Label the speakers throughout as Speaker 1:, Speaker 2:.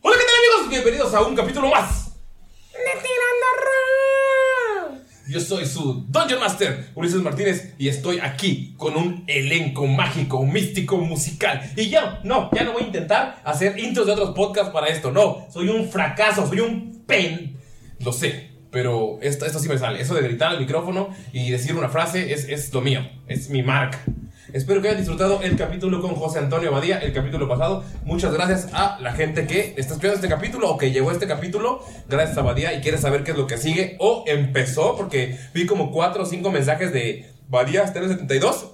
Speaker 1: Hola, ¿qué tal amigos? Bienvenidos a un capítulo más. Yo soy su Dungeon Master, Ulises Martínez, y estoy aquí con un elenco mágico, místico, musical. Y ya, no, ya no voy a intentar hacer intros de otros podcasts para esto, no. Soy un fracaso, soy un pen. Lo sé, pero esto, esto sí me sale. Eso de gritar al micrófono y decir una frase es, es lo mío, es mi marca. Espero que hayan disfrutado el capítulo con José Antonio Badía, el capítulo pasado. Muchas gracias a la gente que está escuchando este capítulo o que llegó a este capítulo. Gracias a Badía y quiere saber qué es lo que sigue o empezó, porque vi como 4 o 5 mensajes de Badía hasta el 72.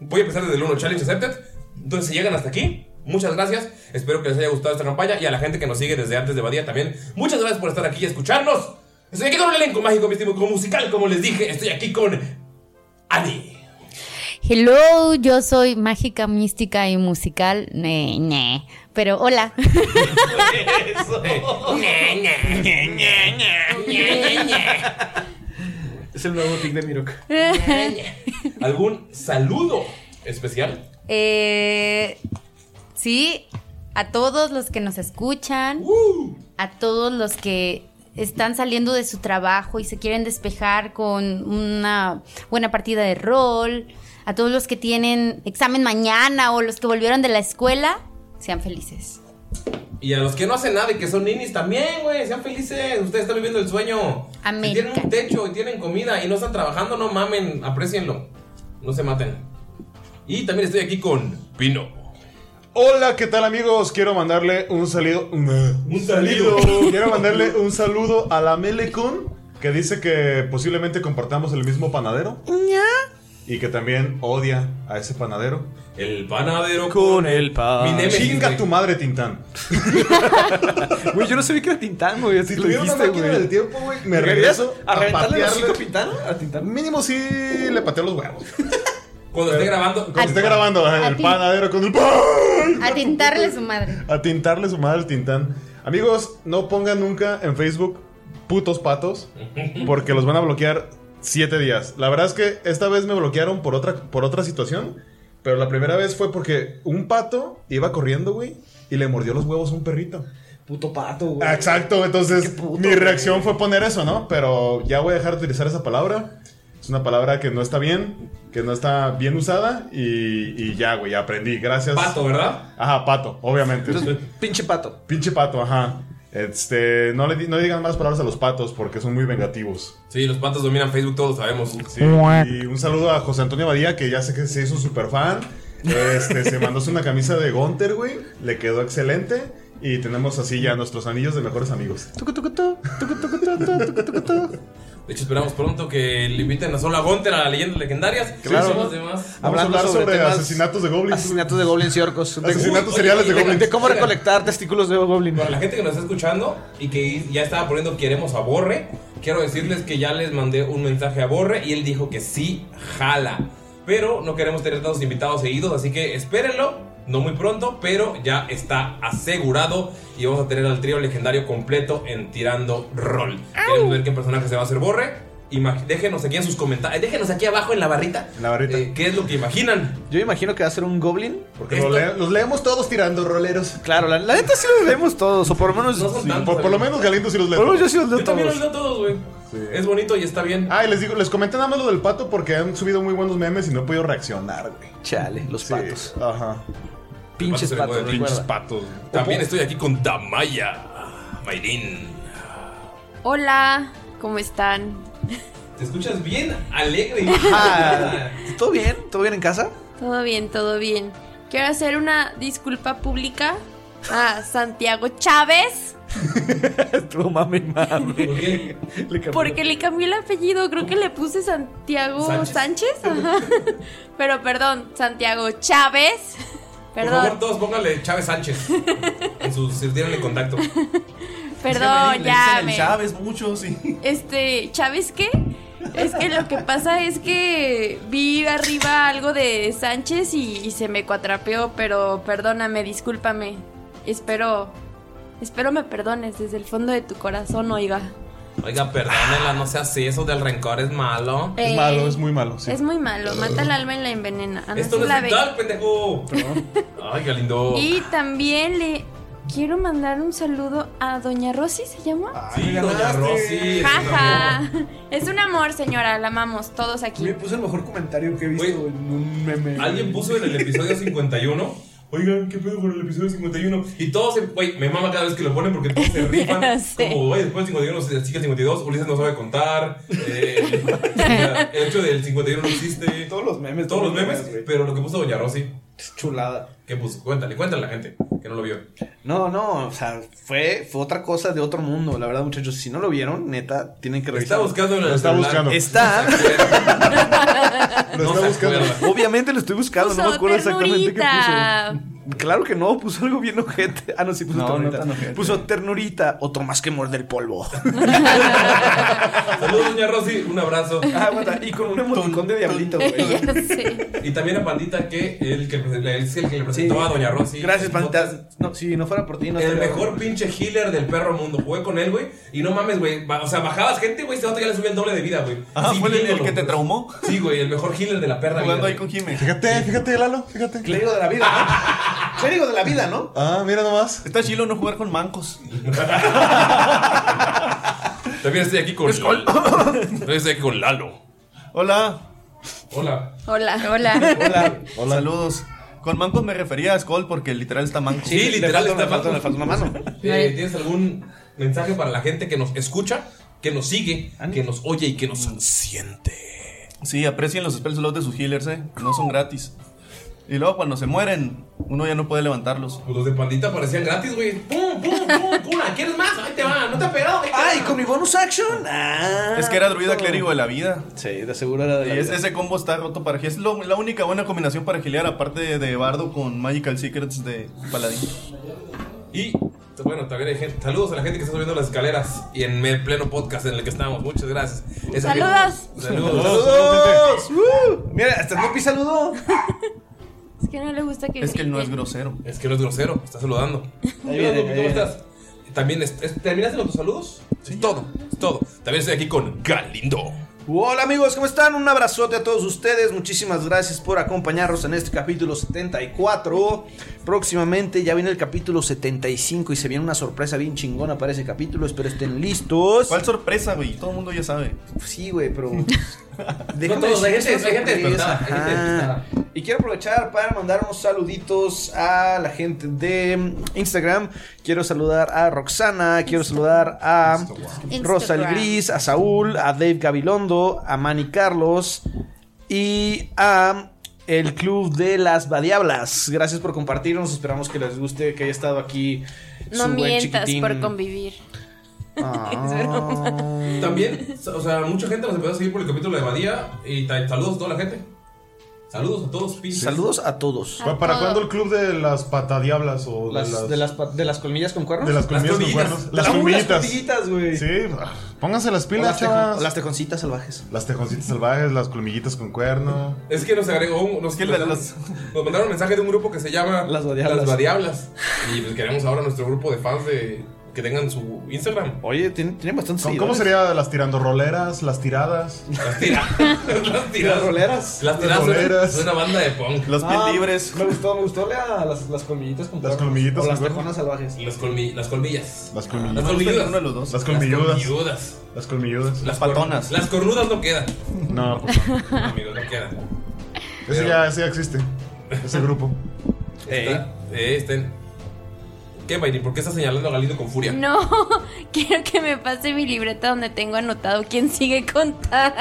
Speaker 1: Voy a empezar desde el 1 Challenge Accepted. Entonces, si llegan hasta aquí, muchas gracias. Espero que les haya gustado esta campaña y a la gente que nos sigue desde antes de Badía también. Muchas gracias por estar aquí y escucharnos. Estoy aquí con un elenco mágico, místico, musical, como les dije. Estoy aquí con Ani.
Speaker 2: Hello, yo soy mágica, mística y musical. Ne, ne. Pero hola.
Speaker 3: es el nuevo tic de Mirok.
Speaker 1: ¿Algún saludo especial?
Speaker 2: Eh, sí, a todos los que nos escuchan, a todos los que están saliendo de su trabajo y se quieren despejar con una buena partida de rol, a todos los que tienen examen mañana o los que volvieron de la escuela, sean felices.
Speaker 1: Y a los que no hacen nada y que son ninis también, güey, sean felices. Ustedes están viviendo el sueño. Si
Speaker 2: América.
Speaker 1: tienen un techo y tienen comida y no están trabajando, no mamen, aprecienlo. No se maten. Y también estoy aquí con Pino.
Speaker 4: Hola, ¿qué tal amigos? Quiero mandarle un saludo. Un
Speaker 1: salido.
Speaker 4: Quiero mandarle un saludo a la Melecon, que dice que posiblemente compartamos el mismo panadero. Y que también odia a ese panadero.
Speaker 1: El panadero
Speaker 4: con el pan.
Speaker 5: Ah,
Speaker 1: Mi némesis,
Speaker 4: Chinga
Speaker 1: güey.
Speaker 4: tu madre, Tintán.
Speaker 5: Güey, yo no sabía que era Tintán, güey. Así
Speaker 4: Si
Speaker 5: lo
Speaker 4: tuviera una
Speaker 5: dijiste,
Speaker 4: máquina
Speaker 5: güey.
Speaker 4: del tiempo, güey, me
Speaker 5: ¿Te
Speaker 4: regreso
Speaker 5: querías
Speaker 4: a
Speaker 5: arrancarle los
Speaker 4: patearle.
Speaker 5: cinco Tintán? ¿A Tintán?
Speaker 4: Mínimo sí le pateo los huevos.
Speaker 1: Cuando esté grabando.
Speaker 4: Cuando esté grabando, eh,
Speaker 2: A
Speaker 4: el
Speaker 2: ti.
Speaker 4: panadero con el pan.
Speaker 2: A tintarle a su madre.
Speaker 4: A tintarle su madre al tintán. Amigos, no pongan nunca en Facebook putos patos porque los van a bloquear siete días. La verdad es que esta vez me bloquearon por otra, por otra situación, pero la primera vez fue porque un pato iba corriendo, güey, y le mordió los huevos a un perrito.
Speaker 5: Puto pato, güey.
Speaker 4: Ah, Exacto, entonces
Speaker 5: Qué puto,
Speaker 4: mi
Speaker 5: güey.
Speaker 4: reacción fue poner eso, ¿no? Pero ya voy a dejar de utilizar esa palabra. Es una palabra que no está bien, que no está bien usada y, y ya, güey, aprendí. Gracias.
Speaker 1: Pato, ¿verdad?
Speaker 4: Ajá, pato, obviamente.
Speaker 5: Entonces, pinche pato.
Speaker 4: Pinche pato, ajá. Este, no le di- no le digan malas palabras a los patos porque son muy vengativos.
Speaker 1: Sí, los patos dominan Facebook, todos lo sabemos.
Speaker 4: Sí, Y un saludo a José Antonio Badía, que ya sé que se hizo super fan. Este, se mandó una camisa de Gunter, güey. Le quedó excelente. Y tenemos así ya nuestros anillos de mejores amigos.
Speaker 1: De hecho, esperamos pronto que le inviten a solo a Gunter a las leyendas legendarias.
Speaker 4: Claro.
Speaker 1: Y los demás.
Speaker 4: Vamos a hablar sobre asesinatos de goblins.
Speaker 6: Asesinatos de goblins y orcos. De-
Speaker 4: Asesinatos
Speaker 6: Uy,
Speaker 4: seriales de
Speaker 6: y
Speaker 4: goblins.
Speaker 6: De cómo recolectar testículos de goblin.
Speaker 1: Para la gente que nos está escuchando y que ya estaba poniendo queremos a Borre, quiero decirles que ya les mandé un mensaje a Borre y él dijo que sí, jala. Pero no queremos tener tantos invitados seguidos, así que espérenlo, no muy pronto, pero ya está asegurado y vamos a tener al trío legendario completo en Tirando Roll. Queremos ver qué personaje se va a hacer Borre. Imag- déjenos aquí en sus comentarios, déjenos aquí abajo en la barrita,
Speaker 4: En la varita.
Speaker 1: eh, qué es lo que imaginan.
Speaker 6: Yo imagino que va a ser un goblin.
Speaker 4: Porque
Speaker 1: esto-
Speaker 4: lo le- los leemos todos tirando roleros.
Speaker 6: Claro, la, la neta sí los leemos todos, o por lo menos.
Speaker 1: No son
Speaker 6: sí.
Speaker 1: tantos.
Speaker 4: Por, por lo menos Galindo sí los
Speaker 6: Por lo menos yo
Speaker 4: leemos.
Speaker 6: sí los leo
Speaker 1: Yo también los
Speaker 6: todos.
Speaker 1: leo todos, güey. Es bonito y está bien.
Speaker 4: Ah, y les digo, les comenté nada más lo del pato porque han subido muy buenos memes y no he podido reaccionar, güey.
Speaker 6: Chale, los
Speaker 4: Sí,
Speaker 6: patos.
Speaker 4: Ajá.
Speaker 1: Patos
Speaker 6: Pinches
Speaker 1: se
Speaker 6: patos,
Speaker 1: le mueven,
Speaker 6: recuerda.
Speaker 4: patos.
Speaker 1: También estoy aquí con Damaya, Mayrin.
Speaker 7: Hola, ¿cómo están?
Speaker 1: Te escuchas bien alegre.
Speaker 6: Ah, ¿Todo bien? ¿Todo bien en casa?
Speaker 7: Todo bien, todo bien. Quiero hacer una disculpa pública a Santiago Chávez
Speaker 6: Estuvo mame,
Speaker 1: ¿Por
Speaker 6: mame.
Speaker 1: qué?
Speaker 6: Le cambió.
Speaker 7: porque le cambié el apellido. Creo que le puse Santiago
Speaker 1: ¿Sánchez?
Speaker 7: Sánchez. ajá. Pero perdón, Santiago Chávez.
Speaker 1: Por
Speaker 7: Perdón,
Speaker 1: favor, todos pónganle Chávez Sánchez. En sus si tienen el contacto.
Speaker 7: perdón, ya me.
Speaker 8: Chávez, mucho, sí.
Speaker 7: Este, ¿Chávez qué? Es que lo que pasa es que vi arriba algo de Sánchez y, y se me cuatrapeó, pero perdóname, discúlpame. Espero, espero me perdones desde el fondo de tu corazón, oiga.
Speaker 1: Oiga, perdónela, no sea así. Eso del rencor es malo.
Speaker 4: Es
Speaker 7: Eh,
Speaker 4: malo, es muy malo. Sí.
Speaker 7: Es muy malo, mata el alma y la envenena. Ana
Speaker 1: Esto no es
Speaker 7: Solave.
Speaker 1: vital, pendejo. Ay, qué lindo.
Speaker 7: Y también le quiero mandar un saludo a Doña Rosy, ¿se llama?
Speaker 1: Sí, doña Rosy. es
Speaker 5: Ah,
Speaker 1: un amor.
Speaker 7: Jaja. Es un amor, señora, la amamos todos aquí.
Speaker 8: Me puso el mejor comentario que he visto
Speaker 1: Güey,
Speaker 8: en un meme.
Speaker 1: Alguien puso en el episodio 51. Oigan, ¿qué pedo con el episodio 51? Y todos, se- güey, me mama cada vez que lo ponen porque todos se rifan.
Speaker 7: sé.
Speaker 1: Como, güey, después del 51 se chica 52, Ulises no sabe contar. eh, el hecho del 51 no existe.
Speaker 8: Todos los memes.
Speaker 1: Todos los memes,
Speaker 8: güey.
Speaker 1: pero lo que puso Doña Rosy,
Speaker 6: Chulada.
Speaker 1: ¿qué puso? Cuéntale, cuéntale a la gente que no lo vio.
Speaker 6: No, no, o sea, fue, fue otra cosa de otro mundo. La verdad, muchachos, si no lo vieron, neta, tienen que
Speaker 1: Está
Speaker 6: revisar.
Speaker 1: buscando en el
Speaker 4: Lo está
Speaker 1: celular.
Speaker 4: buscando.
Speaker 6: Está,
Speaker 4: Lo
Speaker 1: No
Speaker 4: está
Speaker 1: se
Speaker 4: buscando.
Speaker 1: acuerda.
Speaker 6: obviamente lo estoy buscando, no
Speaker 7: Puso
Speaker 6: me acuerdo exactamente
Speaker 7: ternurita.
Speaker 6: qué puso. Claro que no, puso algo bien ojete. Ah, no, sí, puso
Speaker 8: No, no
Speaker 6: ternurita.
Speaker 8: tan ojete.
Speaker 6: puso ternurita, otro más que muerde el polvo.
Speaker 1: Saludos, Doña Rosy, un abrazo.
Speaker 6: Ah, aguanta, y con un emoticón de diablito, güey.
Speaker 7: Ya sé.
Speaker 1: Y también a Pandita, que el que, es el que le presentó
Speaker 6: Sí.
Speaker 1: a Doña Rosy.
Speaker 6: Gracias, Panita. No, si no fuera por ti, no
Speaker 1: El
Speaker 6: estaría-
Speaker 1: mejor pinche healer del perro mundo. Jugué con él, güey. Y no mames, güey. ba- O sea, bajabas gente, güey. Este vato ya le subía el doble de vida, güey.
Speaker 8: Ah,
Speaker 1: Así
Speaker 8: ¿fue el- el
Speaker 1: viéndolo,
Speaker 8: que te
Speaker 1: güey.
Speaker 8: traumó?
Speaker 1: Sí, güey. El mejor healer de la perra,
Speaker 8: Jugando
Speaker 1: güey.
Speaker 8: ahí con Jimé.
Speaker 4: Fíjate, fíjate, Lalo, fíjate.
Speaker 6: Clérigo de la vida, ¿no? Clérigo de la vida, ¿no?
Speaker 4: Ah, mira nomás.
Speaker 8: Está chilo no jugar con mancos.
Speaker 1: También estoy aquí con. También estoy aquí con Lalo.
Speaker 8: Hola.
Speaker 1: Hola.
Speaker 7: Hola. Hola.
Speaker 6: Hola.
Speaker 8: Hola. Saludos. Con mancos me refería a Skull porque literal está manco.
Speaker 1: Sí, literal
Speaker 6: le
Speaker 1: está
Speaker 6: falta,
Speaker 1: bajo.
Speaker 6: le falta una mano.
Speaker 1: Eh, ¿Tienes algún mensaje para la gente que nos escucha, que nos sigue, que nos oye y que nos siente?
Speaker 8: Sí, aprecien los spell slots de sus healers, eh. No son gratis. Y luego cuando se mueren, uno ya no puede levantarlos.
Speaker 1: Pues los de Pandita parecían gratis, güey. ¡Pum, pum, pum! ¡Cuna! ¿Quieres más? ¡Ahí te va! ¡No te ha pegado! ahí te
Speaker 6: ¡Ay,
Speaker 1: va.
Speaker 6: con mi bonus action! Ah,
Speaker 8: Es que era druida clérigo de la vida.
Speaker 6: Sí, de seguro era de
Speaker 8: Y
Speaker 6: la
Speaker 8: es-
Speaker 6: vida.
Speaker 8: ese combo está roto para Es lo- la única buena combinación para gilear, aparte de, de Bardo con Magical Secrets de Paladín.
Speaker 1: Y pues, bueno, también hay gente. Saludos a la gente que está subiendo las escaleras y en el pleno podcast en el que estamos. Muchas gracias. Esa gente-
Speaker 7: Saludos.
Speaker 1: Saludos.
Speaker 6: ¡Dos! ¡Uh! Mira, hasta no pisa saludo.
Speaker 7: Es que no le gusta que
Speaker 8: Es que él no es
Speaker 7: griten.
Speaker 8: grosero.
Speaker 1: Es que no es grosero, está saludando.
Speaker 6: Ahí
Speaker 1: Hola,
Speaker 6: viene,
Speaker 1: Lupita,
Speaker 6: ahí
Speaker 1: ¿Cómo
Speaker 6: viene.
Speaker 1: estás? También es- es- ¿Terminaste con tus saludos? Es todo, es todo. También estoy aquí con Galindo.
Speaker 6: Hola amigos, ¿cómo están? Un abrazote a todos ustedes. Muchísimas gracias por acompañarnos en este capítulo 74. Próximamente ya viene el capítulo 75 y se viene una sorpresa bien chingona para ese capítulo. Espero estén listos.
Speaker 8: ¿Cuál sorpresa, güey? Todo el mundo ya sabe.
Speaker 6: Sí, güey, pero.
Speaker 1: No todos, hay gente-
Speaker 6: decirte Ah, una
Speaker 1: hay gente
Speaker 6: sorpresa.
Speaker 1: despertada, hay gente
Speaker 6: Ajá.
Speaker 1: despertada.
Speaker 6: Y quiero aprovechar para mandar unos saluditos a la gente de Instagram. Quiero saludar a Roxana, ah, quiero saludar a
Speaker 7: Instagram.
Speaker 6: Rosa el
Speaker 7: Instagram.
Speaker 6: Gris, a Saúl, a Dave Gabilondo, a Manny Carlos y a
Speaker 5: el Club de las Badiablas. Gracias por compartirnos. Esperamos que les guste que haya estado aquí.
Speaker 7: No
Speaker 5: su buen
Speaker 7: mientas
Speaker 5: chiquitín.
Speaker 7: por convivir.
Speaker 1: También, o sea, mucha gente nos empezó a seguir por el capítulo de Badía. Y ta- saludos a toda la gente. Saludos a todos, pinches.
Speaker 5: Saludos a todos.
Speaker 4: ¿Para, para cuándo el club de las patadiablas o
Speaker 5: Las- de las pa- de las colmillas con cuernos?
Speaker 4: De las
Speaker 5: Las
Speaker 4: colmillas con
Speaker 5: colmillas.
Speaker 4: cuernos.
Speaker 5: Las puras
Speaker 4: colmillitas, güey. Sí, ah, pónganse las
Speaker 5: O
Speaker 4: pilas,
Speaker 5: las tejo-
Speaker 4: chavas.
Speaker 5: o las tejoncitas salvajes.
Speaker 4: Las tejoncitas salvajes, las colmillitas con cuerno.
Speaker 1: Es que nos agregó un, nos, mandaron, nos mandaron un mensaje de un grupo que se llama Las
Speaker 4: Badiablas.
Speaker 1: Badiablas. Y pues queremos ahora nuestro grupo de fans de que tengan su Instagram.
Speaker 5: Oye, tienen, bastantes
Speaker 4: ¿Cómo, cómo sería las tirandoleras, las tiradas?
Speaker 1: Las tiras.
Speaker 4: Las roleras.
Speaker 1: Las tiras.
Speaker 4: Las roleras.
Speaker 1: Es una banda de punk.
Speaker 4: Las piel libres.
Speaker 5: Ah, Me gustó, me gustó lea, las, las colmillitas con
Speaker 4: Las
Speaker 5: cuernos.
Speaker 4: colmillitas
Speaker 5: O
Speaker 4: con
Speaker 5: las
Speaker 4: cuernos.
Speaker 5: tejonas salvajes.
Speaker 1: Las, colmi- las colmillas.
Speaker 4: Las
Speaker 1: Las colmilludas.
Speaker 4: Las colmilludas.
Speaker 1: Las colmilludas.
Speaker 4: Las colmilludas.
Speaker 1: Las patonas. Las cornudas no quedan.
Speaker 4: No, pues no.
Speaker 1: No, amigos, no quedan.
Speaker 4: Ese ya, ese ya existe. Ese grupo.
Speaker 1: Está- eh, estén. ¿Qué, Mayrin? ¿Por qué estás señalando a Galindo con furia?
Speaker 7: No, quiero que me pase mi libreta donde tengo anotado quién sigue contando.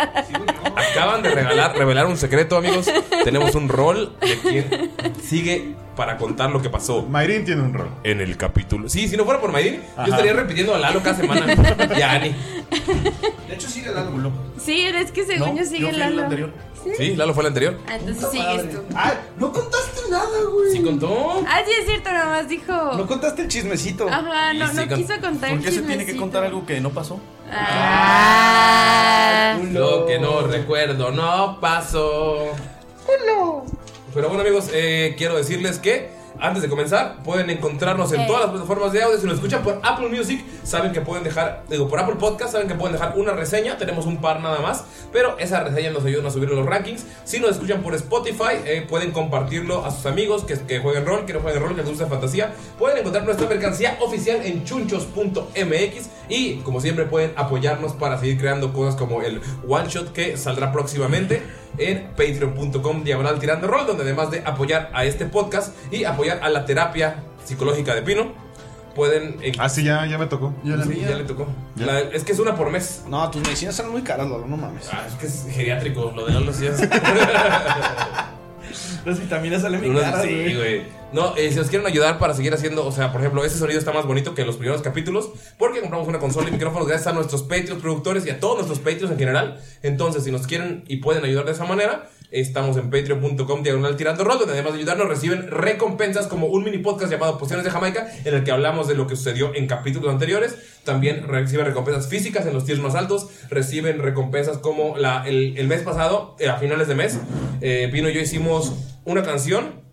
Speaker 1: Acaban de regalar, revelar un secreto, amigos. Tenemos un rol de quien sigue para contar lo que pasó.
Speaker 4: Mayrin tiene un rol.
Speaker 1: En el capítulo. Sí, si no fuera por Mayrin, yo
Speaker 4: Ajá.
Speaker 1: estaría repitiendo a Lalo cada semana. y a Ani.
Speaker 5: De hecho, sigue Lalo.
Speaker 7: Sí, es que según yo sigue
Speaker 1: el
Speaker 7: Lalo.
Speaker 1: Sí, Lalo fue el anterior.
Speaker 7: Ah, Entonces sigues tú.
Speaker 5: Ah, no contaste nada, güey.
Speaker 1: Sí contó.
Speaker 7: Ah, sí, es cierto, nada más dijo.
Speaker 5: No contaste el chismecito.
Speaker 7: Ajá, no, no quiso contar
Speaker 8: ¿Por
Speaker 7: Ah, pues, el
Speaker 8: qué se tiene que
Speaker 7: chismecito.
Speaker 8: contar algo que no pasó?
Speaker 7: Ah.
Speaker 1: Lo que no recuerdo, no pasó. Pero bueno, amigos, eh, quiero decirles que antes de comenzar, pueden encontrarnos en
Speaker 8: Eh.
Speaker 1: todas las plataformas de audio. Si nos escuchan por Apple Music, saben que pueden dejar, digo, por Apple Podcast, saben que pueden dejar una reseña. Tenemos un par nada más, pero esa reseña nos ayuda a subir los rankings. Si nos escuchan por Spotify, eh, pueden compartirlo a sus amigos que, que jueguen rol, que no jueguen rol, que les gusta fantasía. Pueden encontrar nuestra mercancía oficial en chunchos.mx y, como siempre, pueden apoyarnos para seguir creando cosas como el One Shot que saldrá próximamente en patreon.com diagonal tirando rol, donde además de apoyar a este podcast y apoyar a la terapia psicológica de Pino, pueden... eh,
Speaker 4: Ah, sí, ya, ya me tocó.
Speaker 1: sí, ya le tocó. La- es que es una por mes.
Speaker 5: No, tus medicinas son muy caras, Lalo, no mames.
Speaker 1: Ah, es que es geriátrico, lo de Lalo sí es.
Speaker 5: Las vitaminas salen bien
Speaker 1: Unos-
Speaker 5: caras,
Speaker 1: sí,
Speaker 5: güey.
Speaker 1: güey. No, eh, si nos quieren ayudar para seguir haciendo, o sea, por ejemplo, ese sonido está más bonito que los primeros capítulos, porque compramos una consola y micrófonos gracias a nuestros Patreons productores y a todos nuestros Patreons en general. Entonces, si nos quieren y pueden ayudar de esa manera, estamos en patreon.com diagonal tirando rol, donde además de ayudarnos reciben recompensas como un mini podcast llamado Pociones de Jamaica, en el que hablamos de lo que sucedió en capítulos anteriores. También reciben recompensas físicas en los tiers más altos, reciben recompensas como la, el, el mes pasado, eh, a finales de mes, eh, Pino y yo hicimos una canción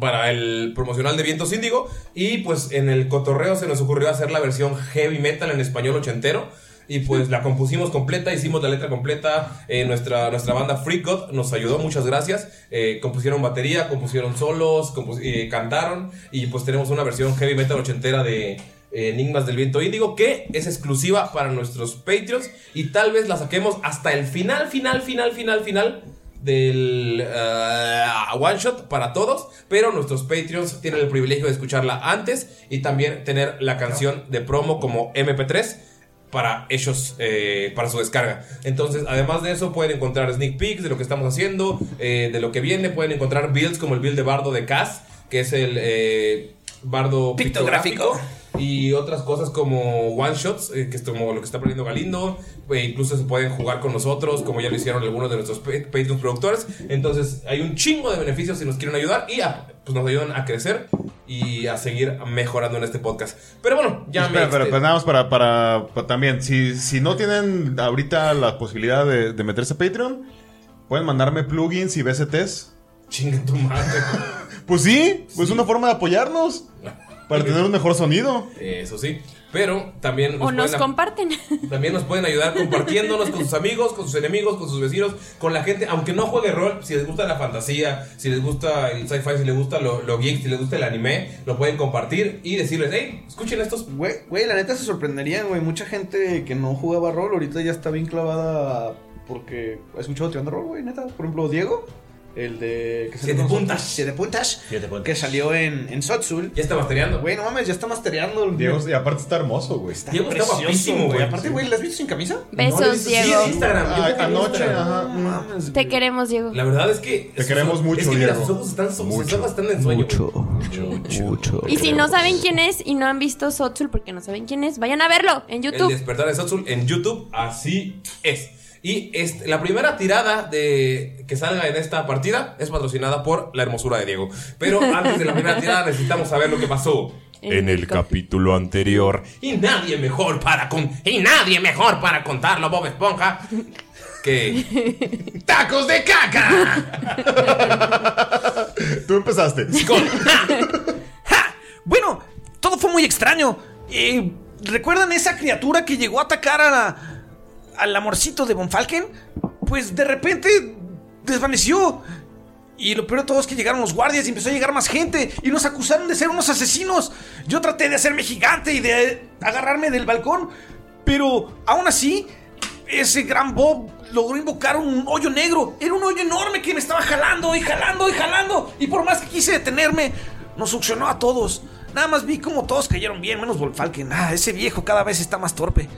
Speaker 1: para el promocional de Vientos Índigo y pues en el cotorreo se nos ocurrió hacer la versión heavy metal en español ochentero y pues la compusimos completa, hicimos la letra completa, eh, nuestra, nuestra banda Freak God nos ayudó, muchas gracias, Eh, compusieron batería, compusieron solos, compus- eh, cantaron y pues tenemos una versión heavy metal ochentera de eh, Enigmas del Viento Índigo que es exclusiva para nuestros Patreons y tal vez la saquemos hasta el final, final, final, final, final del eh, One Shot para todos, pero nuestros Patreons tienen el privilegio de escucharla antes y también tener la canción de promo como MP3 para ellos, eh, para su descarga. Entonces, además de eso, pueden encontrar sneak peeks de lo que estamos haciendo, eh, de lo que viene, pueden encontrar builds como el build de Bardo de Cass, que es el eh, Bardo
Speaker 5: Pictográfico.
Speaker 1: pictográfico y otras cosas como one shots, eh, que es como lo que está poniendo Galindo, e incluso se pueden jugar con nosotros, como ya lo hicieron algunos de nuestros pa- Patreon productores. Entonces, hay un chingo de beneficios si nos quieren ayudar y a- pues nos ayudan a crecer y a seguir mejorando en este podcast. Pero bueno, ya me este,
Speaker 4: Espera, espera,
Speaker 1: extendí.
Speaker 4: pues nada más para, para, para también. Si, si no tienen ahorita la posibilidad de, de meterse a Patreon, pueden mandarme plugins y BCTs.
Speaker 1: Chinga tu madre.
Speaker 4: pues sí, pues es una forma de apoyarnos. Para tener un mejor sonido.
Speaker 1: Eso sí. Pero también
Speaker 7: O nos
Speaker 1: pueden-
Speaker 7: comparten.
Speaker 1: También nos pueden ayudar compartiéndonos con sus amigos, con sus enemigos, con sus vecinos, con la gente, aunque no juegue rol, si les gusta la fantasía, si les gusta el sci-fi, si les gusta lo, lo geek, si les gusta el anime, lo pueden compartir y decirles, hey, escuchen estos.
Speaker 5: Güey, güey, la neta se sorprenderían, güey. Mucha gente que no jugaba rol ahorita ya está bien clavada porque ha escuchado tirando rol, güey, neta. Por ejemplo, Diego.
Speaker 4: El de. que
Speaker 5: Siete puntas. Siete puntas. Que salió en, en Sotsul. Ya
Speaker 1: está mastereando.
Speaker 5: Güey, no mames, ya está mastereando. el-
Speaker 4: Diego, y aparte está hermoso, güey. Está
Speaker 5: Diego está
Speaker 4: precioso,
Speaker 5: guapísimo, güey. Aparte,
Speaker 4: Sí.
Speaker 5: güey, ¿la has visto sin camisa?
Speaker 7: Besos,
Speaker 5: No, la he visto-
Speaker 7: Diego.
Speaker 5: Sí, en Instagram.
Speaker 4: Ah,
Speaker 5: Yo creo que en
Speaker 4: anoche,
Speaker 5: Instagram.
Speaker 4: ajá.
Speaker 5: No mames.
Speaker 7: Te queremos, Diego.
Speaker 1: La verdad es que.
Speaker 4: Te queremos
Speaker 1: sus-
Speaker 4: mucho,
Speaker 1: es que mira,
Speaker 4: Diego.
Speaker 1: sus ojos están, sus
Speaker 4: Mucho.
Speaker 1: ojos están en sueño. Mucho.
Speaker 4: Mucho.
Speaker 7: Y si no saben quién es y no han visto Sotsul porque no saben quién es, vayan a verlo en
Speaker 1: El
Speaker 7: YouTube.
Speaker 1: despertar de Sotsul en YouTube, así es. Y este, la primera tirada de que salga en esta partida es patrocinada por la hermosura de Diego. Pero antes de la primera tirada necesitamos saber lo que pasó.
Speaker 9: En el capítulo anterior.
Speaker 1: Y nadie mejor para con y nadie mejor para contarlo Bob Esponja que tacos de caca.
Speaker 4: Tú empezaste.
Speaker 5: Bueno, todo fue muy extraño. Eh, ¿Recuerdan esa criatura que llegó a atacar a la- al amorcito de Bonfalken? Pues de repente desvaneció. Y lo peor de todo es que llegaron los guardias y empezó a llegar más gente y nos acusaron de ser unos asesinos. Yo traté de hacerme gigante y de agarrarme del balcón, pero aún así ese gran Bob logró invocar un hoyo negro. Era un hoyo enorme que me estaba jalando y jalando y jalando. Y por más que quise detenerme, nos succionó a todos. Nada más vi como todos cayeron bien, menos Volfalken. Ah, ese viejo cada vez está más torpe.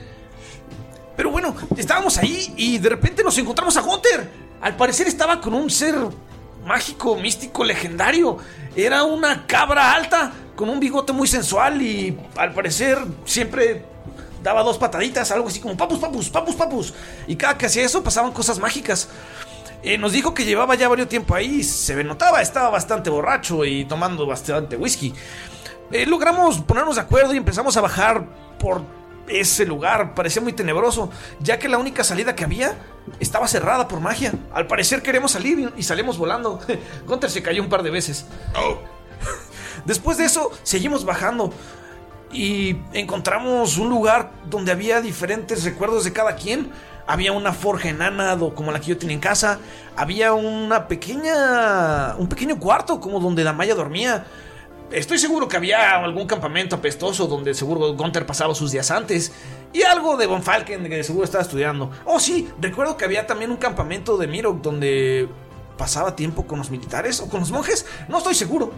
Speaker 5: Pero bueno, estábamos ahí y de repente nos encontramos a Hunter. Al parecer estaba con un ser mágico, místico, legendario. Era una cabra alta, con un bigote muy sensual y al parecer siempre daba dos pataditas, algo así como papus, papus, papus, papus. Y cada que hacía eso pasaban cosas mágicas. Eh, nos dijo que llevaba ya varios tiempo ahí, se notaba, estaba bastante borracho y tomando bastante whisky. Eh, logramos ponernos de acuerdo y empezamos a bajar por ese lugar. Parecía muy tenebroso, ya que la única salida que había estaba cerrada por magia. Al parecer queremos salir y- y salimos volando. Gunter se cayó un par de veces. Después de eso, seguimos bajando y encontramos un lugar donde había diferentes recuerdos de cada quien. Había una forja enana do- como la que yo tenía en casa. Había una pequeña. un pequeño cuarto como donde la Maya dormía. Estoy seguro que había algún campamento apestoso donde seguro Gunther pasaba sus días antes. Y algo de Von Falken que seguro estaba estudiando. Oh, sí, recuerdo que había también un campamento de Miro donde pasaba tiempo con los militares o con los monjes. No estoy seguro.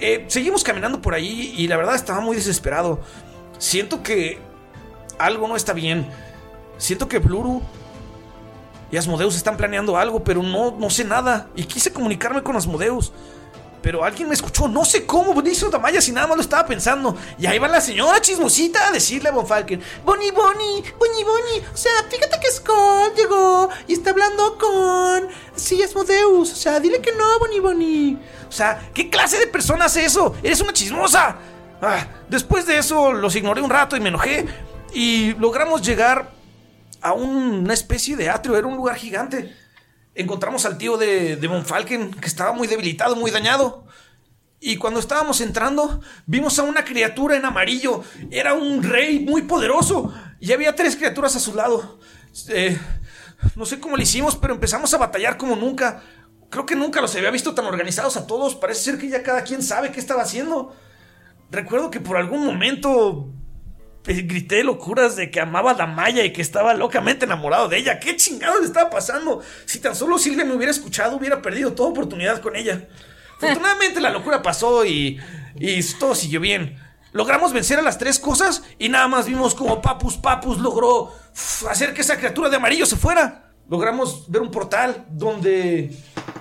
Speaker 5: Eh, seguimos caminando por ahí y la verdad estaba muy desesperado. Siento que algo no está bien. Siento que Bluru y Asmodeus están planeando algo, pero no, no sé nada. Y quise comunicarme con Asmodeus. Pero alguien me escuchó, no sé cómo, Bonnie hizo Tamaya si nada más lo estaba pensando. Y ahí va la señora chismosita a decirle a Von Falken: Bonnie, Bonnie, Bonnie, Bonnie. O sea, fíjate que Skull llegó y está hablando con. Sí, Asmodeus. O sea, dile que no, Bonnie, Bonnie. O sea, ¿qué clase de persona hace eso? Eres una chismosa. Ah, después de eso, los ignoré un rato y me enojé. Y logramos llegar a un- una especie de atrio, era un lugar gigante. Encontramos al tío de, de Von Falken, que estaba muy debilitado, muy dañado. Y cuando estábamos entrando, vimos a una criatura en amarillo. Era un rey muy poderoso. Y había tres criaturas a su lado. Eh, no sé cómo le hicimos, pero empezamos a batallar como nunca. Creo que nunca los había visto tan organizados a todos. Parece ser que ya cada quien sabe qué estaba haciendo. Recuerdo que por algún momento eh, grité locuras de que amaba a Damaya y que estaba locamente enamorado de ella. ¿Qué chingados le estaba pasando? Si tan solo Silvia me hubiera escuchado, hubiera perdido toda oportunidad con ella. Afortunadamente la locura pasó y, y todo siguió bien. Logramos vencer a las tres cosas y nada más vimos como Papus Papus logró uf, hacer que esa criatura de amarillo se fuera. Logramos ver un portal donde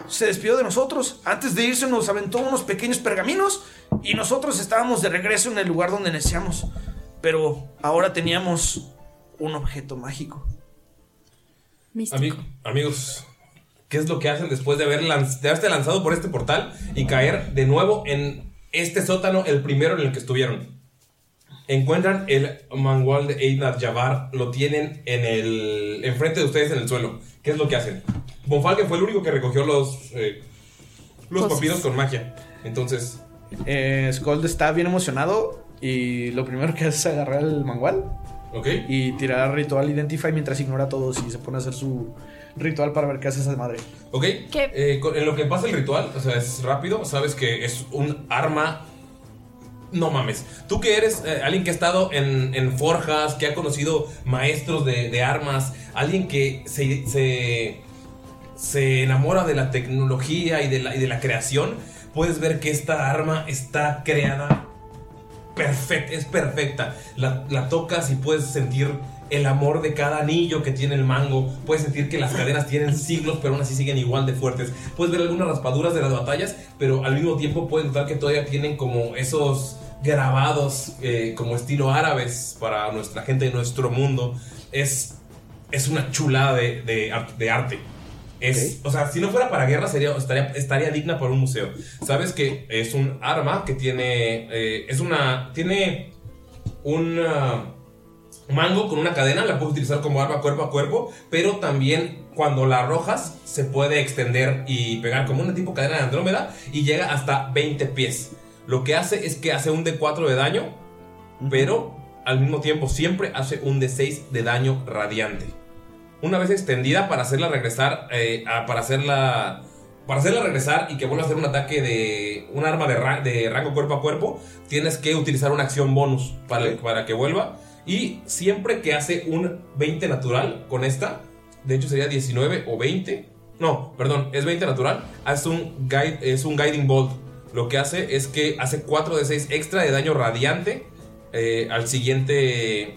Speaker 5: se despidió de nosotros. Antes de irse nos aventó unos pequeños pergaminos y nosotros estábamos de regreso en el lugar donde iniciamos. Pero ahora teníamos un objeto mágico.
Speaker 1: Ami- amigos, ¿qué es lo que hacen después de, haber lanz- de haberse lanzado por este portal y caer de nuevo en este sótano, el primero en el que estuvieron? Encuentran el manual de Einar Jabbar, lo tienen en el enfrente de ustedes en el suelo. ¿Qué es lo que hacen? Bonfalken fue el único que recogió los eh, los
Speaker 5: Cosas.
Speaker 1: papiros con magia. Entonces,
Speaker 5: Eh, Scold está bien emocionado y lo primero que hace es agarrar el mangual. Y tirar ritual Identify mientras ignora a todos y se pone a hacer su ritual para ver qué hace esa madre.
Speaker 1: Ok, eh, con- en lo que pasa el ritual, o sea, es rápido, sabes que es un arma... No mames, tú que eres eh, alguien que ha estado en, en forjas, que ha conocido maestros de, de armas, alguien que se, se, se enamora de la tecnología y de la, y de la creación, puedes ver que esta arma está creada perfecta, es perfecta. La, la tocas y puedes sentir el amor de cada anillo que tiene el mango. Puedes sentir que las cadenas tienen siglos, pero aún así siguen igual de fuertes. Puedes ver algunas raspaduras de las batallas, pero al mismo tiempo puedes notar que todavía tienen como esos grabados eh, como estilo árabes para nuestra gente y nuestro mundo. Es, es una chulada de, de ar- de arte. Es, O sea, si no fuera para guerra, sería, estaría, estaría digna para un museo. Sabes que es un arma que tiene. eh, es una. Tiene un ah, mango con una cadena, la puedes utilizar como arma cuerpo a cuerpo, pero también cuando la arrojas se puede extender y pegar como una tipo cadena de Andrómeda y llega hasta 20 pies. Lo que hace es que hace un D4 de daño, pero al mismo tiempo siempre hace un D6 de daño radiante. Una vez extendida para hacerla regresar, eh, a- para hacerla para hacerla regresar y que vuelva a hacer un ataque de un arma de, ra- de rango cuerpo a cuerpo, tienes que utilizar una acción bonus para, para que vuelva. Y siempre que hace un 20 natural con esta, de hecho sería 19 o 20. No, perdón, es 20 natural. hace un guide, es un Guiding Bolt. Lo que hace es que hace 4 de 6 extra de daño radiante eh, al siguiente.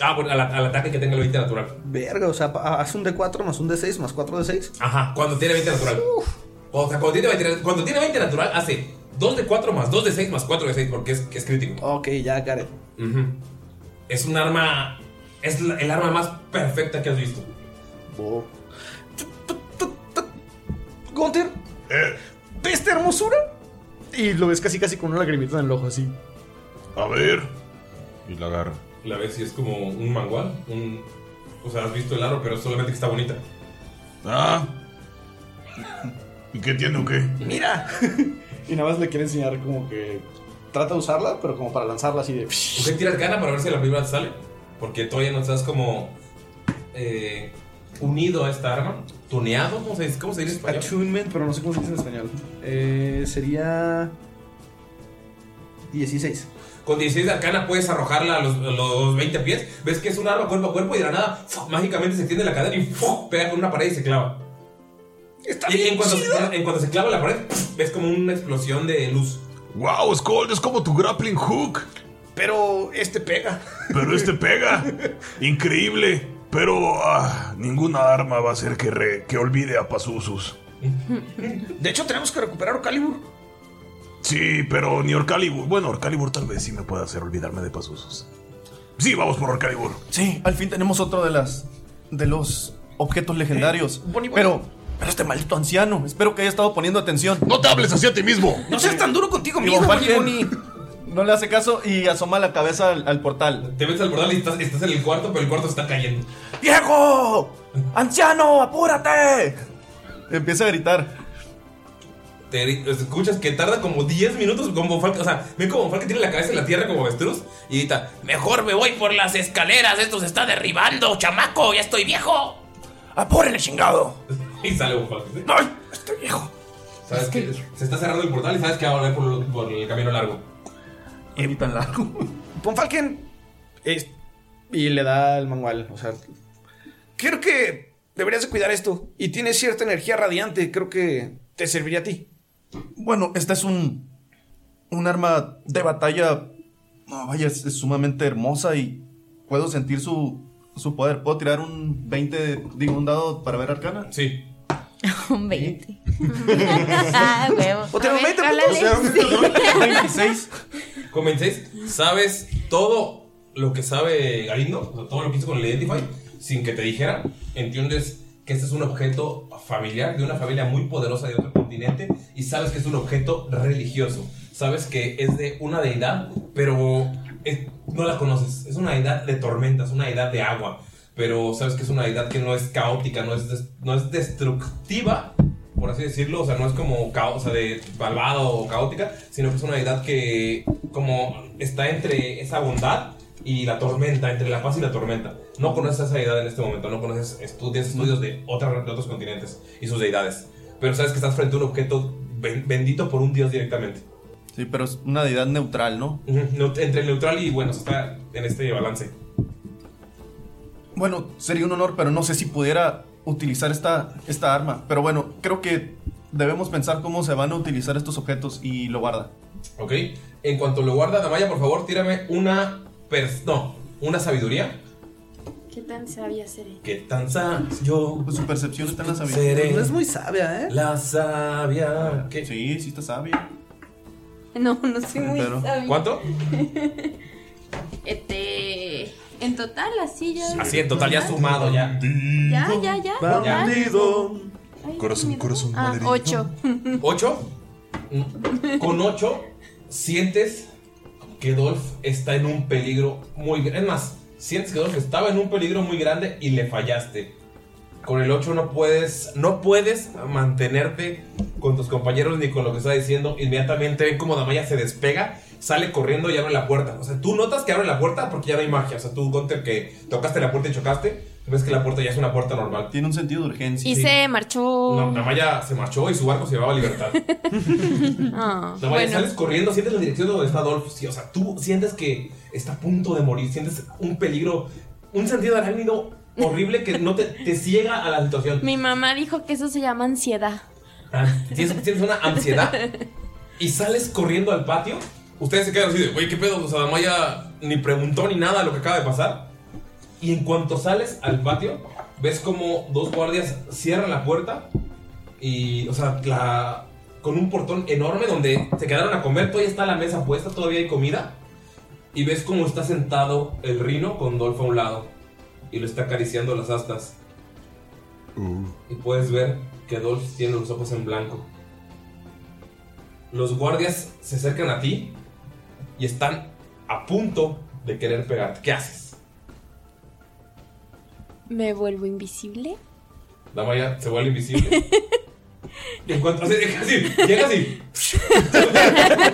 Speaker 1: Ah, bueno, al, al ataque que tenga el 20 natural.
Speaker 5: Verga, o sea, pa- haz un D4 más un D6 más 4 D6.
Speaker 1: Ajá, cuando tiene 20 natural. O sea, cuando tiene 20, nat- cuando tiene 20 natural, hace 2 de 4 más 2 de 6 más 4 de 6 porque es, es crítico.
Speaker 5: Ok, ya, Karen.
Speaker 1: Es un arma. Ah, Es la- el arma más perfecta que has visto.
Speaker 5: Gunther,
Speaker 6: Eh.
Speaker 5: ¿ves esta hermosura?
Speaker 6: Y lo ves casi casi con una lagrimita en el ojo, así.
Speaker 1: A ver.
Speaker 9: Y la agarra.
Speaker 1: La ves si es como un mangual. Un, o sea, has visto el aro, pero solamente que está bonita.
Speaker 9: Ah. ¿Y qué tiene o qué?
Speaker 5: Mira.
Speaker 6: y nada más le quiere enseñar como que trata de usarla, pero como para lanzarla así de.
Speaker 1: ¿Usted tiras gana para ver si la primera te sale? Porque todavía no estás como. eh, unido a esta arma. Tuneado, ¿cómo se dice, cómo se dice en español?
Speaker 6: Attunement, pero no sé cómo se dice en español.
Speaker 5: Eh, sería 16.
Speaker 1: Con 16 de arcana puedes arrojarla a los, a los 20 pies. Ves que es un arma cuerpo a cuerpo y de la nada ¡fua! mágicamente se tiende la cadena y ¡fua! pega con una pared y se clava. y en cuanto, se, en cuanto se clava la pared, ves como una explosión de luz.
Speaker 9: ¡Wow, Skull! Es como tu grappling hook.
Speaker 5: Pero este pega.
Speaker 9: Pero este pega. Increíble. Pero ah, ninguna arma va a hacer que, re- que olvide a Pazuzus.
Speaker 5: De hecho, tenemos que recuperar Calibur.
Speaker 9: Sí, pero ni Orcalibur. Bueno, Orcalibur tal vez sí me pueda hacer olvidarme de Pazuzus. Sí, vamos por Orcalibur.
Speaker 8: Sí, al fin tenemos otro de las de los objetos legendarios. Pero, pero este maldito anciano, espero que haya estado poniendo atención.
Speaker 9: No te hables hacia ti mismo.
Speaker 5: No seas tan duro contigo
Speaker 8: mismo, No le hace caso y asoma la cabeza al, al portal.
Speaker 1: Te metes al portal y estás, estás en el cuarto, pero el cuarto está cayendo.
Speaker 8: ¡Viejo! ¡Anciano, apúrate! Empieza a gritar.
Speaker 1: Te gri- escuchas que tarda como 10 minutos como Falca, o sea, ven como Falca tiene la cabeza en la tierra como avestruz y grita, mejor me voy por las escaleras, esto se está derribando, chamaco, ya estoy viejo.
Speaker 8: ¡Apúrele, chingado!
Speaker 1: Y sale un Falca. ¡No! ¡Estoy viejo! ¿Sabes que Se está cerrando el portal y sabes que va a volver por, lo- por el camino largo.
Speaker 8: Y tan largo.
Speaker 5: Ponfalken. es- y le da el manual. O sea, creo que deberías de cuidar esto. Y tienes cierta energía radiante. Creo que te serviría a ti.
Speaker 8: Bueno, esta es un. un arma de batalla. no, vaya, es, es sumamente hermosa y puedo sentir su, su poder. ¿Puedo tirar un 20, de- digo, un dado para ver arcana?
Speaker 1: Sí.
Speaker 2: Un 20. Ah, huevo. A ver, jálale.
Speaker 1: Con 26, sabes todo lo que sabe Galindo, o sea, todo lo que hizo con el Identify, sin que te dijera. Entiendes que este es un objeto familiar de una familia muy poderosa de otro continente y sabes que es un objeto religioso. Sabes que es de una deidad, pero es- no la conoces. Es una deidad de tormentas, una deidad de agua. Pero sabes que es una deidad que no es caótica, no es, des- no es destructiva, por así decirlo, o sea, no es como caos, o sea, de malvado o caótica, sino que es una deidad que como está entre esa bondad y la tormenta, entre la paz y la tormenta. No conoces a esa deidad en este momento, no conoces estudios, estudios de, otra- de otros continentes y sus deidades, pero sabes que estás frente a un objeto ben- bendito por un dios directamente.
Speaker 8: Sí, pero es una deidad neutral, ¿no?
Speaker 1: Ujú, neut- Entre neutral y bueno, o sea, está en este balance.
Speaker 8: Bueno, sería un honor, pero no sé si pudiera utilizar esta, esta arma. Pero bueno, creo que debemos pensar cómo se van a utilizar estos objetos y lo guarda.
Speaker 1: Ok. En cuanto lo guarda, Damaya, por favor, tírame una. pers- no, una sabiduría.
Speaker 7: ¿Qué tan sabia seré?
Speaker 1: ¿Qué tan sabia? Yo.
Speaker 8: Pues su percepción está en la sabiduría.
Speaker 1: Seré.
Speaker 5: sabia, ¿eh?
Speaker 1: La sabia.
Speaker 8: Sí, sí está sabia.
Speaker 7: No, no soy muy
Speaker 8: Pero-
Speaker 7: sabia.
Speaker 1: ¿Cuánto?
Speaker 7: Este. En total, así ya.
Speaker 1: Así en total, ya sumado ya.
Speaker 7: Ya, ya, ya.
Speaker 1: Ya.
Speaker 7: Ay,
Speaker 1: Corazón, corazón,
Speaker 7: Ah, ocho.
Speaker 1: ¿Ocho? Mm. Con ocho, sientes que Dolph está en un peligro muy grande. Es más, sientes que Dolph estaba en un peligro muy grande y le fallaste. Con el 8 no puedes, no puedes mantenerte con tus compañeros ni con lo que está diciendo. Inmediatamente ven cómo Damaya se despega, sale corriendo y abre la puerta. O sea, tú notas que abre la puerta porque ya no hay magia. O sea, tú, Gunter, que tocaste la puerta y chocaste, ves que la puerta ya es una puerta normal.
Speaker 8: Tiene un sentido de urgencia.
Speaker 7: Y se marchó.
Speaker 1: No, Damaya se marchó y su barco se llevaba a libertad.
Speaker 7: Ah,
Speaker 1: No, vaya,
Speaker 7: bueno.
Speaker 1: sales corriendo, sientes la dirección de donde está Adolfo. sí, o sea, tú sientes que está a punto de morir, sientes un peligro, un sentido arácnido horrible que no te, te ciega a la situación.
Speaker 7: Mi mamá dijo que eso se llama ansiedad.
Speaker 1: Ah, tienes, tienes una ansiedad y sales corriendo al patio. Ustedes se quedan así de, güey, ¿qué pedo? O sea, Damaya ni preguntó ni nada lo que acaba de pasar. Y en cuanto sales al patio, ves como dos guardias cierran la puerta y, o sea, la- con un portón enorme donde se quedaron a comer. Todavía está la mesa puesta, todavía hay comida. Y ves cómo está sentado el rino con Dolph a un lado y lo está acariciando las astas. Y puedes ver que Dolph tiene los ojos en blanco. Los guardias se acercan a ti y están a punto de querer pegarte. ¿Qué haces?
Speaker 7: Me vuelvo invisible.
Speaker 1: La Maya se vuelve invisible. Y en cuanto así, así, llega así.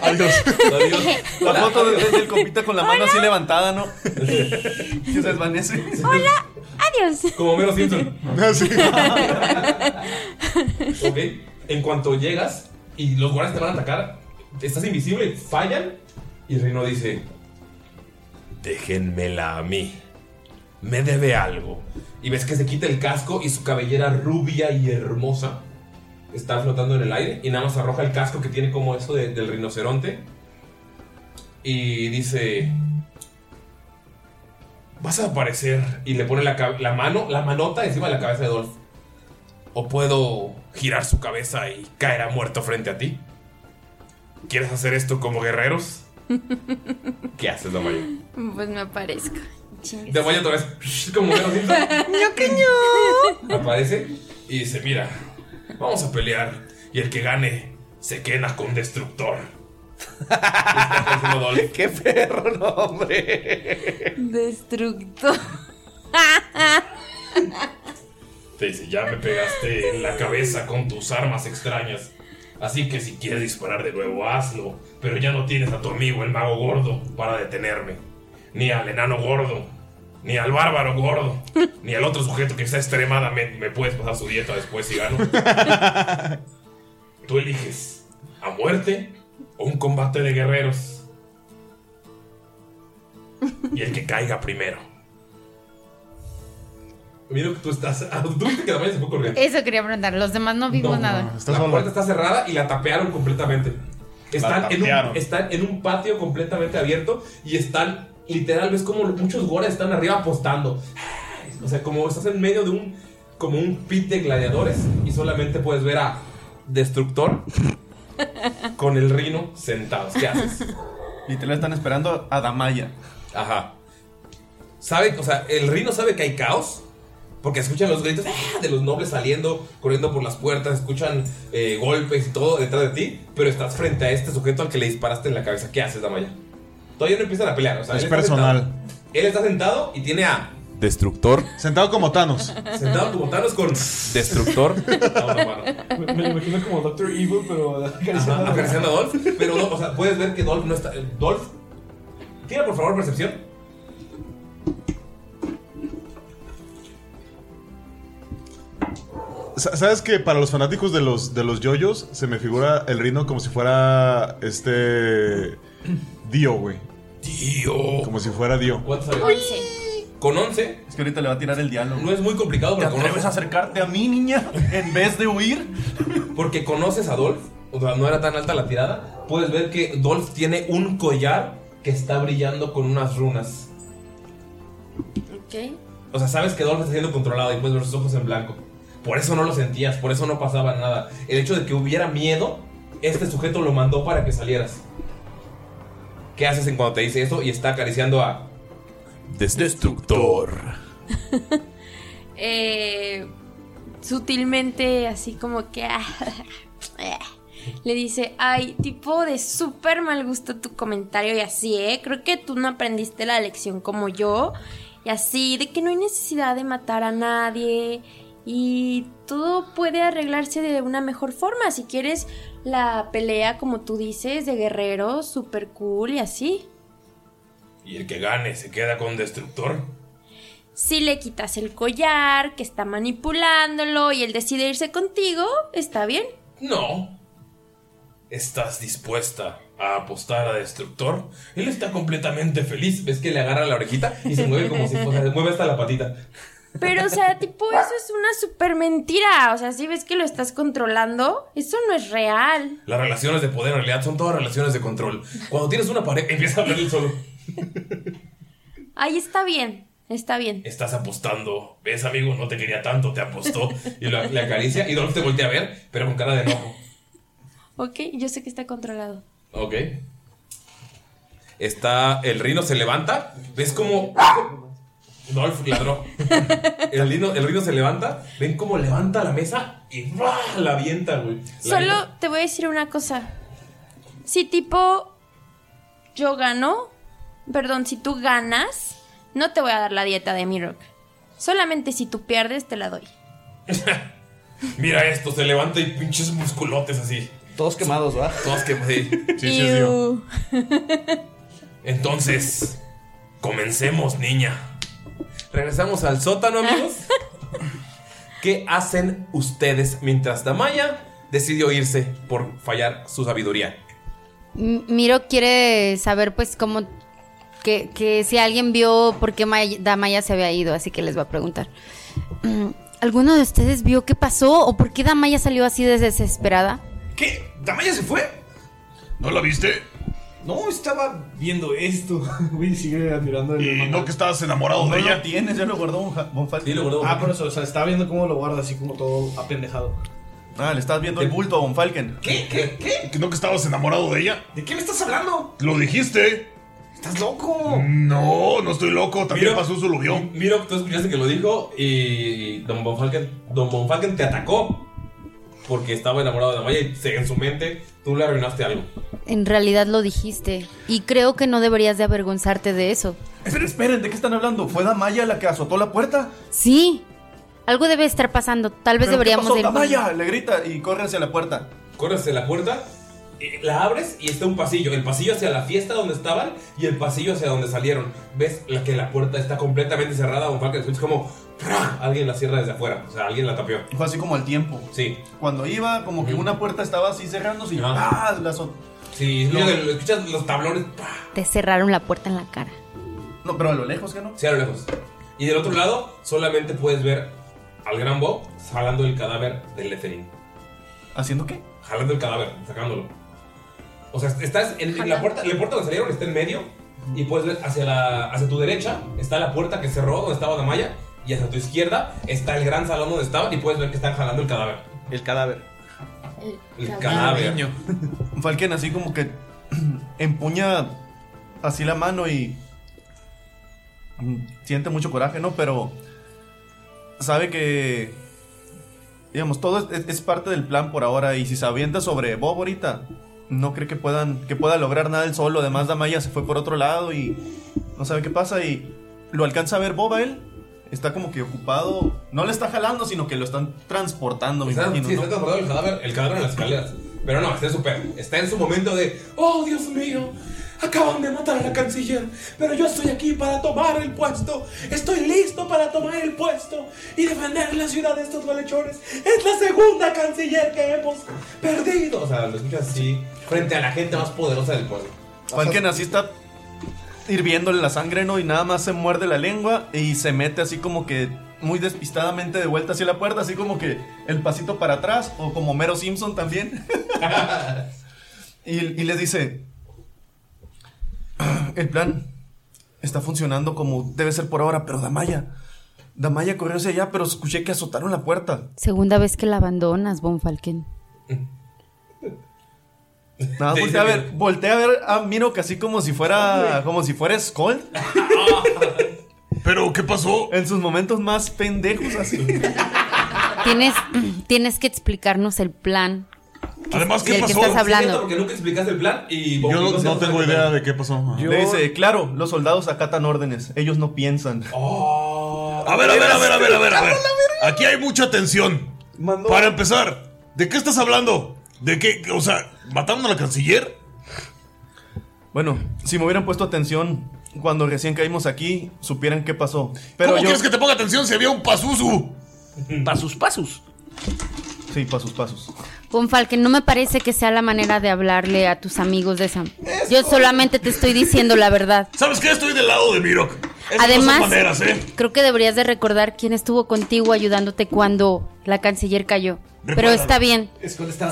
Speaker 1: Adiós. Adiós.
Speaker 8: La
Speaker 1: Hola.
Speaker 8: foto de- del compita con la mano así levantada, ¿no? Que se desvanece.
Speaker 7: Hola, adiós.
Speaker 1: Como Mero Simpson. ok. En cuanto llegas y los guardias te van a atacar, estás invisible, fallan. Y el reino dice: Déjenmela a mí. Me debe algo. Y ves que se quita el casco y su cabellera rubia y hermosa está flotando en el aire. Y nada más arroja el casco que tiene como eso de- del rinoceronte. Y dice: Vas a aparecer. Y le pone la, cab- la mano, la manota encima de la cabeza de Dolph. O puedo girar su cabeza y caerá muerto frente a ti. ¿Quieres hacer esto como guerreros? ¿Qué haces, Damaya?
Speaker 7: Pues me aparezco. Chingues.
Speaker 1: Damaya otra vez, como Homero Simpson,
Speaker 7: ¡Ño, que ño!
Speaker 1: aparece y dice, mira, vamos a pelear. Y el que gane se queda con Destructor. ¡Qué perro, hombre!
Speaker 7: Destructor.
Speaker 1: Te dice, ya me pegaste en la cabeza con tus armas extrañas. Así que si quieres disparar de nuevo, hazlo. Pero ya no tienes a tu amigo, el mago gordo, para detenerme. Ni al enano gordo. Ni al bárbaro gordo. Ni al otro sujeto que está extremadamente... Me puedes pasar su dieta después si gano. Tú eliges a muerte o un combate de guerreros. Y el que caiga primero. Mira que tú estás... Tú que la se fue corriendo.
Speaker 2: Eso quería preguntar. Los demás no
Speaker 7: Pues
Speaker 2: vimos nada.
Speaker 1: la puerta está cerrada y la tapearon completamente. Están, en un,
Speaker 4: tapearon.
Speaker 1: están en un patio completamente abierto y están, literal, ves como muchos gores están arriba pues. apostando. O sea, como estás en medio de un, como un pit de gladiadores y solamente puedes ver a Destructor con el rino sentados. ¿Qué haces?
Speaker 8: Literal están esperando a Damaya.
Speaker 1: Ajá. Sabe, o sea, el rino sabe que hay caos. Porque escuchan los gritos ¡ah!, de los nobles saliendo, corriendo por las puertas, escuchan eh, golpes y todo detrás de ti, pero estás frente a este sujeto al que le disparaste en la cabeza. ¿Qué haces, Damaya? Todavía no empiezan a pelear, o sea,
Speaker 4: Es
Speaker 1: él está
Speaker 4: personal.
Speaker 1: sentado. él está sentado y tiene a
Speaker 4: Destructor. Sentado como Thanos.
Speaker 1: sentado como Thanos con Destructor.
Speaker 6: Me, me lo imagino como Doctor Evil, pero acariciando.
Speaker 1: Ajá, acariciando a Dolph. Pero, no, o sea, puedes ver que Dolph no está. Dolph, tira por favor percepción.
Speaker 4: Sa- ¿Sabes que para los fanáticos de los, de los yoyos se me figura el rino como si fuera este. Dio, güey.
Speaker 1: Dio.
Speaker 4: Como si fuera Dio.
Speaker 1: ¿Cuánto
Speaker 7: Once.
Speaker 1: Con 11.
Speaker 8: Es que ahorita le va a tirar el diálogo.
Speaker 1: No es muy complicado, pero
Speaker 8: ¿Te
Speaker 1: con
Speaker 8: atreves a acercarte a mí, niña? En vez de huir.
Speaker 1: Porque conoces a Dolph, o sea, no era tan alta la tirada. Puedes ver que Dolph tiene un collar que está brillando con unas runas.
Speaker 7: Ok.
Speaker 1: O sea, sabes que Dolph está siendo controlado y puedes ver sus ojos en blanco. Por eso no lo sentías, por eso no pasaba nada. El hecho de que hubiera miedo, este sujeto lo mandó para que salieras. ¿Qué haces en cuando te dice eso y está acariciando a Destructor?
Speaker 7: eh, sutilmente, así como que ah, eh, le dice, ay, tipo de súper mal gusto tu comentario y así, ¿eh? Creo que tú no aprendiste la lección como yo. Y así, de que no hay necesidad de matar a nadie. Y todo puede arreglarse de una mejor forma. Si quieres la pelea, como tú dices, de guerrero, súper cool y así.
Speaker 1: Y el que gane se queda con Destructor.
Speaker 7: Si le quitas el collar, que está manipulándolo y él decide irse contigo, está bien.
Speaker 1: No. ¿Estás dispuesta a apostar a Destructor? Él está completamente feliz. ¿Ves que le agarra la orejita y se mueve como si fuera, se mueve hasta la patita?
Speaker 7: Pero, o sea, tipo, eso es una súper mentira. O sea, si ves que lo estás controlando, eso no es real.
Speaker 1: Las relaciones de poder en realidad son todas relaciones de control. Cuando tienes una pared, empieza a hablar él solo.
Speaker 7: Ahí está bien, está bien.
Speaker 1: Estás apostando. ¿Ves, amigo? No te quería tanto, te apostó. Y lo- le acaricia y Dolph te voltea a ver, pero con cara de enojo.
Speaker 7: Ok, yo sé que está controlado.
Speaker 1: Ok. Está. El rino se levanta. ¿Ves cómo. Dolph ladró. El rino, el rino se levanta. Ven cómo levanta la mesa y ¡buah! la avienta, güey. La
Speaker 7: Solo
Speaker 1: avienta.
Speaker 7: te voy a decir una cosa. Si tipo yo gano, perdón, si tú ganas, no te voy a dar la dieta de mi rock. Solamente si tú pierdes, te la doy.
Speaker 1: Mira esto, se levanta y pinches musculotes así.
Speaker 5: Todos quemados, ¿va?
Speaker 1: Todos quemados. Sí,
Speaker 7: Iu.
Speaker 1: Entonces, comencemos, niña. Regresamos al sótano, amigos. ¿Qué hacen ustedes mientras Damaya decidió irse por fallar su sabiduría?
Speaker 2: M- Miro quiere saber, pues, cómo. Que, que si alguien vio por qué May- Damaya se había ido, así que les va a preguntar. Mm, ¿Alguno de ustedes vio qué pasó o por qué Damaya salió así de desesperada?
Speaker 9: ¿Damaya se fue? ¿No la viste?
Speaker 6: No, estaba viendo esto. Güey, sigue admirando el. Y no que estabas enamorado
Speaker 8: No lo tienes, ya lo guardó un ja- Bonfalque.
Speaker 6: Ah, por eso, o sea, estaba viendo cómo lo guarda así como todo apendejado.
Speaker 8: Ah, le estás viendo el bulto a Von Falken.
Speaker 1: ¿Qué? ¿Qué? ¿Qué?
Speaker 9: ¿No que estabas enamorado de ella?
Speaker 1: ¿De qué me estás hablando?
Speaker 9: Lo dijiste.
Speaker 1: ¿Estás loco?
Speaker 9: No, no estoy loco. También pasó su lo vio.
Speaker 1: Miro, tú escuchaste que lo dijo y Don Bonfalken, Don Bonfalken te atacó porque estaba enamorado de Damaya y se- en su mente tú le arruinaste algo.
Speaker 2: En realidad lo dijiste. Y creo que no deberías de avergonzarte de eso.
Speaker 8: Esperen, esperen, ¿de qué están hablando? ¿Fue Damaya la que azotó la puerta?
Speaker 2: Sí. Algo debe estar pasando. Tal vez
Speaker 8: ¿Pero qué
Speaker 2: deberíamos
Speaker 8: pasó?
Speaker 2: de ir.
Speaker 8: Damaya, le grita y corre hacia la puerta.
Speaker 1: Corres hacia la puerta, eh, la abres y está un pasillo. El pasillo hacia la fiesta donde estaban y el pasillo hacia donde salieron. Ves la que la puerta está completamente cerrada. Don Falken escuchas como ¡prrr! alguien la cierra desde afuera. O sea, alguien la tapió.
Speaker 8: Fue así como al tiempo.
Speaker 1: Sí.
Speaker 8: Cuando iba, como que una puerta estaba así cerrándose y
Speaker 1: Ajá.
Speaker 8: ¡ah! La azotó.
Speaker 1: Sí, es lo que lo escuchas los tablones. ¡pa!
Speaker 2: Te cerraron la puerta en la cara.
Speaker 8: No, pero a lo lejos que no.
Speaker 1: Sí, a lo lejos. Y del otro lado, solamente puedes ver al gran Bob jalando el cadáver del Letherin.
Speaker 8: ¿Haciendo qué?
Speaker 1: Jalando el cadáver, sacándolo. O sea, estás en, en la puerta, la puerta donde salieron está en medio. Y puedes ver hacia, la, hacia tu derecha está la puerta que cerró donde estaba Damaya. Y hacia tu izquierda está el gran salón donde estaban. Y puedes ver que están jalando el cadáver.
Speaker 5: El cadáver.
Speaker 1: El cadáver.
Speaker 8: Falken así como que empuña así la mano y mm, siente mucho coraje, ¿no? Pero sabe que, digamos, todo es, es parte del plan por ahora y si se avienta sobre Bob ahorita, no cree que puedan que pueda lograr nada él solo. Además, Damaya se fue por otro lado y no sabe qué pasa y lo alcanza a ver Bob a él. Está como que ocupado. No le está jalando, sino que lo están transportando, me
Speaker 1: Está-
Speaker 8: imagino.
Speaker 1: sí,
Speaker 8: ¿no?
Speaker 1: está transformado el cadáver, el cadáver en las escaleras. Pero no, está en su pe- Está en su momento de. ¡Oh, Dios mío! Acaban de matar a la canciller, pero yo estoy aquí para tomar el puesto. Estoy listo para tomar el puesto y defender la ciudad de estos malhechores. Es la segunda canciller que hemos perdido. O sea, lo escuchas así, frente a la gente más poderosa del pueblo.
Speaker 8: Falken así está hirviéndole la sangre, ¿no? Y nada más se muerde la lengua y se mete así como que muy despistadamente de vuelta hacia la puerta, así como que el pasito para atrás, o como Mero Simpson también. y, y les dice, el plan está funcionando como debe ser por ahora, pero Damaya, Damaya corrió hacia allá, pero escuché que azotaron la puerta.
Speaker 2: Segunda vez que la abandonas, Von Falken.
Speaker 8: Nada, más volteé a ver, volteé a ver a Miro que así como si fuera, como si fuera Skull. Pero, ¿qué pasó? En sus momentos más pendejos así.
Speaker 2: Tienes, tienes que explicarnos el plan.
Speaker 8: Además,
Speaker 2: ¿qué del que pasó? estás hablando?
Speaker 1: Porque nunca explicaste el plan y.
Speaker 4: Yo no, no tengo idea de qué pasó.
Speaker 8: Le dice, claro, los soldados acatan órdenes, ellos no piensan.
Speaker 9: A ver, a ver, a ver, a ver, a ver, a ver. Aquí hay mucha tensión. Para empezar, ¿de qué estás hablando? ¿De qué? O sea, ¿mataron a la canciller?
Speaker 8: Bueno, si me hubieran puesto atención cuando recién caímos aquí, supieran qué pasó. Pero
Speaker 9: ¿Cómo
Speaker 8: yo...
Speaker 9: quieres que te ponga atención si había un pasusu?
Speaker 8: Pasus, pasus. Sí, pasus, pasus.
Speaker 2: Von Falken, no me parece que sea la manera de hablarle a tus amigos de Sam. Yo solamente te estoy diciendo la verdad.
Speaker 9: ¿Sabes qué? Estoy del lado de Mirok. Esas
Speaker 2: Además,
Speaker 9: no son maneras, ¿eh?
Speaker 2: creo que deberías de recordar quién estuvo contigo ayudándote cuando la canciller cayó. Pero
Speaker 9: Recuérdalo.
Speaker 2: está bien.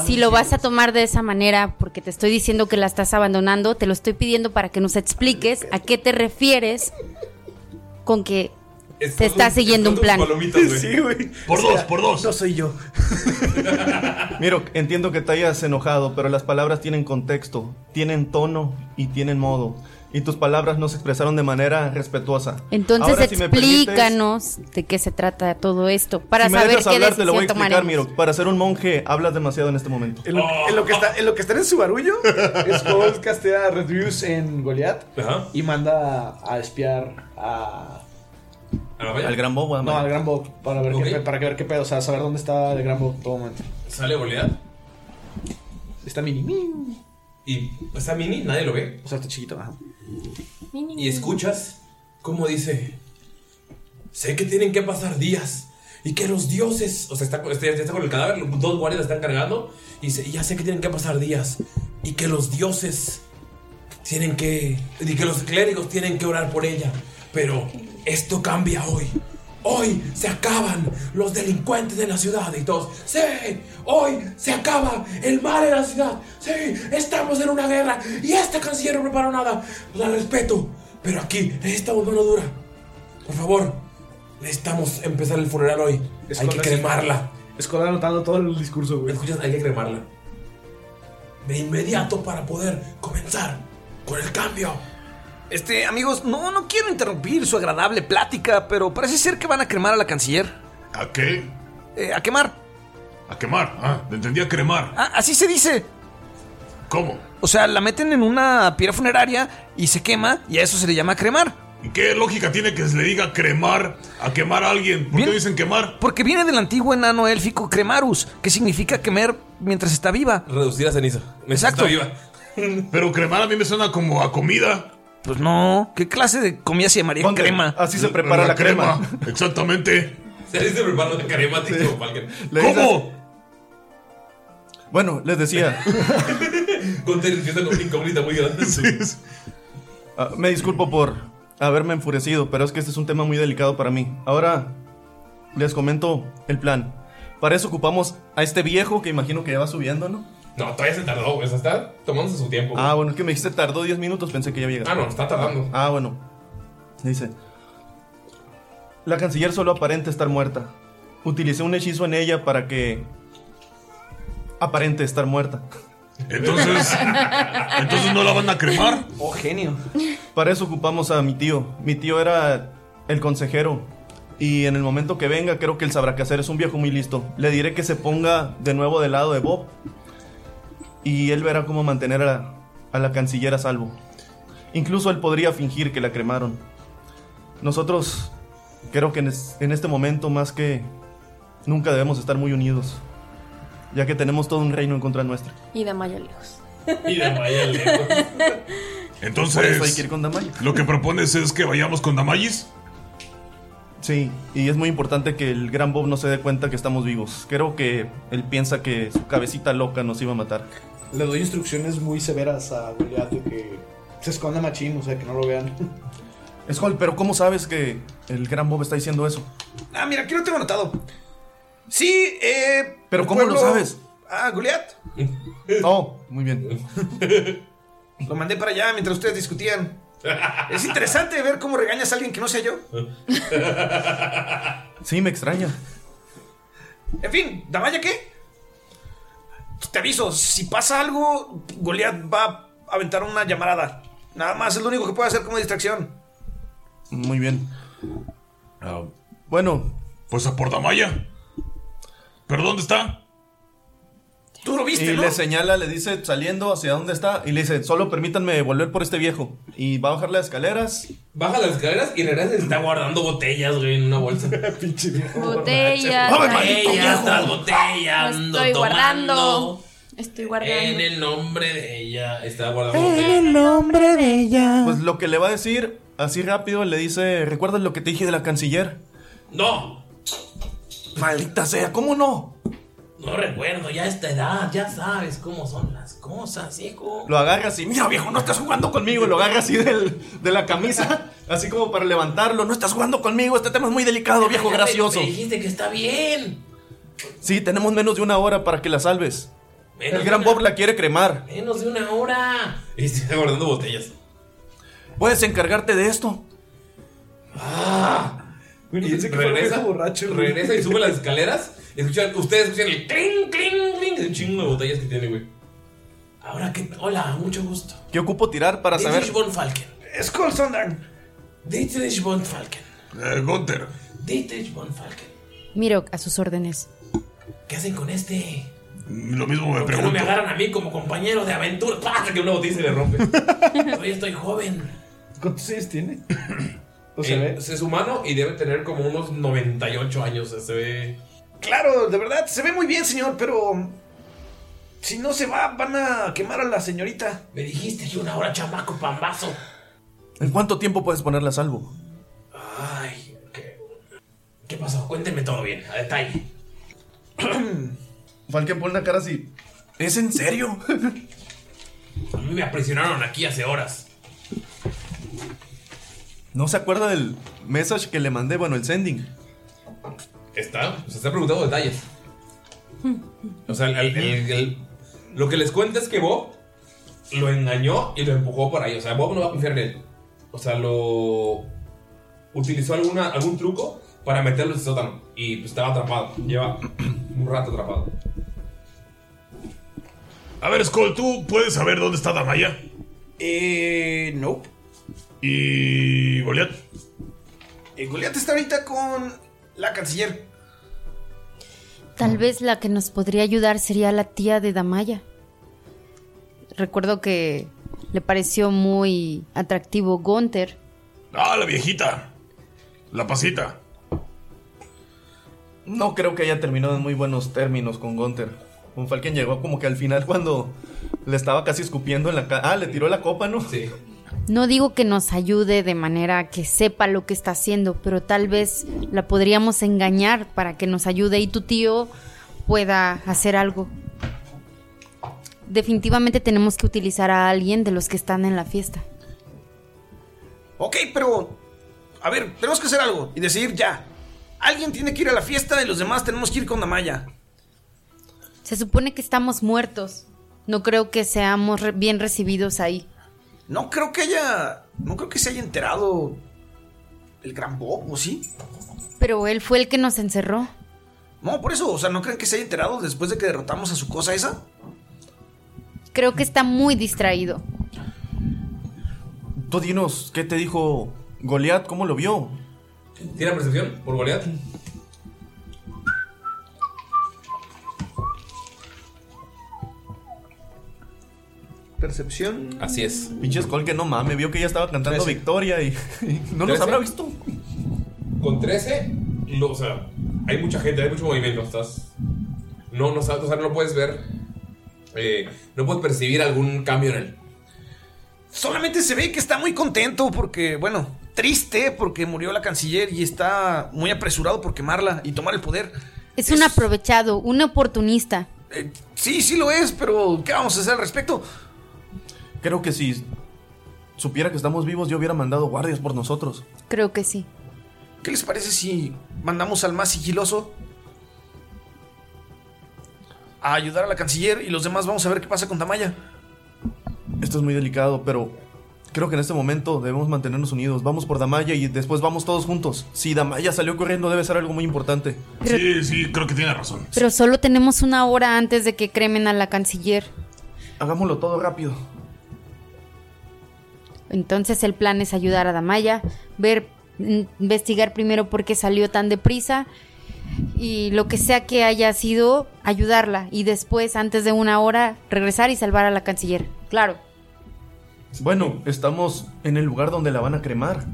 Speaker 2: Si lo vas a tomar de esa manera, porque te estoy diciendo que la estás abandonando, te lo estoy pidiendo para que nos expliques a qué te refieres con que te está siguiendo un plan.
Speaker 9: Sí, güey. Por dos, por dos.
Speaker 8: No soy yo. Miro, entiendo que te hayas enojado, pero las palabras tienen contexto, tienen tono y tienen modo. Y tus palabras no se expresaron de manera respetuosa.
Speaker 2: Entonces
Speaker 8: Ahora, si me permites,
Speaker 2: explícanos de qué se trata todo esto para
Speaker 8: si me
Speaker 2: saber
Speaker 8: dejas
Speaker 2: qué
Speaker 8: hablar, te lo voy a
Speaker 2: decisión
Speaker 8: explicar,
Speaker 2: tomaremos.
Speaker 8: Miro. Para ser un monje, hablas demasiado en este momento.
Speaker 5: En lo, en lo que,
Speaker 1: Oh.
Speaker 5: está, en lo que están en su barullo, Skull castea Reduce en Goliath y manda a espiar a.
Speaker 8: Al gran bobo,
Speaker 5: No,
Speaker 8: además.
Speaker 5: al gran Bob para ver, qué, pe- para ver qué pedo, o sea, saber dónde está el gran Bob en todo momento.
Speaker 1: ¿Sale Goliath?
Speaker 5: Está mini, mini.
Speaker 1: Y está mini, nadie lo ve.
Speaker 5: O sea, está chiquito, ajá.
Speaker 1: Y escuchas cómo dice: Sé que tienen que pasar días y que los dioses. O sea, está, está- ya está con el cadáver, los dos guardias la están cargando. Y dice: Ya sé que tienen que pasar días y que los dioses tienen que. Y que los clérigos tienen que orar por ella. Pero esto cambia hoy. Hoy se acaban los delincuentes de la ciudad y todos. ¡Sí! Hoy se acaba el mal en la ciudad. ¡Sí! Estamos en una guerra y esta canciller no preparó nada. Pues, La respeto, pero aquí necesitamos mano dura. Por favor, necesitamos empezar el funeral hoy. Hay que
Speaker 5: correcto.
Speaker 1: cremarla.
Speaker 5: Escolar anotando todo el discurso, güey.
Speaker 1: Escuchas, hay que cremarla. De inmediato para poder comenzar con el cambio.
Speaker 5: Este, amigos, no, no quiero interrumpir su agradable plática, pero parece ser que van a cremar a la canciller. Eh,
Speaker 9: ¿A qué?
Speaker 5: a quemar.
Speaker 9: A quemar. Ah, entendía cremar.
Speaker 5: Ah, así se dice.
Speaker 9: ¿Cómo?
Speaker 5: O sea, la meten en una piedra funeraria y se quema y a eso se le llama cremar.
Speaker 9: ¿Y qué lógica tiene que se le diga cremar a quemar a alguien? ¿Por qué dicen quemar?
Speaker 5: Porque viene del antiguo enano élfico cremarus, que significa quemer mientras está viva.
Speaker 1: Reducir a ceniza.
Speaker 5: Exacto.
Speaker 9: Pero cremar a mí me suena como a comida.
Speaker 5: Pues no, ¿qué clase de comida se llamaría crema?
Speaker 8: Así se prepara la, crema.
Speaker 9: Exactamente.
Speaker 1: Se dice preparando la crema, tío,
Speaker 8: Le dices- Bueno, les decía.
Speaker 1: Conté que está con una incógnita muy grande.
Speaker 8: Ah, me disculpo por haberme enfurecido, pero es que este es un tema muy delicado para mí. Ahora les comento el plan. Para eso ocupamos a este viejo que imagino que ya va subiendo, ¿no?
Speaker 1: No, todavía se tardó, güey. o sea, está tomándose su tiempo.
Speaker 8: Ah, bueno, es que me dijiste tardó 10 minutos, pensé que ya había llegado.
Speaker 1: Ah, no, está tardando.
Speaker 8: Ah, bueno. Dice. La canciller solo aparenta estar muerta. Utilicé un hechizo en ella para que aparente estar muerta.
Speaker 9: Entonces, entonces no la van a cremar.
Speaker 5: Oh, genio.
Speaker 8: Para eso ocupamos a mi tío. Mi tío era el consejero. Y en el momento que venga, creo que él sabrá qué hacer. Es un viejo muy listo. Le diré que se ponga de nuevo del lado de Bob. Y él verá cómo mantener a la, a la canciller a salvo. Incluso él podría fingir que la cremaron. Nosotros creo que en, es- en este momento más que nunca debemos estar muy unidos. Ya que tenemos todo un reino en contra nuestra.
Speaker 7: Y Damaya lejos.
Speaker 1: Y Damaya
Speaker 9: lejos.
Speaker 8: Por eso hay que
Speaker 9: Entonces,
Speaker 8: ir con Damaya.
Speaker 9: lo que propones es que vayamos con Damayis.
Speaker 8: Sí, y es muy importante que el gran Bob no se dé cuenta que estamos vivos. Creo que él piensa que su cabecita loca nos iba a matar.
Speaker 6: Le doy instrucciones muy severas a Goliath de que
Speaker 5: Se esconde machín, o sea, que no lo vean.
Speaker 8: Skull, pero ¿cómo sabes que el gran Bob está diciendo eso?
Speaker 5: Ah, mira, aquí lo tengo anotado. Sí, eh.
Speaker 8: ¿Pero
Speaker 5: el
Speaker 8: cómo lo sabes?
Speaker 5: Ah, Goliat.
Speaker 9: Eh.
Speaker 8: Oh, muy bien.
Speaker 5: Lo mandé para allá mientras ustedes discutían. Es interesante ver cómo regañas a alguien que no sea yo.
Speaker 8: Sí, me extraña.
Speaker 5: En fin, Damaya, ¿qué? Te aviso, si pasa algo, Goliath va a aventar una llamarada. Nada más, es lo único que puede hacer como distracción.
Speaker 8: Muy bien. bueno.
Speaker 9: Pues a por Damaya. ¿Pero dónde está?
Speaker 5: Tú lo viste,
Speaker 8: Y
Speaker 5: ¿no?
Speaker 8: le señala, le dice saliendo hacia dónde está y le dice, solo permítanme volver por este viejo. Y va a bajar las escaleras.
Speaker 1: Baja las escaleras y regresa y está guardando botellas, güey, en una bolsa.
Speaker 8: Pinche
Speaker 7: Botellas.
Speaker 1: Vamos, maldito
Speaker 7: botellas,
Speaker 1: viejo. las botellas,
Speaker 7: Lo
Speaker 1: ando
Speaker 7: Estoy
Speaker 1: tomando.
Speaker 7: guardando. Estoy
Speaker 1: En
Speaker 7: guardando.
Speaker 1: el nombre de ella está guardando.
Speaker 8: En
Speaker 7: el
Speaker 8: nombre de ella. Pues lo que le va a decir, así rápido, le dice, ¿recuerdas lo que te dije de la canciller?
Speaker 1: No,
Speaker 8: Maldita sea, ¿cómo no?
Speaker 1: no recuerdo, ya a esta edad, ya sabes cómo son las cosas, hijo.
Speaker 8: Lo agarra así, mira viejo, no estás jugando conmigo. Lo agarra así del- de la camisa, así como para levantarlo. No estás jugando conmigo, este tema es muy delicado, viejo
Speaker 1: Ya me-
Speaker 8: gracioso.
Speaker 1: Me dijiste que está bien.
Speaker 8: Sí, tenemos menos de una hora para que la salves.
Speaker 1: Menos
Speaker 8: El gran Bob la quiere cremar.
Speaker 1: Menos de una hora. Y está guardando botellas.
Speaker 8: Puedes encargarte de esto.
Speaker 1: Y regresa, regresa y sube las escaleras. Y escuchan, ustedes escuchan el cling, cling, cling de un chingo de botellas que tiene, güey. Ahora que. Hola, mucho gusto.
Speaker 8: ¿Qué ocupo tirar para saber?
Speaker 1: Dietrich von Falken.
Speaker 5: Skull Sondern.
Speaker 1: Dietrich von Falken.
Speaker 9: Eh, Gunter.
Speaker 1: Dietrich von Falken.
Speaker 2: Miro, a sus órdenes.
Speaker 1: ¿Qué hacen con este?
Speaker 9: Lo mismo me
Speaker 1: ¿Por qué no me
Speaker 9: pregunto.
Speaker 1: agarran a mí como compañero de aventura? ¡Pah! Que una botella se le rompe. Todavía estoy joven.
Speaker 6: ¿Cuántos años tiene?
Speaker 1: Eh, Es humano y debe tener como unos 98 años. Se ve.
Speaker 5: Claro, de verdad, se ve muy bien, señor, pero. um, Si no se va, van a quemar a la señorita.
Speaker 1: Me dijiste que una hora, chamaco, pambazo.
Speaker 8: ¿En cuánto tiempo puedes ponerla a salvo?
Speaker 1: Ay, ¿qué, ¿qué pasó? Cuéntenme todo bien, a detalle.
Speaker 8: Falken pone una cara así. ¿Es en serio?
Speaker 1: A mí me aprisionaron aquí hace horas.
Speaker 8: ¿No se acuerda del message que le mandé? Bueno, el sending.
Speaker 1: Está, se está preguntando detalles. O sea, el- el- el- el- lo que les cuenta es que Bob lo engañó y lo empujó por ahí. O sea, Bob no va a confiar en él. O sea, lo utilizó alguna, algún truco para meterlo en el sótano. Y pues, estaba atrapado. Lleva un rato atrapado.
Speaker 9: A ver, Skull, ¿tú puedes saber dónde está Damaya?
Speaker 5: Eh. Nope.
Speaker 9: ¿Y. Goliath?
Speaker 5: El Eh, Goliath está ahorita con la canciller.
Speaker 2: Tal vez la que nos podría ayudar sería la tía de Damaya. Recuerdo que le pareció muy atractivo Gunther.
Speaker 9: Ah, la viejita. La pasita.
Speaker 8: No creo que haya terminado en muy buenos términos con Gunther. Con Falken llegó como que al final cuando le estaba casi escupiendo en la cara. Ah, le tiró la copa, ¿no?
Speaker 1: Sí.
Speaker 2: No digo que nos ayude de manera que sepa lo que está haciendo, pero tal vez la podríamos engañar para que nos ayude y tu tío pueda hacer algo. Definitivamente tenemos que utilizar a alguien de los que están en la fiesta.
Speaker 5: Ok, pero. A ver, tenemos que hacer algo y decidir ya. Alguien tiene que ir a la fiesta y los demás tenemos que ir con Damaya.
Speaker 2: Se supone que estamos muertos. No creo que seamos re- bien recibidos ahí.
Speaker 5: No creo que haya. No creo que se haya enterado. El gran Bob, ¿o sí?
Speaker 2: Pero él fue el que nos encerró.
Speaker 5: No, por eso, o sea, ¿no creen que se haya enterado después de que derrotamos a su cosa esa?
Speaker 2: Creo que está muy distraído.
Speaker 8: Tú dinos, ¿qué te dijo Goliath? ¿Cómo lo vio?
Speaker 1: ¿Tiene percepción por Goliath?
Speaker 5: Percepción.
Speaker 1: Así es.
Speaker 8: Pinche Skull que no mames, vio que ella estaba cantando
Speaker 1: Trece.
Speaker 8: victoria y, y no nos
Speaker 1: Trece.
Speaker 8: habrá visto.
Speaker 1: Con 13, lo- o sea, hay mucha gente, hay mucho movimiento. Estás. No, no sabes, o sea, no puedes ver. eh, no puedes percibir algún cambio en él.
Speaker 5: Solamente se ve que está muy contento porque, bueno, triste porque murió la canciller y está muy apresurado por quemarla y tomar el poder.
Speaker 2: Es un aprovechado, un oportunista.
Speaker 5: Eh, sí, sí lo es, pero ¿qué vamos a hacer al respecto?
Speaker 8: Creo que si supiera que estamos vivos, yo hubiera mandado guardias por nosotros.
Speaker 2: Creo que sí.
Speaker 5: ¿Qué les parece si mandamos al más sigiloso a ayudar a la canciller y los demás vamos a ver qué pasa con Tamaya?
Speaker 8: Esto es muy delicado, pero creo que en este momento debemos mantenernos unidos. Vamos por Damaya y después vamos todos juntos. Si Damaya salió corriendo, debe ser algo muy importante.
Speaker 9: Sí, sí, creo que tiene razón.
Speaker 2: Pero solo tenemos una hora antes de que cremen a la canciller.
Speaker 8: Hagámoslo todo rápido.
Speaker 2: Entonces el plan es ayudar a Damaya, ver, in- investigar primero por qué salió tan deprisa y lo que sea que haya sido, ayudarla y después, antes de una hora, regresar y salvar a la canciller. Claro.
Speaker 8: Bueno, estamos en el lugar donde la van a cremar.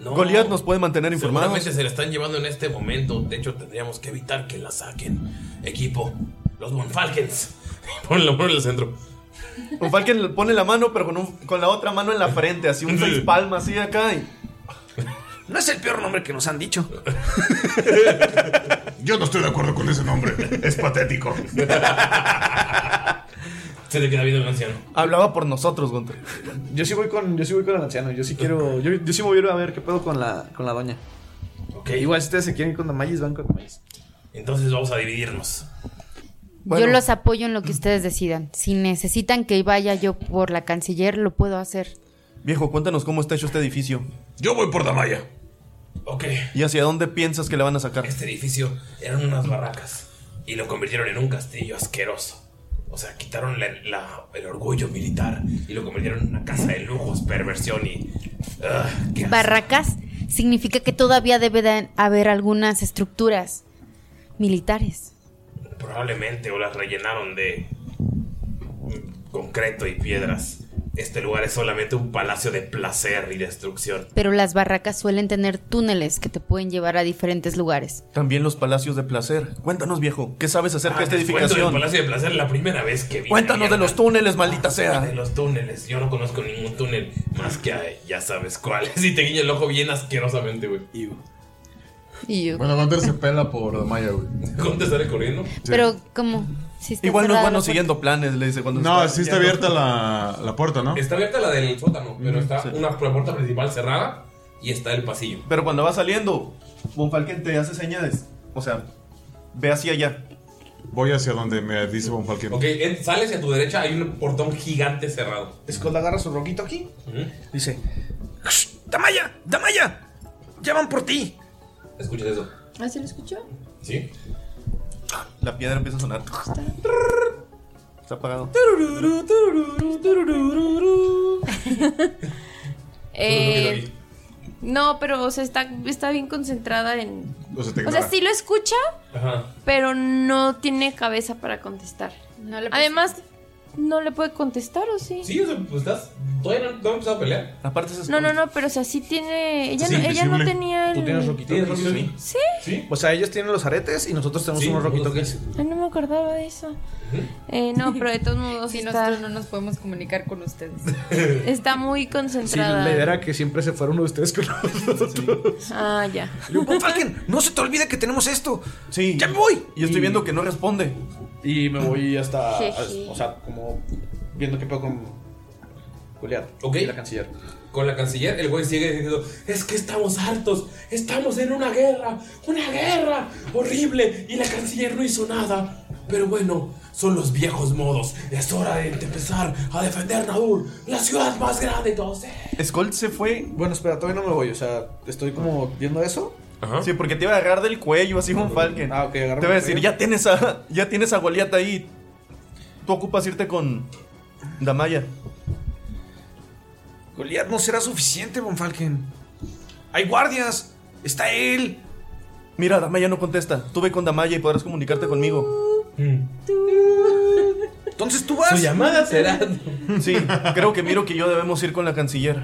Speaker 8: Goliath nos puede mantener informados.
Speaker 1: Seguramente se la están llevando en este momento. De hecho, tendríamos que evitar que la saquen. Equipo, los Monfalkens. Ponlo, ponlo en el centro.
Speaker 8: Un Falken le pone la mano, pero con, un- con la otra mano en la frente, así un seis palma, así acá. y-
Speaker 5: No es el peor nombre que nos han dicho.
Speaker 9: Yo no estoy de acuerdo con ese nombre. Es patético.
Speaker 1: Se te queda viendo el anciano.
Speaker 8: Hablaba por nosotros, Gunter.
Speaker 5: Yo sí voy con, yo sí voy con el anciano. Yo sí quiero. Yo, yo sí me voy a ir a ver qué pedo con la, con la doña. Igual si ustedes se quieren ir con Damayis, van con Damayis.
Speaker 1: Entonces vamos a dividirnos.
Speaker 2: Yo los apoyo en lo que ustedes decidan. Si necesitan que vaya yo por la canciller, lo puedo hacer.
Speaker 8: Viejo, cuéntanos cómo está hecho este edificio.
Speaker 9: Yo voy por Damaya.
Speaker 1: Ok.
Speaker 8: ¿Y hacia dónde piensas que la van a sacar?
Speaker 1: Este edificio eran unas barracas y lo convirtieron en un castillo asqueroso. O sea, quitaron la- la- el orgullo militar y lo convirtieron en una casa de lujos, perversión y... Ugh, qué asco.
Speaker 2: Barracas significa que todavía debe de haber algunas estructuras militares.
Speaker 1: Probablemente o las rellenaron de mm, concreto y piedras. Este lugar es solamente un palacio de placer y destrucción.
Speaker 2: Pero las barracas suelen tener túneles que te pueden llevar a diferentes lugares.
Speaker 8: También los palacios de placer. Cuéntanos, viejo, ¿qué sabes acerca de esta
Speaker 1: Les cuento Ah, del
Speaker 8: edificación?
Speaker 1: palacio de placer la primera vez que vi.
Speaker 8: Cuéntanos de los túneles, maldita
Speaker 1: De
Speaker 8: sea.
Speaker 1: los túneles. Yo no conozco ningún túnel más que a- ya sabes cuál. Si te guiño el ojo bien asquerosamente, güey.
Speaker 2: Y yo-
Speaker 6: Bueno, Gunter se pela por Maya, güey.
Speaker 1: ¿Gunter sale corriendo?
Speaker 2: Pero como... si está
Speaker 8: Igual no es
Speaker 2: cerrada
Speaker 8: bueno
Speaker 2: la
Speaker 8: siguiendo planes, le dice cuando
Speaker 4: No, sí está abierta la, la puerta, ¿no?
Speaker 1: Está abierta la del sótano, pero está una puerta principal cerrada y está el pasillo.
Speaker 8: Pero cuando va saliendo, Bonfalken te hace señales. O sea, ve hacia allá.
Speaker 4: Voy hacia donde me dice Bonfalken.
Speaker 1: Ok, en- Eh, sales y a tu derecha hay un portón gigante cerrado.
Speaker 5: Skull agarra su roquito aquí. Dice: ¡Damaya! ¡Damaya! ¡Ya van por ti!
Speaker 1: ¿Escuchas eso?
Speaker 7: ¿Ah, se lo escuchó?
Speaker 1: ¿Sí?
Speaker 8: La piedra empieza a sonar. Está apagado.
Speaker 7: Eh, no, pero o sea, está, está bien concentrada en.
Speaker 4: O sea, te
Speaker 7: O sea, sí lo escucha,
Speaker 1: Ajá.
Speaker 7: pero no tiene cabeza para contestar. Además, no le puede contestar, ¿o sí?
Speaker 1: Sí, o sea, pues estás. Todavía no, no he empezado a pelear.
Speaker 8: Aparte,
Speaker 7: No, no, no, pero o sea, sí tiene. Ella,
Speaker 5: Sí,
Speaker 7: no, ella no
Speaker 5: invisible.
Speaker 7: tenía el.
Speaker 5: ¿Tú tienes roquito?
Speaker 1: ¿Tienes roquito?
Speaker 5: Sí.
Speaker 7: Sí.
Speaker 5: O sea, ellos tienen los aretes y nosotros tenemos unos roquito que
Speaker 7: Ay, no me acordaba de eso. Eh, no, pero de todos modos.
Speaker 10: Sí,
Speaker 7: está,
Speaker 10: nosotros no nos podemos comunicar con ustedes.
Speaker 7: está muy
Speaker 5: Sí, la
Speaker 7: concentrada.
Speaker 5: idea era que siempre se fuera uno de ustedes con nosotros.
Speaker 7: Ah, ya.
Speaker 5: Falken, no se te olvide que tenemos esto.
Speaker 8: Sí.
Speaker 5: ¡Ya me voy!
Speaker 8: Y estoy viendo que no responde.
Speaker 5: Y me voy hasta.
Speaker 1: Jeje.
Speaker 5: o sea, como viendo qué pedo con Julián.
Speaker 1: Ok.
Speaker 5: La canciller.
Speaker 1: Con la canciller, el güey sigue diciendo: Es que estamos hartos, estamos en una guerra, una guerra horrible, y la canciller no hizo nada. Pero bueno, son los viejos modos. Es hora de empezar a defender Nadur, la ciudad más grande de todos.
Speaker 8: Skull se fue.
Speaker 5: Bueno, espera, todavía no me voy. O sea, estoy como viendo eso.
Speaker 8: Sí, porque te iba a agarrar del cuello así un Falken. Ah, ok, Te
Speaker 5: agárrame
Speaker 8: iba a
Speaker 5: el
Speaker 8: decir,
Speaker 5: cuello.
Speaker 8: ya tienes a, ya tienes a Goliath ahí. Tú ocupas irte con Damaya.
Speaker 5: Goliath no será suficiente, Von Falken. Hay guardias. Está él.
Speaker 8: Mira, Damaya no contesta. Tú ve con Damaya y podrás comunicarte conmigo.
Speaker 5: Entonces tú vas.
Speaker 8: Su llamada
Speaker 1: será.
Speaker 8: Sí, creo que Miro que yo debemos ir con la canciller.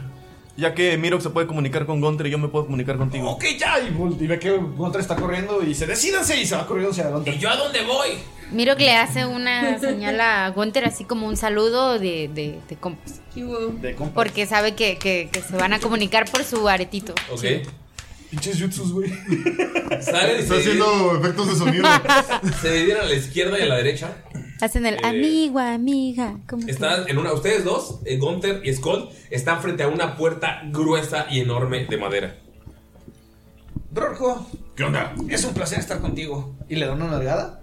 Speaker 8: Ya que Miro se puede comunicar con Gontre y yo me puedo comunicar contigo.
Speaker 5: Ok, ya. Y, vol- y ve que Gunter está corriendo y se decídanse y se va corriendo hacia Gunter. ¿Y
Speaker 1: yo a dónde voy?
Speaker 2: Miro que le hace una señal a Gunther así como un saludo de, de, de compas.
Speaker 5: De compas.
Speaker 2: Porque sabe que, que- que se van a comunicar por su aretito.
Speaker 1: Ok.
Speaker 6: Pinches jutsus, güey.
Speaker 1: Sale y
Speaker 6: Está
Speaker 1: se
Speaker 6: haciendo efectos de sonido.
Speaker 1: Se dividieron a la izquierda y a la derecha.
Speaker 2: Hacen el
Speaker 1: Eh,
Speaker 2: amigo, amiga. ¿cómo
Speaker 1: Están en una. Ustedes dos, eh, Gunther y Skull, están frente a una puerta gruesa y enorme de madera.
Speaker 6: Rorjo.
Speaker 11: ¿Qué onda?
Speaker 6: Es un placer estar contigo. Y le da una nalgada.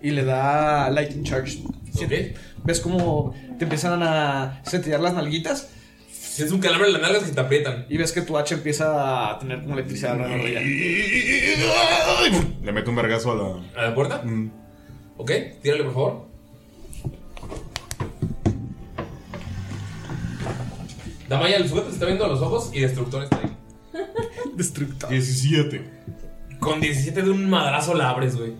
Speaker 6: Y le da Lightning Charge. Siete. ¿Ves cómo te empiezan a centellar las nalguitas?
Speaker 1: Es un calambre en las nalgas que te aprietan.
Speaker 6: Y ves que tu hacha empieza a tener como electricidad alrededor de ella.
Speaker 1: ¿A
Speaker 4: Le meto un vergazo a la. Mm.
Speaker 1: la puerta? Ok, tírale por favor. Damaya, el sujeto se está viendo a los ojos y Destructor está ahí.
Speaker 4: Destructor. 17.
Speaker 1: Con 17 de un madrazo la abres, güey.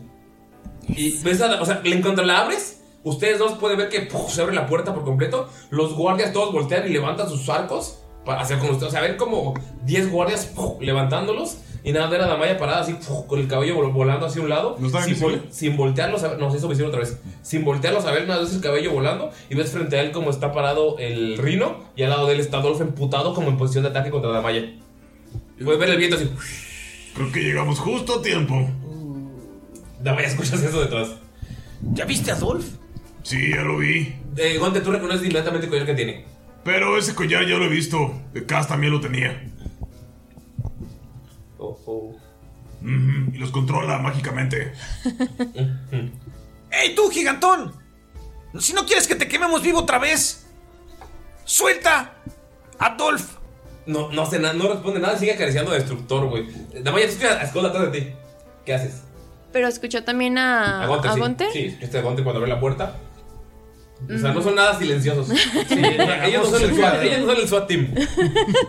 Speaker 1: Y ves a la- o sea, en cuanto la abres, ustedes dos pueden ver que ¡puf! se abre la puerta por completo. Los guardias todos voltean y levantan sus arcos para hacer con ustedes. O sea, ven como 10 guardias ¡puf! levantándolos. Y nada, ver a Damaya parada así, ¡puf! con el cabello vol- volando hacia un lado. sin, vol- sin voltearlos a ver. No, eso me hicieron otra vez. Sin voltearlos a ver, nada, ves el cabello volando. Y ves frente a él como está parado el rino. Y al lado de él está Dolph emputado como en posición de ataque contra Damaya. Puedes ver el viento así.
Speaker 11: Creo que llegamos justo a tiempo.
Speaker 1: Damaya, escuchas eso detrás. ¿Ya viste a Dolph?
Speaker 11: Sí, ya lo vi.
Speaker 1: Eh, Gonte, tú reconoces inmediatamente el collar que tiene.
Speaker 11: Pero ese collar ya lo he visto. Cass también lo tenía. Ujú, y los controla mágicamente.
Speaker 6: ¡Ey tú, gigantón! Si no quieres que te quememos vivo otra vez, suelta Adolf.
Speaker 1: No, no hace nada, no responde nada, sigue acariciando a Destructor, güey. Eh, Damaya, tú tienes a Skull atrás de ti. ¿Qué haces?
Speaker 7: Pero escuchó también a,
Speaker 12: Ah,
Speaker 1: a Gonte,
Speaker 7: a
Speaker 1: sí.
Speaker 7: Gonte.
Speaker 1: Sí, yo estoy a Gonte cuando abre la puerta. O sea,
Speaker 7: Mm.
Speaker 1: no son nada silenciosos. ellos, no son el SWAT, ellos no son el SWAT team.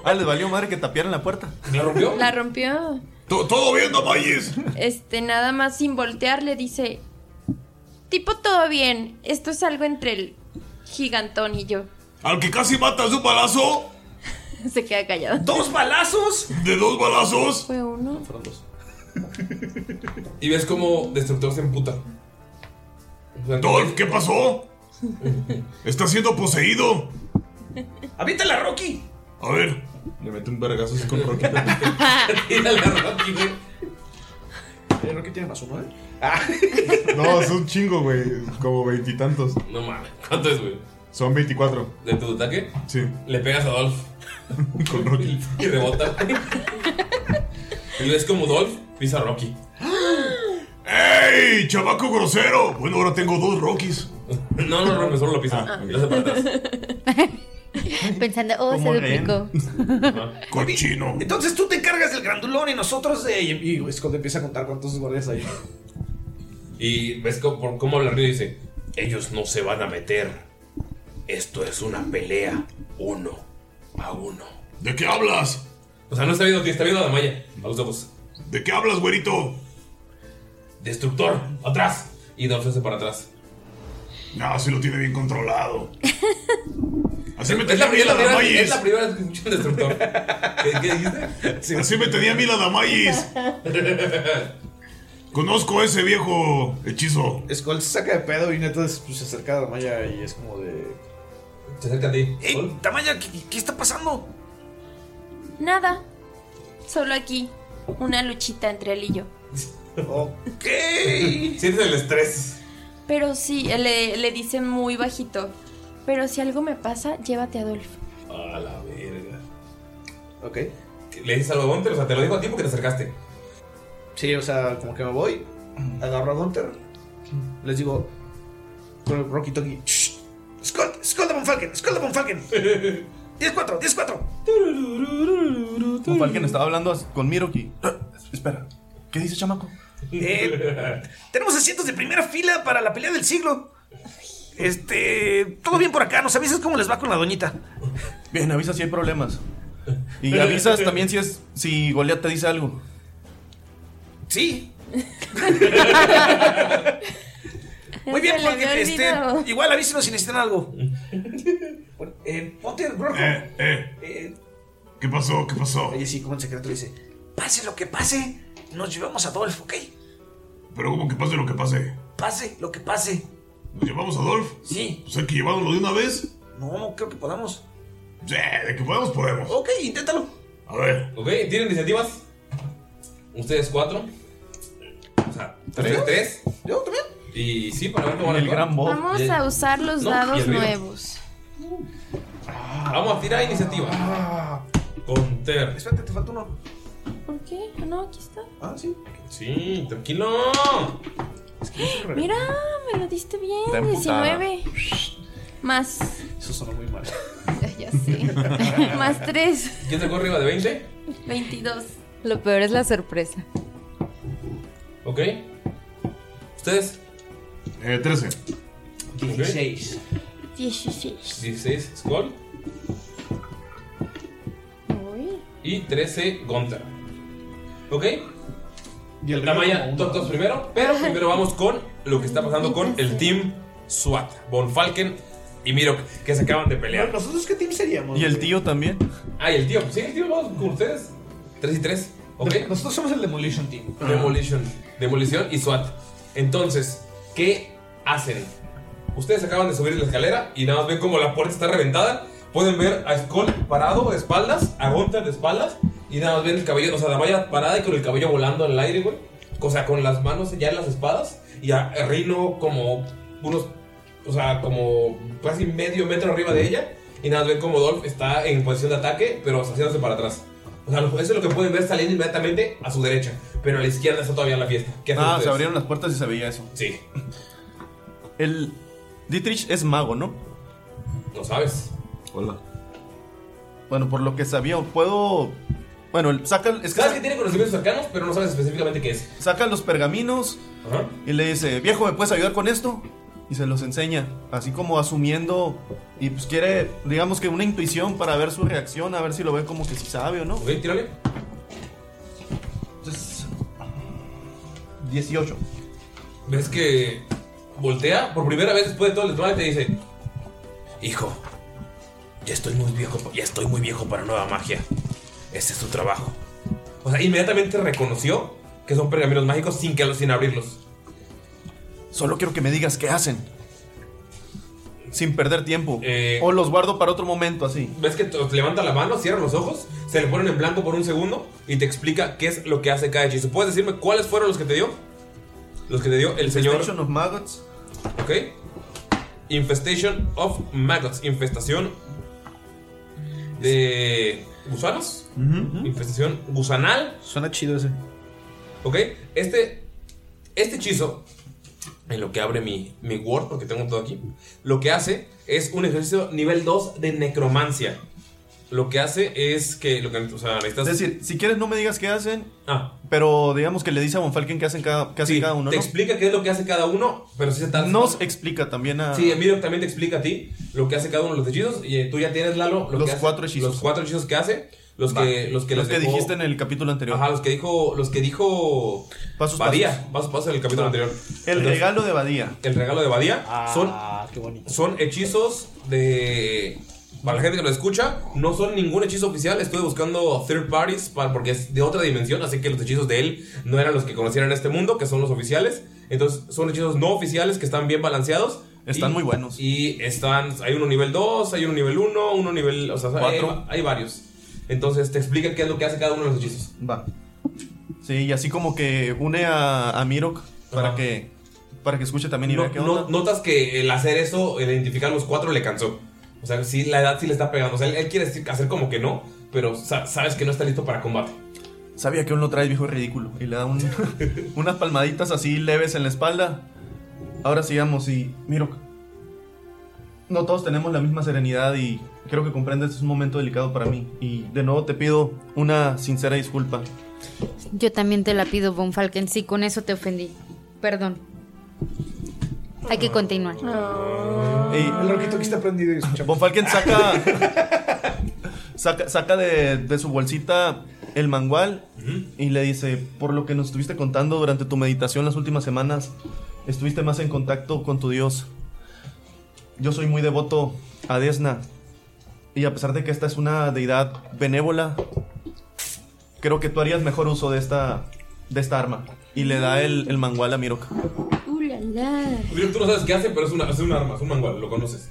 Speaker 8: Ah, les valió madre que tapiaran la puerta.
Speaker 1: ¿La rompió?
Speaker 7: La rompió.
Speaker 11: Todo bien, Damayes.
Speaker 7: Este, nada más sin voltear, le dice: Tipo, todo bien. Esto es algo entre el gigantón y yo.
Speaker 11: Al que casi matas de un balazo.
Speaker 7: Se queda callado.
Speaker 6: ¿Dos balazos?
Speaker 11: De dos balazos.
Speaker 7: Fue uno.
Speaker 1: Fueron dos. Y ves como Destructor se emputa.
Speaker 11: Dolph, ¿qué pasó? Está siendo poseído.
Speaker 6: ¡Aviéntala, Rocky!
Speaker 11: A ver.
Speaker 4: Le meto un vergazo así con Rocky.
Speaker 1: Tírale a Rocky, güey.
Speaker 6: Rocky tiene más uno, ¿eh?
Speaker 4: No, es un chingo, güey. Como veintitantos.
Speaker 1: No mames. ¿Cuánto es, güey?
Speaker 4: Son 24.
Speaker 1: ¿De tu ataque?
Speaker 4: Sí.
Speaker 1: Le pegas a Dolph.
Speaker 4: Con Rocky.
Speaker 1: Y rebota. y ves como Dolph pisa a Rocky.
Speaker 11: ¡Ey, chabaco grosero! Bueno, ahora tengo dos Rockies.
Speaker 1: No, no rompe, solo lo pisa.
Speaker 4: Ah,
Speaker 1: Lo hace para atrás.
Speaker 2: Pensando, oh, se
Speaker 11: ¿Cómo ven?
Speaker 2: duplicó.
Speaker 11: Cochino.
Speaker 6: Entonces tú te encargas del grandulón y nosotros de. Y, y Scott empieza a contar cuántos guardias hay.
Speaker 1: Y ves cómo, por cómo habla Río y dice: Ellos no se van a meter. Esto es una pelea. Uno a uno.
Speaker 11: ¿De qué hablas?
Speaker 1: O sea, no está viendo a ti, está viendo a Damaya. A los ojos.
Speaker 11: ¿De qué hablas, güerito?
Speaker 1: Destructor, atrás. Y Dolph se hace para atrás.
Speaker 11: No, Ah, sí lo tiene bien controlado. Así me
Speaker 1: Es la,
Speaker 11: tenía a mí
Speaker 1: primera- es
Speaker 11: la
Speaker 1: la primera,
Speaker 11: Damayes.
Speaker 1: es la primera vez que escucho un destructor. ¿Qué, qué dijiste?
Speaker 11: Así me tenía a mí la Damayes. Conozco ese viejo hechizo.
Speaker 6: Skull se saca de pedo y neta pues, se acerca a Damaya y es como de.
Speaker 1: Se acerca a ti.
Speaker 6: ¡Ey, Damaya, ¿qué, qué está pasando?
Speaker 7: Nada. Solo aquí. Una luchita entre él y yo.
Speaker 6: Ok.
Speaker 1: Sientes el estrés.
Speaker 7: Pero sí, le, le dice muy bajito. Pero si algo me pasa, llévate a Adolfo.
Speaker 1: A la verga.
Speaker 6: Ok.
Speaker 1: Le dices algo a Gunter, o sea, te lo digo a ti porque te acercaste.
Speaker 6: Sí, o sea, como que me voy, agarro a Gunter, les digo, con el Rocky Toki, "Shh, Scott, Scott de Bonfalken, Scott de Bonfalken, 10-4, 10-4.
Speaker 8: Como alguien estaba hablando as- con Miroki.
Speaker 11: Ah,
Speaker 8: Espera, ¿qué dice chamaco?
Speaker 6: Eh, tenemos asientos de primera fila para la pelea del siglo. Este, todo bien por acá, nos avisas cómo les va con la doñita.
Speaker 8: Bien, avisa si hay problemas.
Speaker 11: Eh,
Speaker 8: Y avisas también si es si Goliat te dice algo.
Speaker 6: Sí.
Speaker 7: Muy bien,
Speaker 6: Porque, este, igual avísenos si necesitan algo. Bueno, eh, ponte, Rojo.
Speaker 11: Eh, eh. ¿Qué pasó? ¿Qué pasó?
Speaker 6: Oye, sí, como en secreto le dice, pase lo que pase, nos llevamos a Dolph, ¿ok?
Speaker 11: Pero como que pase lo que pase.
Speaker 6: Pase lo que pase.
Speaker 11: ¿Nos llevamos a Dolph?
Speaker 6: Sí.
Speaker 11: Pues hay que llevárnoslo de una vez.
Speaker 6: No, creo que podamos.
Speaker 11: Sí, de que podemos, podemos.
Speaker 6: Ok, inténtalo.
Speaker 11: A ver.
Speaker 1: Ok, ¿tienen iniciativas? Ustedes cuatro. O sea, tres. ¿Tres?
Speaker 6: ¿Yo también?
Speaker 1: Y sí, para ver cómo va
Speaker 8: El
Speaker 1: la
Speaker 8: gran
Speaker 1: cosa.
Speaker 10: Vamos
Speaker 1: Y-
Speaker 10: a usar los
Speaker 1: No, y
Speaker 10: dados
Speaker 1: el video. Ah.
Speaker 10: nuevos.
Speaker 1: Vamos a tirar iniciativa. Con Ter. Espérate, te falta uno.
Speaker 10: ¿Por qué? Ah, No, aquí está.
Speaker 1: Ah, sí. Sí, tranquilo.
Speaker 10: Mira, me lo diste bien.
Speaker 1: Está emputada.
Speaker 10: 19. Más.
Speaker 1: Eso sonó muy mal.
Speaker 10: Ya sé. Más 3.
Speaker 1: ¿Quién sacó arriba de 20?
Speaker 10: 22.
Speaker 2: Lo peor es la sorpresa.
Speaker 1: ¿Ok? ¿Ustedes?
Speaker 6: Eh, 13.
Speaker 1: 16.
Speaker 10: 16.
Speaker 1: 16, Skull.
Speaker 10: Uy.
Speaker 1: Y 13, Gonter. ¿Ok? Y el Tamaya, top tops primero. Pero primero vamos con lo que está pasando con el team SWAT. Von Falken y Miro, que se acaban de pelear.
Speaker 5: ¿Nosotros qué team seríamos?
Speaker 8: ¿Y el tío también?
Speaker 1: Ah, y el tío. Sí, el tío, vamos con ustedes. 3 y 3. ¿Ok? Nosotros somos el Demolition Team. Demolition. Demolición y SWAT. Entonces, ¿qué hacen? Ustedes acaban de subir la escalera y nada más ven como la puerta está reventada. Pueden ver a Skull parado de espaldas, a Gunther de espaldas. Y nada más ven el cabello, o sea, la valla parada y con el cabello volando en el aire, güey. O sea, con las manos ya en las espadas. Y a Rino como unos, o sea, como casi medio metro arriba de ella. Y nada más ven como Dolph está en posición de ataque, pero haciéndose para atrás. O sea, lo- eso es lo que pueden ver saliendo inmediatamente a su derecha. Pero a la izquierda está todavía la fiesta. ¿Qué hacen
Speaker 8: Ah, se
Speaker 1: ustedes?
Speaker 8: abrieron las puertas y se veía eso.
Speaker 1: Sí.
Speaker 8: El. Dietrich es mago, ¿no?
Speaker 1: Lo sabes.
Speaker 8: Hola. Bueno, por lo que sabía, puedo. Bueno, el- saca. Es que
Speaker 1: Sabes que tiene conocimientos cercanos, pero no sabes específicamente qué es.
Speaker 8: Saca los pergaminos y le dice: Viejo, ¿me puedes ayudar con esto? Y se los enseña, así como asumiendo. Y pues quiere, digamos que una intuición para ver su reacción, a ver si lo ve como que si sabe o no.
Speaker 1: Ok, tírale.
Speaker 8: Entonces. 18.
Speaker 1: Ves que voltea por primera vez después de todo el desmadre y te dice: Hijo, ya estoy muy viejo, pa- ya estoy muy viejo para nueva magia. Ese es tu trabajo. O sea, inmediatamente reconoció que son pergaminos mágicos sin que sin abrirlos.
Speaker 8: Solo quiero que me digas qué hacen. Sin perder tiempo. o los guardo para otro momento, así.
Speaker 1: Ves que te- levanta la mano, cierra los ojos, se le ponen en blanco por un segundo y te explica qué es lo que hace cada hechizo. ¿Puedes decirme cuáles fueron los que te dio? Los que te dio el señor.
Speaker 8: Infestation of Maggots.
Speaker 1: Ok. Infestation of Maggots. Infestación de gusanos. Infestación gusanal.
Speaker 5: Suena chido ese.
Speaker 1: Ok. Este, este hechizo, en lo que abre mi, mi Word, porque tengo todo aquí, lo que hace es un ejercicio nivel 2 de necromancia. Lo que hace es que. Lo que o sea, necesitas.
Speaker 8: Es decir, si quieres no me digas qué hacen,
Speaker 1: Ah.
Speaker 8: pero digamos que le dice a Bonfalken qué hacen cada, qué hacen cada uno.
Speaker 1: te
Speaker 8: ¿no?
Speaker 1: explica qué es lo que hace cada uno, pero sí se tarda.
Speaker 8: Nos explica también a...
Speaker 1: Sí, Emilio también te explica a ti lo que hace cada uno de los hechizos. Y eh, tú ya tienes, Lalo, lo
Speaker 8: Los
Speaker 1: que hace-
Speaker 8: cuatro hechizos.
Speaker 1: Los cuatro hechizos que hace. Los
Speaker 8: Va.
Speaker 1: que, los que,
Speaker 8: Los
Speaker 1: les
Speaker 8: que
Speaker 1: dejó-
Speaker 8: dijiste en el capítulo anterior.
Speaker 1: Ajá, los que dijo. Los que dijo.
Speaker 8: Pasos,
Speaker 1: Badía. Pasos, pasos en el capítulo
Speaker 8: Va.
Speaker 1: anterior.
Speaker 8: El
Speaker 1: Entonces,
Speaker 8: regalo de Badía.
Speaker 1: El regalo de Badía.
Speaker 5: Ah,
Speaker 1: son, son hechizos de. Para la gente que lo escucha, no son ningún hechizo oficial. Estuve buscando third parties para, porque es de otra dimensión, así que los hechizos de él no eran los que conocieran en este mundo, que son los oficiales. Entonces, son hechizos no oficiales que están bien balanceados.
Speaker 8: Están
Speaker 1: y-
Speaker 8: muy buenos.
Speaker 1: Y están. Hay uno nivel 2, hay uno nivel 1, uno nivel. O sea, hay,
Speaker 8: Cuatro.
Speaker 1: hay varios. Entonces, te explica qué es lo que hace cada uno de los hechizos.
Speaker 8: Va. Sí, y así como que une a, a Mirok para que, para que escuche también y
Speaker 1: No-
Speaker 8: vea qué
Speaker 1: no-
Speaker 8: onda.
Speaker 1: notas que el hacer eso, el identificar los cuatro, le cansó. O sea, sí, la edad sí le está pegando. O sea, él, él quiere decir- hacer como que no, pero sa- sabes que no está listo para combate.
Speaker 8: Sabía que uno trae viejo ridículo y le da un- unas palmaditas así leves en la espalda. Ahora sigamos y Mirok. No todos tenemos la misma serenidad y creo que comprendes es un momento delicado para mí y de nuevo te pido una sincera disculpa.
Speaker 2: Yo también te la pido, Von Falken. Sí, con eso te ofendí. Perdón. Hay que continuar.
Speaker 8: el roquito que está prendido y Von Falken saca saca, saca de, de su bolsita el mangual y le dice, por lo que nos estuviste contando durante tu meditación las últimas semanas, estuviste más en contacto con tu Dios. Yo soy muy devoto a Desna y a pesar de que esta es una deidad benévola, creo que tú harías mejor uso de esta, de esta arma. Y le da el, el mangual a Mirok.
Speaker 1: Pues Mira, Tú no sabes qué hace, pero es, una, es un arma, es un mangual, lo conoces.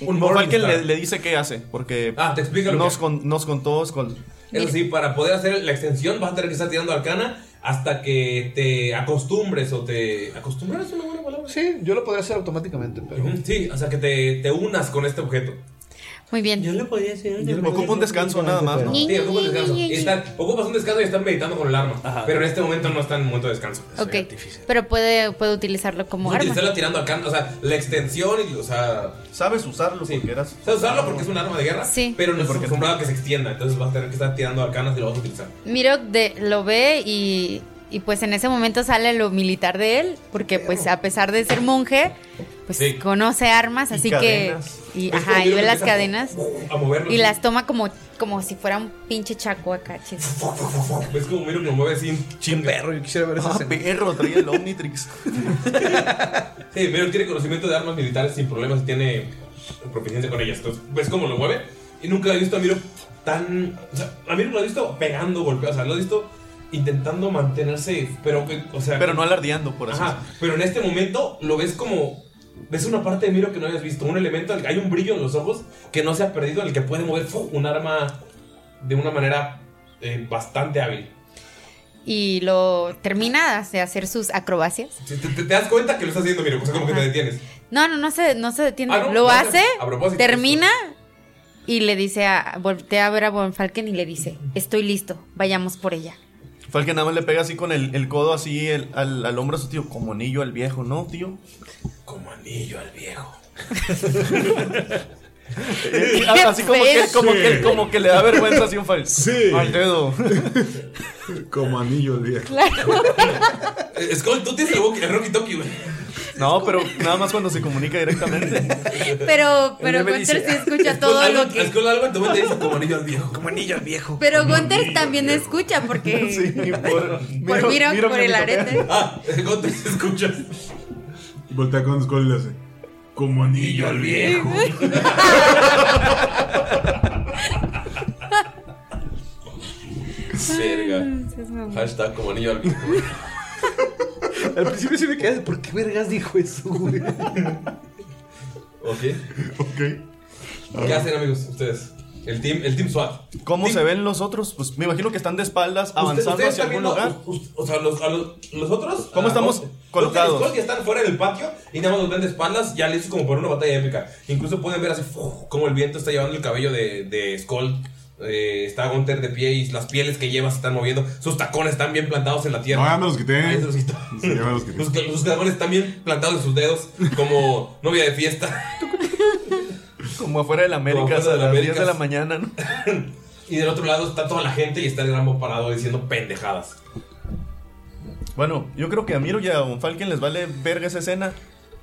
Speaker 1: Un
Speaker 8: Morfalken
Speaker 1: Morningstar.
Speaker 8: le, le dice qué hace, porque
Speaker 1: Ah, te explica lo
Speaker 8: nos,
Speaker 1: que-
Speaker 8: con- nos contó con,
Speaker 1: Eso sí, para poder hacer la extensión vas a tener que estar tirando arcana hasta que te acostumbres o te acostumbras. es una buena palabra.
Speaker 6: Sí, yo lo podría hacer automáticamente, pero.
Speaker 1: Sí, o sea que te, te unas con este objeto.
Speaker 2: Muy bien.
Speaker 6: Yo lo podía hacer. Yo
Speaker 8: Ocupa un descanso nada más, ¿no?
Speaker 1: Sí, ocupa un descanso. Y están- ocupas un descanso y están meditando con el arma. Pero en este momento no están en momento de descanso.
Speaker 2: Ok, pero puede, puede utilizarlo como
Speaker 1: Puedes
Speaker 2: arma.
Speaker 1: utilizarla tirando arcana, o sea, la extensión y, o sea...
Speaker 8: Sabes usarlo porque eras... Ah,
Speaker 1: Sabes usarlo porque es un arma de guerra,
Speaker 2: Sí.
Speaker 1: pero no es acostumbrado a que se extienda, entonces vas a tener que estar tirando arcanas y lo vas a utilizar.
Speaker 2: Mirok de- lo ve y, y pues en ese momento sale lo militar de él, porque pues a pesar de ser monje, pues
Speaker 1: Sí.
Speaker 2: conoce armas,
Speaker 1: Y
Speaker 2: así
Speaker 1: cadenas.
Speaker 2: que... Y,
Speaker 1: Es como
Speaker 2: ajá, y
Speaker 1: Mirok
Speaker 2: ve
Speaker 1: que
Speaker 2: las
Speaker 1: empieza a-
Speaker 2: cadenas
Speaker 1: A moverlo.
Speaker 2: y las toma como, como si fuera un pinche chaco acá, chis.
Speaker 1: Ves como Miro que lo mueve así un
Speaker 6: perro, yo quisiera ver esa
Speaker 8: escena. perro, traía el Omnitrix.
Speaker 1: Sí, Miro tiene conocimiento de armas militares sin problemas y tiene proficiencia con ellas. Entonces, ves cómo lo mueve y nunca he visto a Miro tan... O sea, a Miro lo he visto pegando, golpeando, o sea, lo he visto intentando mantenerse, pero... que- O sea,
Speaker 8: Pero no alardeando, por así
Speaker 1: Ajá, pero en este momento lo ves como. Ves una parte de Miro que no habías visto, un elemento, hay un brillo en los ojos que no se ha perdido, en el que puede mover ¡fu! un arma de una manera eh, bastante hábil.
Speaker 2: Y lo termina de hacer sus acrobacias.
Speaker 1: Si Te, te- te das cuenta que lo estás haciendo, Miro, o sea, como que te detienes.
Speaker 2: No, no, no se, no se detiene.
Speaker 1: Ah, no,
Speaker 2: lo
Speaker 1: no,
Speaker 2: hace,
Speaker 1: a propósito.
Speaker 2: termina y le dice a... Voltea a ver a Von Falken y le dice, estoy listo, vayamos por ella.
Speaker 8: Falken nada más le pega así con el, el codo así el- al, al hombro a su tío, como anillo al viejo, ¿no, tío?
Speaker 1: Como anillo al viejo.
Speaker 8: Eh, así como que, como, que, como que le da vergüenza así un Falken. Sí. Al dedo.
Speaker 4: Como anillo el viejo.
Speaker 1: Eh, Skull, tú tienes el, boqui- el Rocky Toki, güey.
Speaker 8: No, pero nada más cuando se comunica directamente.
Speaker 2: Pero, pero
Speaker 8: meme
Speaker 2: Gunther
Speaker 8: dice,
Speaker 2: sí escucha todo
Speaker 1: algo,
Speaker 2: lo que...
Speaker 1: Skull, algo en tu mente dice como anillo al viejo. Como
Speaker 6: anillo al viejo.
Speaker 2: Pero Gunther también escucha porque...
Speaker 8: por,
Speaker 2: Por Miro, por el arete.
Speaker 1: Ah, Gonte, se escucha.
Speaker 4: Y voltea con Skull y le hace. Como anillo al viejo.
Speaker 1: Verga. Hashtag como anillo al viejo.
Speaker 6: Al principio sí me quedé, ¿por qué vergas dijo eso, güey?
Speaker 1: Ok. ok.
Speaker 4: Ah.
Speaker 1: ¿Qué hacen, amigos, ustedes? El team, el team SWAT.
Speaker 8: ¿Cómo se ven los otros? Pues me imagino que están de espaldas avanzando
Speaker 1: Ustedes
Speaker 8: hacia
Speaker 1: están
Speaker 8: algún
Speaker 1: viendo,
Speaker 8: lugar.
Speaker 1: u- u- O sea, los, a los, los otros.
Speaker 8: ¿Cómo
Speaker 1: a-
Speaker 8: estamos
Speaker 1: Gonte- Gonte y
Speaker 8: colocados?
Speaker 1: Skull que están fuera del patio y nada más los ven de espaldas, ya listos como por una batalla épica. Incluso pueden ver así ¡fu! como el viento está llevando el cabello de, de Skull. Eh, está Gunter de pie y las pieles que lleva se están moviendo. Sus tacones están bien plantados en la tierra.
Speaker 4: No, ya me los quité.
Speaker 1: Ah, ya se los quitó.
Speaker 4: Sí, ya me los quité.
Speaker 1: Sus, sus tacones están bien plantados en sus dedos como novia de fiesta.
Speaker 8: Como afuera de la América,
Speaker 1: Como
Speaker 8: a
Speaker 1: afuera de la
Speaker 8: las 10
Speaker 1: América.
Speaker 8: de la mañana, ¿no?
Speaker 1: Y del otro lado está toda la gente y está el Grambo parado diciendo pendejadas.
Speaker 8: Bueno, yo creo que a Miro y a Von Falken les vale verga esa escena.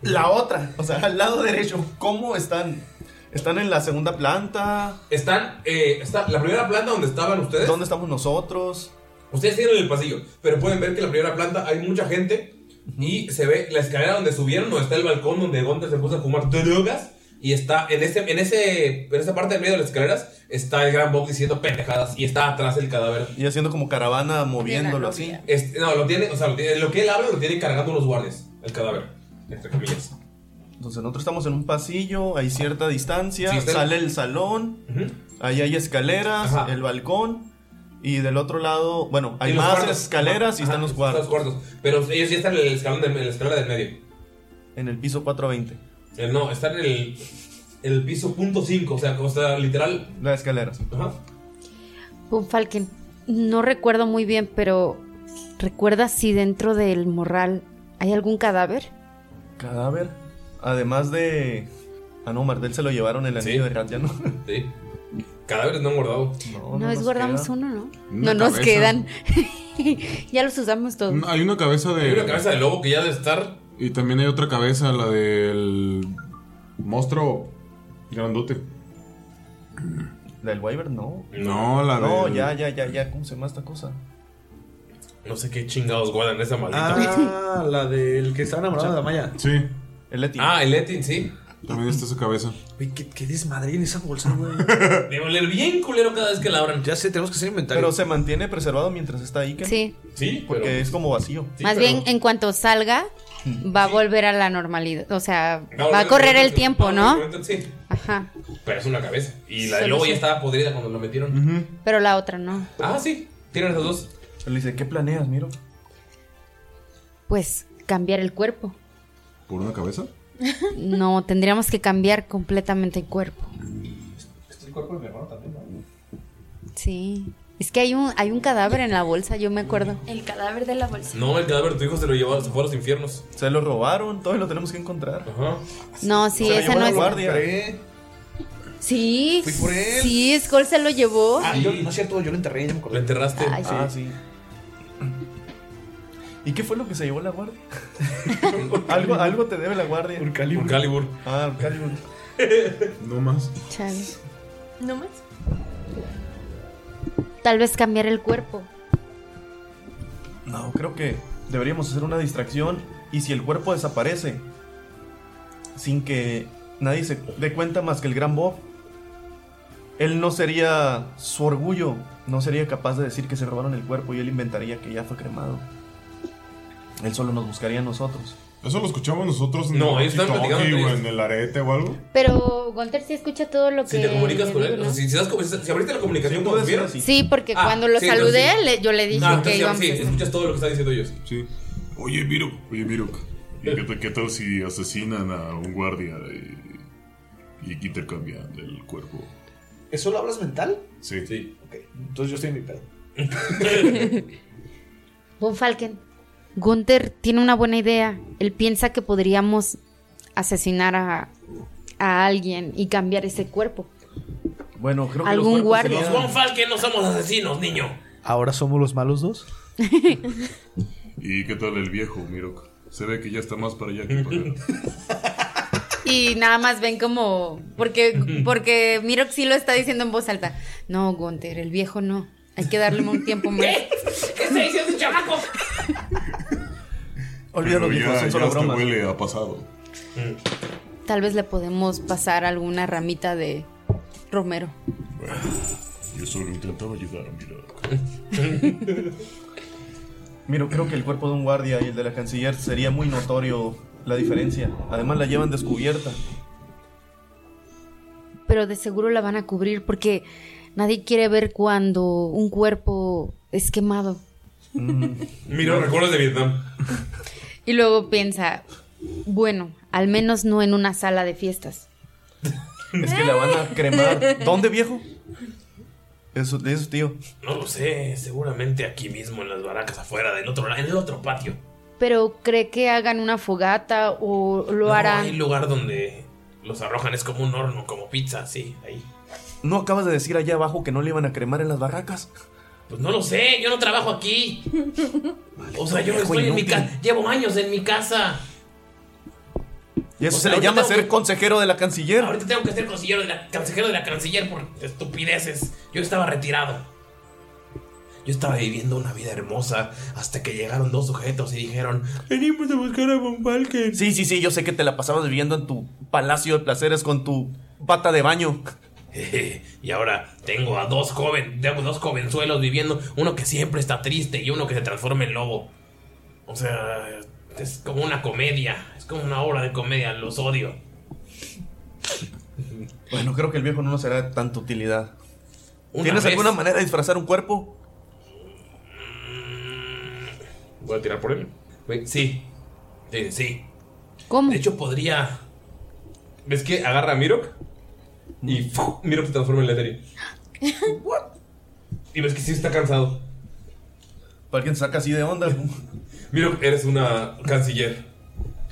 Speaker 8: La otra, o sea, al lado derecho, ¿cómo están? ¿Están en la segunda planta?
Speaker 1: Están, eh, está la primera planta donde estaban ustedes.
Speaker 8: ¿Dónde estamos nosotros?
Speaker 1: Ustedes siguen en el pasillo, pero pueden ver que en la primera planta hay mucha gente y se ve la escalera donde subieron, donde está el balcón donde Gunter se puso a fumar drogas y está en ese, en ese, en esa parte de medio de las escaleras está el gran Bob diciendo pendejadas y está atrás el cadáver.
Speaker 8: Y haciendo como caravana, moviéndolo así.
Speaker 1: Este, no, lo tiene, o sea, lo, tiene- lo que él habla lo tiene cargando unos guardias, el cadáver, entre comillas.
Speaker 8: Entonces nosotros estamos en un pasillo, hay cierta distancia,
Speaker 1: Sí, está-
Speaker 8: sale el salón, ahí hay escaleras, el balcón, y del otro lado, bueno, hay
Speaker 1: Y los
Speaker 8: más
Speaker 1: cuartos.
Speaker 8: escaleras y
Speaker 1: Ajá,
Speaker 8: están los cuartos.
Speaker 1: Pero ellos ya están en el escalón de, en la escalera del medio.
Speaker 8: En el piso 420.
Speaker 1: Eh, no, están en el, el piso punto 5, o sea, o sea, literal.
Speaker 8: Las escaleras.
Speaker 1: Ajá.
Speaker 2: Von Falken, no recuerdo muy bien, pero ¿recuerdas si dentro del morral hay algún cadáver?
Speaker 8: Cadáver. Además de... Ah, no, Martel se lo llevaron el anillo de Rat, ya no.
Speaker 1: Sí. Cadáveres no han guardado.
Speaker 8: No,
Speaker 2: No, es guardamos uno, ¿no?
Speaker 4: Una
Speaker 2: no nos
Speaker 4: cabeza.
Speaker 2: quedan. ya los usamos todos.
Speaker 4: No, Hay una cabeza de.
Speaker 1: Hay una cabeza de lobo que ya debe estar.
Speaker 4: Y también hay otra cabeza, la del. Monstruo grandote.
Speaker 8: ¿La del Wyvern? No.
Speaker 4: No, la
Speaker 8: No,
Speaker 4: del-
Speaker 8: ya, ya, ya, ya. ¿Cómo se llama esta cosa?
Speaker 1: No sé qué chingados guardan esa maldita.
Speaker 6: Ah, la del que estaba enamorado de la Maya.
Speaker 4: Sí.
Speaker 8: El Etin.
Speaker 1: Ah, el Etin, sí.
Speaker 4: También está su cabeza.
Speaker 6: Güey, qué, qué desmadre en esa bolsa, güey.
Speaker 1: Debe oler bien culero cada vez que la abran.
Speaker 6: Ya sé, tenemos que hacer inventario.
Speaker 8: Pero se mantiene preservado mientras está ahí, ¿qué?
Speaker 2: Sí.
Speaker 1: Sí,
Speaker 8: Porque es como vacío.
Speaker 2: Más bien, en cuanto salga, va a volver a la normalidad. O sea,
Speaker 8: Va a
Speaker 2: eh, va a
Speaker 8: volver
Speaker 2: correr
Speaker 8: a la
Speaker 2: el tiempo, ¿no?
Speaker 1: Sí.
Speaker 2: Ajá.
Speaker 1: Pero es una cabeza. Y la de
Speaker 2: Solo
Speaker 1: lobo ya
Speaker 2: sí.
Speaker 1: estaba podrida cuando la metieron.
Speaker 2: Pero la otra no.
Speaker 1: Ah, sí. Tienen esas dos.
Speaker 8: Le dice, ¿qué planeas, Miro?
Speaker 2: Pues cambiar el cuerpo.
Speaker 11: ¿Por una cabeza?
Speaker 2: No, tendríamos que cambiar completamente el cuerpo.
Speaker 6: El cuerpo de mi hermano también, ¿no?
Speaker 2: Sí. Es que hay un, hay un cadáver en la bolsa, yo me acuerdo.
Speaker 7: El cadáver de la bolsa.
Speaker 1: No, el cadáver de tu hijo se lo llevó, se fue a los infiernos.
Speaker 8: Se lo robaron, todavía lo tenemos que encontrar.
Speaker 1: Ajá.
Speaker 2: No, sí, esa no es. Sí.
Speaker 8: Fui por él.
Speaker 2: Sí, Skull se lo llevó.
Speaker 13: Ah, yo, no es cierto, yo lo enterré, ya me acordé.
Speaker 1: Lo enterraste.
Speaker 2: Ay, sí.
Speaker 8: Ah, sí. ¿Y qué fue lo que se llevó la guardia? algo, algo te debe la guardia. Urcalibur.
Speaker 1: Urcalibur.
Speaker 8: Ah, Urcalibur.
Speaker 4: No más.
Speaker 2: Chale.
Speaker 7: ¿No más?
Speaker 2: Tal vez cambiar el cuerpo.
Speaker 8: No, creo que deberíamos hacer una distracción. Y si el cuerpo desaparece, sin que nadie se dé cuenta más que el gran Bob, él no sería su orgullo, no sería capaz de decir que se robaron el cuerpo y él inventaría que ya fue cremado. Él solo nos buscaría a nosotros.
Speaker 4: ¿Eso lo escuchamos nosotros en
Speaker 8: No,
Speaker 4: el
Speaker 8: ellos están
Speaker 4: walkie-talkie
Speaker 8: platicando entre
Speaker 4: o
Speaker 8: ellos.
Speaker 4: en el arete o algo?
Speaker 2: Pero Gunter sí escucha todo lo que.
Speaker 1: Si te comunicas
Speaker 2: le
Speaker 1: con
Speaker 2: digo,
Speaker 1: él,
Speaker 2: ¿no?
Speaker 1: o sea, si, si das como- si abriste la comunicación con Fier.
Speaker 2: Sí, porque cuando lo
Speaker 1: sí,
Speaker 2: saludé,
Speaker 1: entonces
Speaker 2: le- yo le dije
Speaker 1: No,
Speaker 2: que
Speaker 1: entonces ya-
Speaker 2: íbamos.
Speaker 1: sí,
Speaker 2: a-
Speaker 1: escuchas todo lo que están diciendo ellos.
Speaker 11: Sí. Oye, Mirok, oye, Mirok. ¿y qué, ta- qué tal si asesinan a un guardia y, y intercambian el cuerpo?
Speaker 13: ¿Eso lo hablas mental?
Speaker 11: Sí.
Speaker 13: Ok, entonces yo estoy en mi pedo.
Speaker 2: Von Falken. Gunther tiene una buena idea. Él piensa que podríamos asesinar a, a alguien y cambiar ese cuerpo.
Speaker 8: Bueno, creo que
Speaker 2: Algún
Speaker 8: los cuerpos
Speaker 2: guardia.
Speaker 1: Los Von Falken no somos asesinos, niño.
Speaker 11: ¿Ahora somos los malos dos? ¿Y qué tal el viejo, Mirok? Se ve que ya está más para allá que para acá.
Speaker 2: Y nada más ven como. Porque, porque Mirok sí lo está diciendo en voz alta. No, Gunther, el viejo no. Hay que darle un tiempo más.
Speaker 1: ¿Qué está diciendo el chamaco?
Speaker 8: Olvídalo,
Speaker 11: Pero
Speaker 8: viejo,
Speaker 11: ya,
Speaker 8: son
Speaker 11: ya
Speaker 8: solo
Speaker 11: hasta
Speaker 8: bromas.
Speaker 11: huele a pasado.
Speaker 2: Tal vez le podemos pasar alguna ramita de Romero.
Speaker 11: Bueno, yo solo intentaba ayudar a Mirok.
Speaker 8: Miro, creo que el cuerpo de un guardia y el de la canciller sería muy notorio la diferencia. Además la llevan descubierta.
Speaker 2: Pero de seguro la van a cubrir porque nadie quiere ver cuando un cuerpo es quemado.
Speaker 1: Mira, recuerdos de Vietnam.
Speaker 2: Y luego piensa, bueno, al menos no en una sala de fiestas.
Speaker 8: Es que la van a cremar. ¿Dónde, viejo? Eso, de eso, tío.
Speaker 1: No lo sé, seguramente aquí mismo en las baracas afuera, del otro, la- en el otro patio.
Speaker 2: Pero cree que hagan una fogata o lo
Speaker 1: No, Hay
Speaker 2: harán.
Speaker 1: lugar donde los arrojan, es como un horno, como pizza, sí, ahí.
Speaker 8: ¿No acabas de decir allá abajo que no le iban a cremar en las barracas?
Speaker 1: Pues no lo sé, yo no trabajo aquí. O sea, yo
Speaker 8: viejo
Speaker 1: estoy en mi
Speaker 8: inútil.
Speaker 1: casa. Llevo años en mi casa.
Speaker 8: Y eso
Speaker 1: O
Speaker 8: se
Speaker 1: sea,
Speaker 8: le
Speaker 1: ahorita
Speaker 8: llama
Speaker 1: tengo
Speaker 8: ser consejero de la canciller.
Speaker 1: Ahorita tengo que ser consejero de la, consejero de la canciller por estupideces. Yo estaba retirado. Yo estaba viviendo una vida hermosa hasta que llegaron dos sujetos y dijeron: Venimos a buscar a Von Falken.
Speaker 8: Sí, sí, sí, yo sé que te la pasabas viviendo en tu palacio de placeres con tu bata de baño.
Speaker 1: Y ahora tengo a dos joven, tengo dos jovenzuelos viviendo, uno que siempre está triste y uno que se transforma en lobo. O sea, es como una comedia, es como una obra de comedia, los odio.
Speaker 8: Bueno, creo que el viejo no nos será de tanta utilidad.
Speaker 1: Una
Speaker 8: ¿Tienes
Speaker 1: vez-
Speaker 8: alguna manera de disfrazar un cuerpo?
Speaker 1: Voy a tirar por él. Sí. Sí, sí.
Speaker 2: ¿Cómo?
Speaker 1: De hecho, podría. ¿Ves que agarra a Mirok? Y ¡fu! Mirok se transforma en Letteri. Y ves que sí está cansado.
Speaker 8: ¿Para quién saca así de onda?
Speaker 1: Mirok, eres una canciller.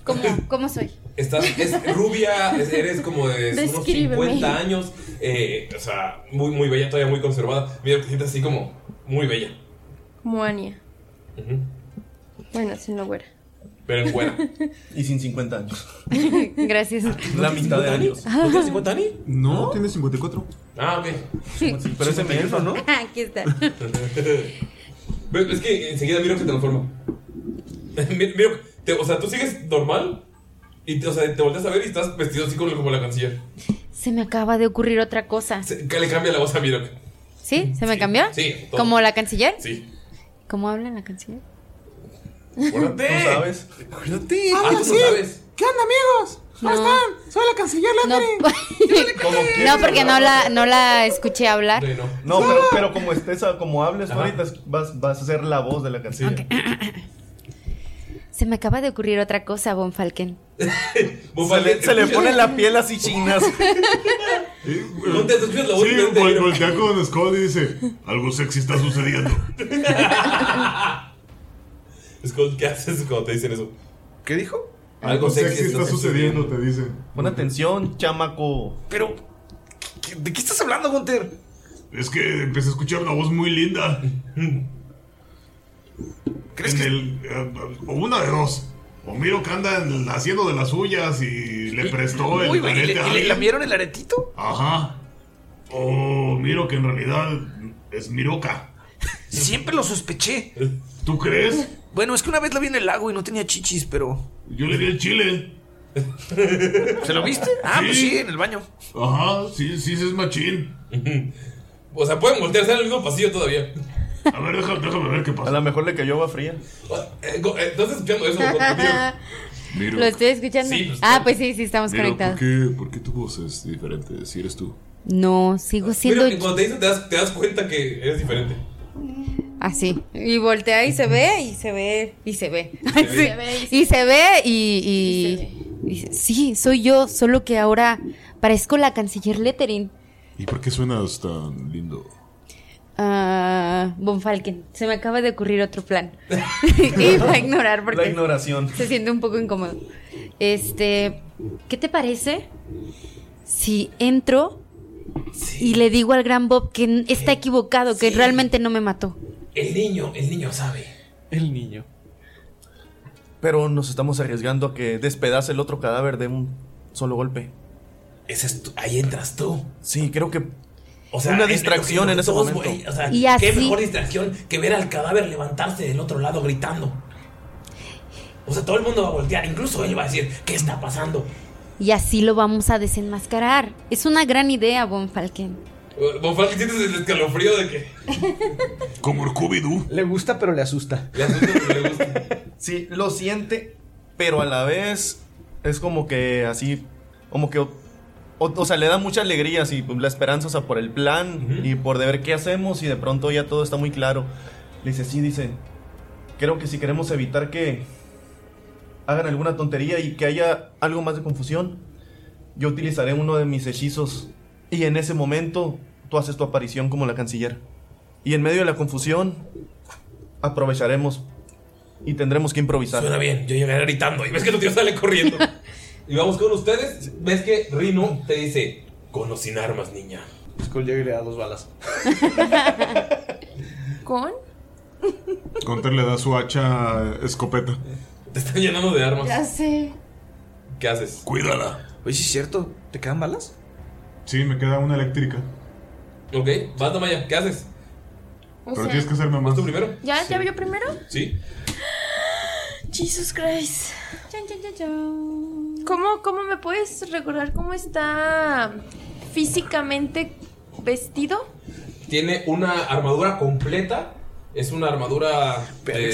Speaker 2: ¿Cómo, cómo soy?
Speaker 1: Estás, es rubia, es- eres como de unos
Speaker 2: Descríbeme.
Speaker 1: 50 años. eh, o sea, muy, muy bella, todavía muy conservada. Mirok, te sientes así como muy bella.
Speaker 7: Como Anya.
Speaker 1: Ujú.
Speaker 7: Bueno, si no güera.
Speaker 1: Pero es buena.
Speaker 8: Y sin 50 años.
Speaker 2: Gracias.
Speaker 1: Ah,
Speaker 8: La mitad de años.
Speaker 1: ¿No tienes 50 años?
Speaker 11: No, tiene 54.
Speaker 1: Ah, ok.
Speaker 8: Pero ese elfo, ¿no?
Speaker 2: Aquí está.
Speaker 1: Ves- Es que enseguida Mirok se transforma. Mi- Mirok, te- o sea, tú sigues normal. Y te, o sea, te volteas a ver y estás vestido así como, como la canciller.
Speaker 2: Se me acaba de ocurrir otra cosa.
Speaker 1: Que le cambia la voz a Mirok.
Speaker 2: ¿Sí? ¿Se me cambió?
Speaker 1: sí, todo.
Speaker 2: ¿Como la canciller?
Speaker 1: Sí.
Speaker 2: ¿Cómo habla la canciller?
Speaker 1: Acuérdate.
Speaker 8: ¿No sabes?
Speaker 1: Ah, tú no sabes.
Speaker 14: ¿Qué onda, amigos?
Speaker 2: No.
Speaker 15: Soy la canciller,
Speaker 2: No, no, porque no la, no la escuché hablar.
Speaker 8: No, pero, pero como estés, a- como hables ahorita, vas, vas a ser la voz de la canción.
Speaker 2: Se me acaba de ocurrir otra cosa, Von Falken.
Speaker 8: Se, le, se le pone la piel así chingas.
Speaker 1: No te escuchas la voz.
Speaker 11: Sí, vol- voltea con Scott y dice: Algo sexy está sucediendo.
Speaker 1: Scott, ¿qué haces cuando te dicen eso?
Speaker 5: ¿Qué dijo?
Speaker 1: Algo sexy,
Speaker 11: está sucediendo, te dicen.
Speaker 8: Pon atención, chamaco.
Speaker 5: Pero, ¿de qué estás hablando, Gunter?
Speaker 11: Es que empecé a escuchar una voz muy linda. ¿Crees que.? eh, o una de dos. O miro que anda en- haciendo de las suyas y le prestó el
Speaker 5: Uy, güey, ¿y
Speaker 11: arete
Speaker 5: le-
Speaker 11: a
Speaker 5: y le
Speaker 11: alguien.
Speaker 5: lamieron el aretito?
Speaker 11: Ajá. O miro que en realidad es Miroca.
Speaker 5: Siempre lo sospeché.
Speaker 11: ¿Tú crees?
Speaker 5: Bueno, es que una vez la vi en el lago y no tenía chichis, pero.
Speaker 11: Yo le vi el chile.
Speaker 5: ¿Se lo viste? Ah, pues sí, en el baño.
Speaker 11: Ajá, sí, sí, sí es machín.
Speaker 1: O sea, pueden voltearse en el mismo pasillo todavía.
Speaker 11: A ver, déjame, ver qué pasa.
Speaker 8: A lo mejor le cayó agua fría.
Speaker 1: eh, ¿Estás escuchando eso?
Speaker 2: Lo estoy escuchando.
Speaker 11: Sí, pues,
Speaker 2: ah, pues sí, sí, estamos conectados.
Speaker 11: ¿por, qué, ¿Por qué tu voz es diferente si eres tú?
Speaker 2: No, sigo siendo
Speaker 1: Mira, cuando te dicen, te das, te das cuenta que eres diferente.
Speaker 2: así. Y voltea y se ve, y se ve, y se ve.
Speaker 1: Se ve.
Speaker 2: Sí. Y se ve, y. y- y- sí, soy yo, solo que ahora parezco la canciller Lettering.
Speaker 11: ¿Y por qué suenas tan lindo?
Speaker 2: Ah, Von Falken, se me acaba de ocurrir otro plan. y va a ignorar porque
Speaker 8: La ignoración.
Speaker 2: se siente un poco incómodo. Este, ¿qué te parece si entro y le digo al gran Bob que n- está equivocado, que realmente no me mató?
Speaker 1: El niño, el niño sabe.
Speaker 8: El niño. Pero nos estamos arriesgando a que despedace el otro cadáver de un solo golpe.
Speaker 1: Ese es tu- ahí entras tú.
Speaker 8: Sí, creo que.
Speaker 1: O sea,
Speaker 8: una
Speaker 1: en-
Speaker 8: distracción en ese
Speaker 1: todos,
Speaker 8: momento.
Speaker 1: güey, o sea,
Speaker 2: Y
Speaker 1: qué
Speaker 2: así-
Speaker 1: mejor distracción que ver al cadáver levantarse del otro lado gritando. O sea, todo el mundo va a voltear. Incluso él va a decir, ¿qué está pasando?
Speaker 2: Y así lo vamos a desenmascarar. Es una gran idea, Von Falken.
Speaker 1: Bonfal, ¿qué sientes el escalofrío de que
Speaker 11: Como Urcubidu.
Speaker 5: Le gusta, pero le asusta.
Speaker 8: Sí, lo siente, pero a la vez es como que así, como que, o, o sea, le da mucha alegría, así, pues, la esperanza, o sea, por el plan y por de ver qué hacemos y de pronto ya todo está muy claro. Le dice, sí, dice, creo que si queremos evitar que hagan alguna tontería y que haya algo más de confusión, yo utilizaré uno de mis hechizos y en ese momento tú haces tu aparición como la canciller. Y en medio de la confusión, aprovecharemos y tendremos que improvisar.
Speaker 1: Suena bien, yo llegaré gritando. Y ves que tu tío sale corriendo. y vamos con ustedes. Ves que Rino te dice, con o sin armas, niña.
Speaker 5: Skull llega y le da dos balas.
Speaker 7: ¿Con?
Speaker 11: Conter le da su hacha eh, escopeta.
Speaker 1: Te están llenando de armas.
Speaker 7: Ya sé.
Speaker 1: ¿Qué haces?
Speaker 11: Cuídala.
Speaker 5: Oye, sí es cierto, ¿te quedan balas?
Speaker 11: Sí, me queda una eléctrica.
Speaker 1: Ok, vas Damaya, ¿qué haces?
Speaker 7: O Pero sea- tienes que
Speaker 11: hacerme
Speaker 1: más. tú primero?
Speaker 7: ¿Ya, ¿Ya yo primero?
Speaker 1: Sí.
Speaker 7: Jesus Christ. Chan, chan, chan, chan. ¿Cómo, ¿Cómo me puedes recordar cómo está físicamente vestido?
Speaker 1: Tiene una armadura completa. Es una armadura. de-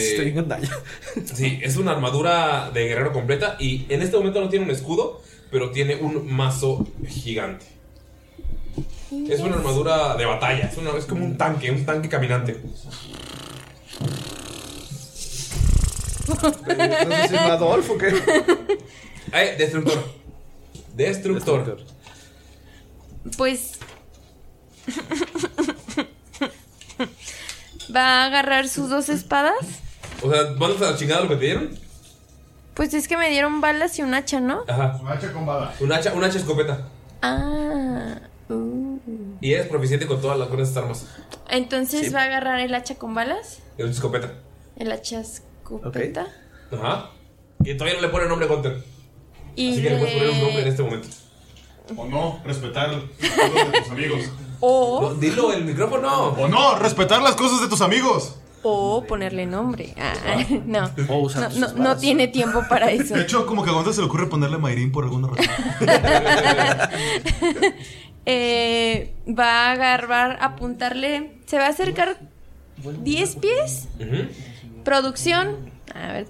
Speaker 1: Sí, es una armadura de guerrero completa. Y en este momento no tiene un escudo, pero tiene un mazo gigante. Es una armadura de batalla. Es, una- es como un tanque, un tanque caminante.
Speaker 5: ¿Estás haciendo Adolfo o qué?
Speaker 1: Eh, destructor. Destructor.
Speaker 7: Pues. ¿Va a agarrar sus dos espadas?
Speaker 1: O sea, ¿van a la chingada lo que te dieron?
Speaker 7: Pues es que me dieron balas y un hacha, ¿no?
Speaker 1: Ajá. Un hacha con bala. Un hacha, un hacha escopeta.
Speaker 7: Ah. uh.
Speaker 1: Y eres proficiente con todas las con esas armas.
Speaker 7: Entonces
Speaker 1: Sí.
Speaker 7: va a agarrar el hacha con balas.
Speaker 1: El hacha escopeta.
Speaker 7: El hacha escopeta.
Speaker 1: Ajá. Y todavía no le pone nombre a Gunter.
Speaker 7: Y
Speaker 1: Así que le puedes poner un nombre en este momento.
Speaker 11: O no, respetar las cosas de tus amigos.
Speaker 7: O,
Speaker 1: No, dilo, el micrófono.
Speaker 11: O no, respetar las cosas de tus amigos.
Speaker 7: o ponerle nombre. Ah, no.
Speaker 11: O
Speaker 7: No, no, no tiene tiempo para eso.
Speaker 11: De hecho, como que a Gonzalo se le ocurre ponerle Mayrin por alguna razón.
Speaker 7: Eh, va a agarrar, apuntarle. Se va a acercar
Speaker 5: Mm.
Speaker 7: Ah, 10 pies. Producción. A ver.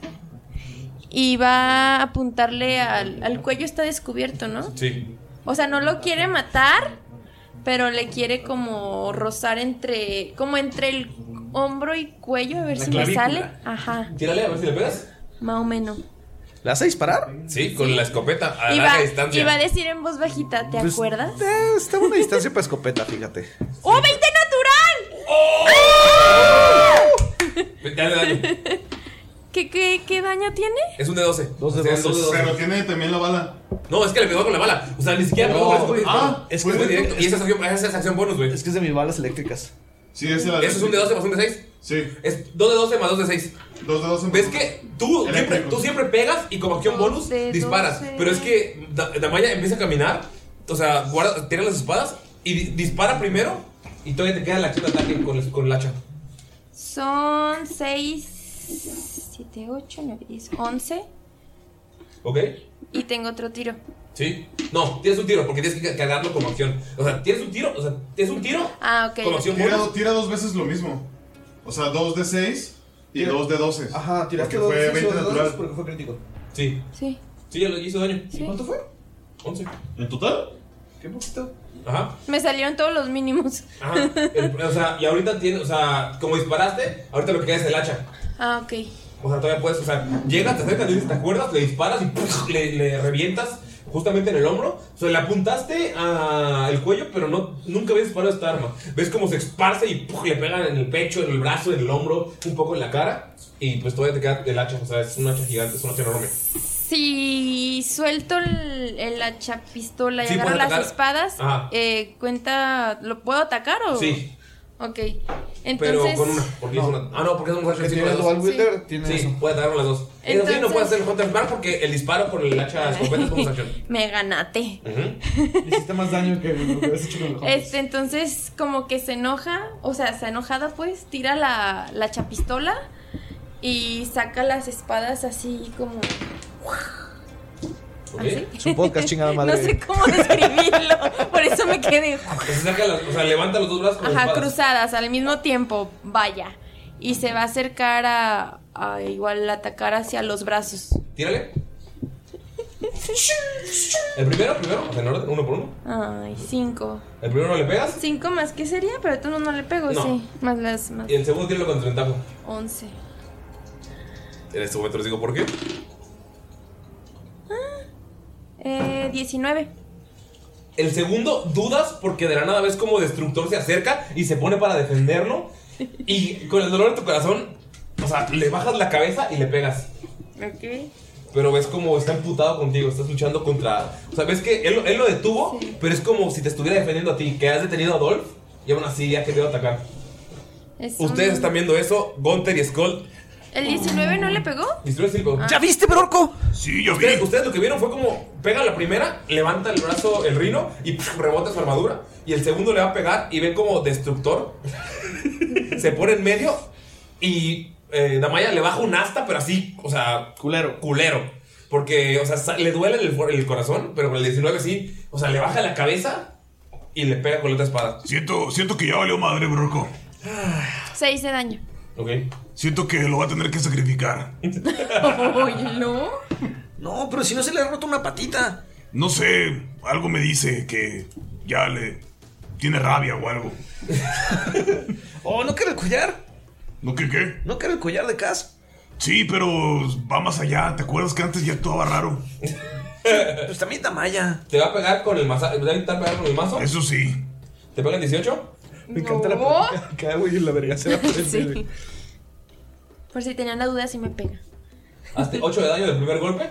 Speaker 7: y va a apuntarle al, al cuello, está descubierto, ¿no?
Speaker 1: Sí.
Speaker 7: O sea, no lo quiere matar, pero le quiere como rozar entre, como entre el hombro y cuello, a ver
Speaker 1: La
Speaker 7: si
Speaker 1: clavícula.
Speaker 7: me sale. Ajá,
Speaker 1: Tírale a ver si le pegas.
Speaker 7: más o menos.
Speaker 5: ¿La hace disparar?
Speaker 1: Sí, con la escopeta a
Speaker 7: Y
Speaker 1: larga
Speaker 7: va, y
Speaker 1: distancia.
Speaker 7: va a decir en voz bajita, ¿te
Speaker 5: Pues,
Speaker 7: acuerdas?
Speaker 5: Está a una distancia para escopeta, fíjate.
Speaker 7: ¡Oh, 20 natural!
Speaker 1: ¡Oh! Dale daño.
Speaker 7: ¿Qué, qué, qué daño tiene?
Speaker 1: Es un de 12. Dos
Speaker 4: de 12. Pero
Speaker 1: tiene también la bala. No, es que le pegó con la bala. O sea, ni siquiera pegó con la escopeta.
Speaker 5: Ah,
Speaker 1: es que fue directo. Y esa es acción, esa es acción bonus, güey.
Speaker 5: Es que es de mis balas eléctricas.
Speaker 1: Sí, ¿Eso es un de 12 más un de 6? Sí. Es 2 de 12 más 2 de 6. 2 de 12 ¿Ves que tú siempre, tú siempre pegas y como acción bonus disparas? Pero es que Da- Damaya empieza a caminar, o sea, guarda, tiene las espadas y di- dispara primero y todavía te queda la acción de ataque con, el- con el hacha.
Speaker 7: Son 6, 7, 8, 9, 10, 11.
Speaker 1: ¿Ok?
Speaker 7: Y tengo otro tiro.
Speaker 1: Sí. No, tienes un tiro porque tienes que ca- cargarlo como acción. O sea, tienes un tiro, o sea, tienes un tiro.
Speaker 7: Ah, ok.
Speaker 1: Como acción
Speaker 11: Tira,
Speaker 1: bonus.
Speaker 11: tira dos veces lo mismo. O sea, dos de seis y dos de doce.
Speaker 5: Ajá, tiraste
Speaker 11: Porque fue
Speaker 5: dos de seis o
Speaker 11: 20
Speaker 5: de doce
Speaker 11: natural.
Speaker 5: porque fue crítico.
Speaker 1: Sí.
Speaker 7: Sí.
Speaker 1: Sí, ya le hizo daño.
Speaker 7: Sí.
Speaker 1: cuánto fue? 11. ¿En total?
Speaker 5: Qué poquito.
Speaker 1: Ajá.
Speaker 7: Me salieron todos los mínimos.
Speaker 1: Ajá. El- o sea, y ahorita tiene, o sea, como disparaste, ahorita lo que queda es el hacha.
Speaker 7: Ah, ok.
Speaker 1: O sea, todavía puedes, o sea, llegas, te acercas, le dices, ¿te acuerdas? Le disparas y ¡puf! le, le revientas justamente en el hombro. O sea, le apuntaste al cuello, pero no, nunca habías disparado esta arma. Ves cómo se esparce y ¡puf! le pegan en el pecho, en el brazo, en el hombro, un poco en la cara. Y pues todavía te queda el hacha, o sea, es un hacha gigante, es un hacha enorme.
Speaker 7: Si suelto el, el hacha pistola y
Speaker 1: Sí,
Speaker 7: agarro
Speaker 1: puedes
Speaker 7: las
Speaker 1: atacar.
Speaker 7: espadas,
Speaker 1: Ajá.
Speaker 7: eh, cuenta, ¿lo puedo atacar o?
Speaker 1: Sí,
Speaker 7: Ok.
Speaker 1: pero
Speaker 7: Entonces,
Speaker 1: con una, porque es una. Ah, no, porque es un hacha
Speaker 5: Porque
Speaker 1: sí,
Speaker 5: tiene
Speaker 1: con las dos.
Speaker 5: dual wielder,
Speaker 1: Sí,
Speaker 5: tiene
Speaker 1: sí,
Speaker 5: eso.
Speaker 1: puede atacar con las dos. Eso sí, no
Speaker 7: Entonces-
Speaker 1: puede hacer el counter disparo porque el disparo por el hacha escopeta es como acción.
Speaker 7: me ganate.
Speaker 6: Hiciste más daño que lo que habías hecho con el Hawk.
Speaker 7: Este, entonces, como que se enoja, o sea, se ha enojado pues, tira la, la chapistola y saca las espadas así como. Así.
Speaker 5: Es un podcast, chingada madre.
Speaker 7: No sé cómo describirlo, por eso me quedé.
Speaker 1: Se saca las- o sea, levanta los dos brazos con las
Speaker 7: Ajá,
Speaker 1: espadas.
Speaker 7: cruzadas al mismo tiempo, vaya. Y se va a acercar a, a igual atacar hacia los brazos.
Speaker 1: Tírale. El primero, primero, o sea, en orden, uno por uno.
Speaker 7: Ay, cinco.
Speaker 1: El primero no le pegas.
Speaker 7: Cinco más, ¿qué sería? Pero tú no, no le pego,
Speaker 1: No.
Speaker 7: sí. Más las más.
Speaker 1: Y el segundo tíralo con desventaja.
Speaker 7: Once.
Speaker 1: En este momento les digo por qué.
Speaker 7: Eh, diecinueve.
Speaker 1: El segundo, dudas porque de la nada ves como Destructor se acerca y se pone para defenderlo. Y con el dolor en tu corazón, o sea, le bajas la cabeza y le pegas.
Speaker 7: Ok.
Speaker 1: Pero ves como está emputado contigo, estás luchando contra. O sea, ves que él, él lo detuvo, pero es como si te estuviera defendiendo a ti, que has detenido a Dolph y aún así ya querido atacar.
Speaker 7: Es un-
Speaker 1: Ustedes están viendo eso, Gunter y Skull.
Speaker 7: ¿El 19 no le pegó?
Speaker 1: Destruye el circo.
Speaker 7: Ah. ¿Ya
Speaker 1: viste, Brorco? Sí, yo ustedes, Ustedes lo que vieron fue como pega la primera, levanta el brazo el rino y pf, rebota su armadura. Y el segundo le va a pegar y ve como destructor. se pone en medio y eh, Damaya le baja un asta, pero así, o sea. Culero. Culero. Porque, o sea, sa- le duele el, for- el corazón, pero con el 19 sí. O sea, le baja la cabeza y le pega con la otra espada.
Speaker 11: Siento, siento que ya valió madre, broco.
Speaker 7: Seis de daño.
Speaker 1: Ok.
Speaker 11: Siento que lo va a tener que sacrificar.
Speaker 7: Oye, no.
Speaker 5: No, pero si no se le ha roto una patita.
Speaker 11: No sé, algo me dice que ya le tiene rabia o algo.
Speaker 5: oh, ¿no quiere el collar?
Speaker 11: ¿No qué qué?
Speaker 5: ¿No quiere el collar de Cas?
Speaker 11: Sí, pero va más allá. ¿Te acuerdas que antes ya actuaba raro?
Speaker 5: pues también Tamaya.
Speaker 1: Te va a pegar con el mazo. Te va a intentar pegar con el mazo.
Speaker 11: Eso sí.
Speaker 1: ¿Te pegan 18?
Speaker 5: Me encanta la
Speaker 7: No.
Speaker 5: plática que hago y la verga se va por el-
Speaker 7: Sí. Por si tenían la duda, sí me pega.
Speaker 1: Hazte 8 de daño del primer golpe.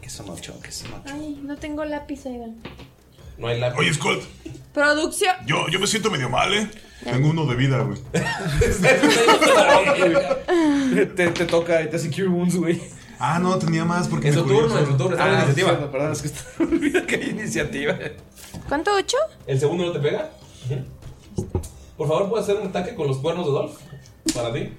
Speaker 5: Que son ocho, que son ocho.
Speaker 7: Ay, no tengo lápiz, Iván.
Speaker 1: No hay lápiz.
Speaker 11: Oye, Scott,
Speaker 7: Producción.
Speaker 11: yo, yo me siento medio mal, ¿eh? Tengo uno de vida, güey.
Speaker 5: te, te toca y te hace Cure Wounds, güey.
Speaker 11: Ah, no, tenía más porque. Es
Speaker 5: tu
Speaker 1: turno, es tu turno, está
Speaker 5: Ah,
Speaker 1: en Ah, la iniciativa.
Speaker 5: Perdón, es que está olvida que hay iniciativa.
Speaker 7: ¿Cuánto? ¿Ocho?
Speaker 1: El segundo no te pega. Ujú. Por favor, puedes hacer un ataque con los cuernos de Dolph. Para ti.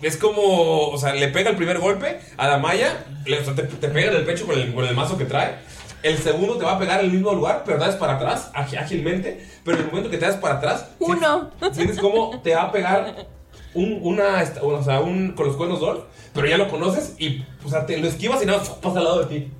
Speaker 1: Es como, o sea, le pega el primer golpe a Damaya, le- o sea, te, te pega en el pecho con el, con el mazo que trae. El segundo te va a pegar en el mismo lugar, pero das para atrás ági- ágilmente. Pero en el momento que te das para atrás,
Speaker 7: Uno.
Speaker 1: sientes como te va a pegar un, una, esta- o sea, un con los cuernos Dolph, pero ya lo conoces y o sea, te lo esquivas y nada más pasa al lado de ti.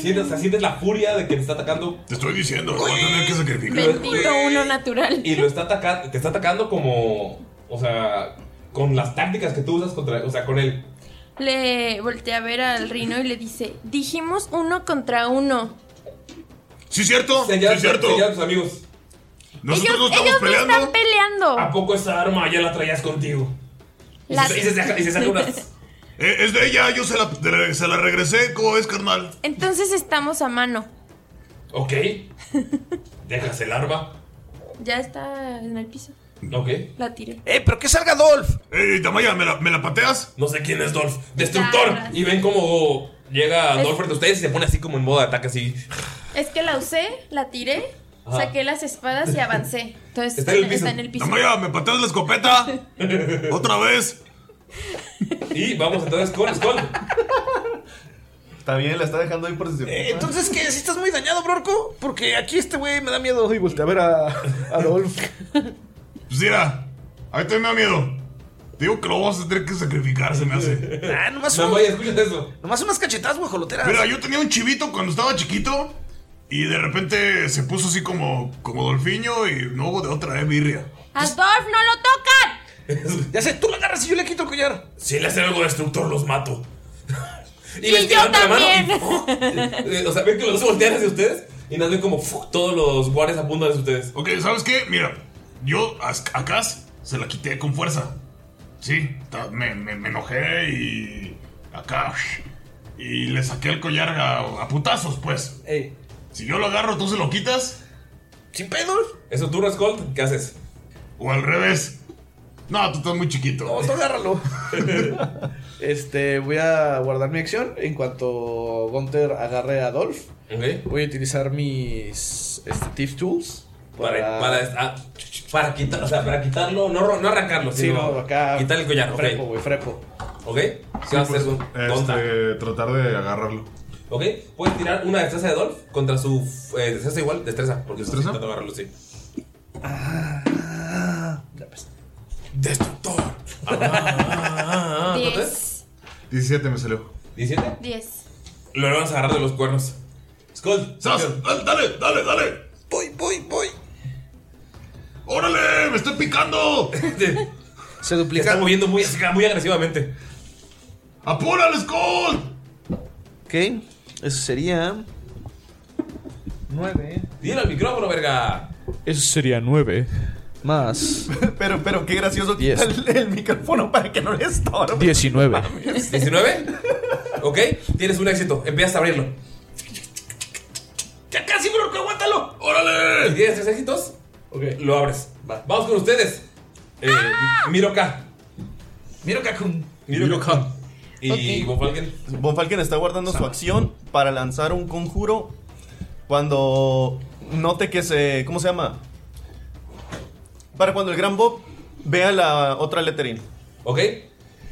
Speaker 1: Sientes, o sea, sientes la furia de que te está atacando. Te estoy diciendo, voy a tener que
Speaker 7: Bendito uno natural.
Speaker 1: Y lo está atacando, te está atacando como, o sea, con las tácticas que tú usas contra, o sea, con él.
Speaker 7: Le voltea a ver al Rino y le dice, dijimos uno contra uno.
Speaker 1: Sí, cierto. Señala,
Speaker 11: sí, cierto.
Speaker 1: señala a tus amigos.
Speaker 7: ellos ellos no están peleando.
Speaker 1: ¿A poco esa arma ya la traías contigo?
Speaker 11: Y
Speaker 7: Las-
Speaker 11: se- y se saca- y se saca unas- Eh, Es de ella, yo se la, de la- se la regresé, ¿cómo es, carnal?
Speaker 7: Entonces estamos a mano.
Speaker 1: Ok. Dejas el arma.
Speaker 7: Ya está en el piso.
Speaker 1: Ok.
Speaker 7: La tiré.
Speaker 1: ¡Eh, pero que salga Dolph! ¡Eh, Damaya, ¿me la, pateas? No sé quién es Dolph. ¡Destructor!
Speaker 7: Ya,
Speaker 1: Y ven cómo llega
Speaker 7: Es-
Speaker 1: Dolph frente a ustedes y se pone así como en modo de ataque, así.
Speaker 7: Es que la usé, la tiré,
Speaker 1: Ajá.
Speaker 7: saqué las espadas y avancé. Entonces
Speaker 1: Está en el piso.
Speaker 7: está en el piso.
Speaker 11: Damaya, ¿me pateas la escopeta? ¿Otra vez?
Speaker 1: Y vamos entonces con Skull.
Speaker 16: Está bien, la está dejando ahí por si se-
Speaker 5: Entonces, ¿qué? ¿Si estás muy dañado, Brorco? Porque aquí este güey me da miedo. Y voltea a ver a, a Dolph.
Speaker 11: Pues mira, ahí te me da miedo. Te Digo que lo vas a tener que sacrificar, se me hace.
Speaker 5: Ah, nomás
Speaker 11: No,
Speaker 5: un-
Speaker 11: vaya, escucha eso.
Speaker 5: Nomás unas cachetadas, guajoloteras.
Speaker 11: Mira, yo tenía un chivito cuando estaba chiquito y de repente se puso así como, como dolfiño y no hubo de otra, eh, birria.
Speaker 7: ¡A Dolph no lo tocan!
Speaker 5: Ya sé, tú la agarras y yo le quito el collar.
Speaker 1: Si le hacen algo destructor, los mato.
Speaker 7: Y
Speaker 1: les
Speaker 7: yo
Speaker 1: tiran la mano y-
Speaker 7: también.
Speaker 1: Eh, o sea, ven que los dos voltean hacia ustedes y nos ven como ¡fu! todos los guardias apuntan hacia ustedes.
Speaker 11: Ok, ¿sabes qué? Mira, yo a, a Cass se la quité con fuerza. Sí, ta- me, me- me enojé y. Acá. Y le saqué el collar a, a putazos, pues. Si yo lo agarro, tú se lo quitas.
Speaker 5: Sin pedos.
Speaker 1: Eso tú, Rascold, ¿qué haces?
Speaker 11: O al revés. No, tú estás muy chiquito. No,
Speaker 5: tú agárralo. Este, voy a guardar mi acción. En cuanto Gunther agarre a Dolph, voy a utilizar mis este, Thief Tools.
Speaker 1: Para, para, ah, para quitar- o sea, para quitarlo, no, ro- no arrancarlo,
Speaker 5: Sí,
Speaker 1: sino
Speaker 5: no, acá.
Speaker 1: quitar el collar.
Speaker 5: Frepo,
Speaker 1: ok.
Speaker 5: güey, frepo.
Speaker 1: ¿Ok? ¿Qué vas a hacer con
Speaker 5: pues,
Speaker 1: Gonta?
Speaker 11: este,
Speaker 4: tratar de agarrarlo.
Speaker 1: ¿Ok? Puedes tirar una destreza de Dolph contra su eh, destreza igual, destreza, porque estás intentando agarrarlo, sí.
Speaker 5: Ah,
Speaker 1: Destructor. Ah, ¿cuánto es?
Speaker 4: 17 me salió.
Speaker 1: ¿17?
Speaker 7: 10.
Speaker 1: Lo vamos a agarrar de los cuernos. Skull,
Speaker 11: dale, dale, dale, dale.
Speaker 5: Voy, voy, voy.
Speaker 11: ¡Órale! ¡Me estoy picando!
Speaker 5: Se duplica.
Speaker 1: Está moviendo muy, muy agresivamente.
Speaker 11: ¡Apúrale, Skull!
Speaker 5: Ok, eso sería. 9.
Speaker 1: Dile al micrófono, verga.
Speaker 5: Eso sería 9. Más.
Speaker 16: Pero, pero qué gracioso
Speaker 5: Diez.
Speaker 16: quita el, el micrófono para que no le estorbe.
Speaker 5: 19.
Speaker 1: ¿19? ¿Ok? Tienes un éxito. Empiezas a abrirlo. ¡Ya casi, bro! que ¡Aguántalo! ¡Órale! Si tienes tres éxitos, lo abres. Vamos con ustedes. Eh, Miroka. Miroka Kun. Miroka. Y Von Falken.
Speaker 16: Von Falken está guardando su acción para lanzar un conjuro cuando note que se... ¿Cómo se llama? Para cuando el gran Bob vea la otra lettering.
Speaker 1: ¿Ok?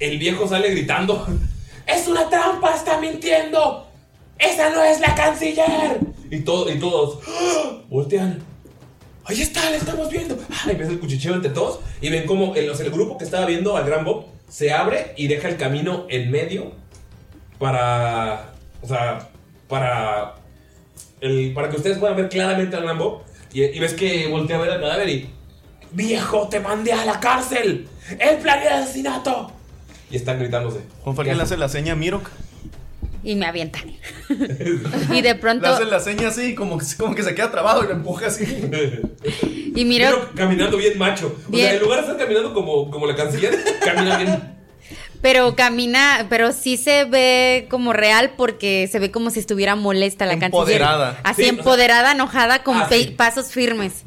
Speaker 1: El viejo sale gritando.
Speaker 17: ¡Es una trampa! ¡Está mintiendo! ¡Esa no es la canciller!
Speaker 1: Y, todo, y todos ¡ah! voltean. Ahí está, la estamos viendo. Ah, empieza el cuchicheo entre todos. Y ven como el, o sea, el grupo que estaba viendo al Gran Bob se abre y deja el camino en medio para. O sea, para. el- para que ustedes puedan ver claramente al Gran Bob. Y, y ves que voltea a ver al cadáver y.
Speaker 17: ¡Viejo, te mandé a la cárcel! ¡El plan de asesinato!
Speaker 1: Y están gritándose.
Speaker 16: Von Falken le hace la seña a Mirok.
Speaker 2: Y me avienta. y de pronto.
Speaker 16: Le hace la seña así, como, que- como que se queda trabado y lo empuja así.
Speaker 2: Y Mirok,
Speaker 1: Caminando bien macho. O
Speaker 2: Bien.
Speaker 1: sea, en lugar de estar caminando como, como la canciller, camina bien.
Speaker 2: pero camina, pero sí se ve como real porque se ve como si estuviera molesta la canciller.
Speaker 1: Empoderada.
Speaker 2: Así
Speaker 1: Sí, o sea-
Speaker 2: empoderada, enojada, con pe- pasos firmes.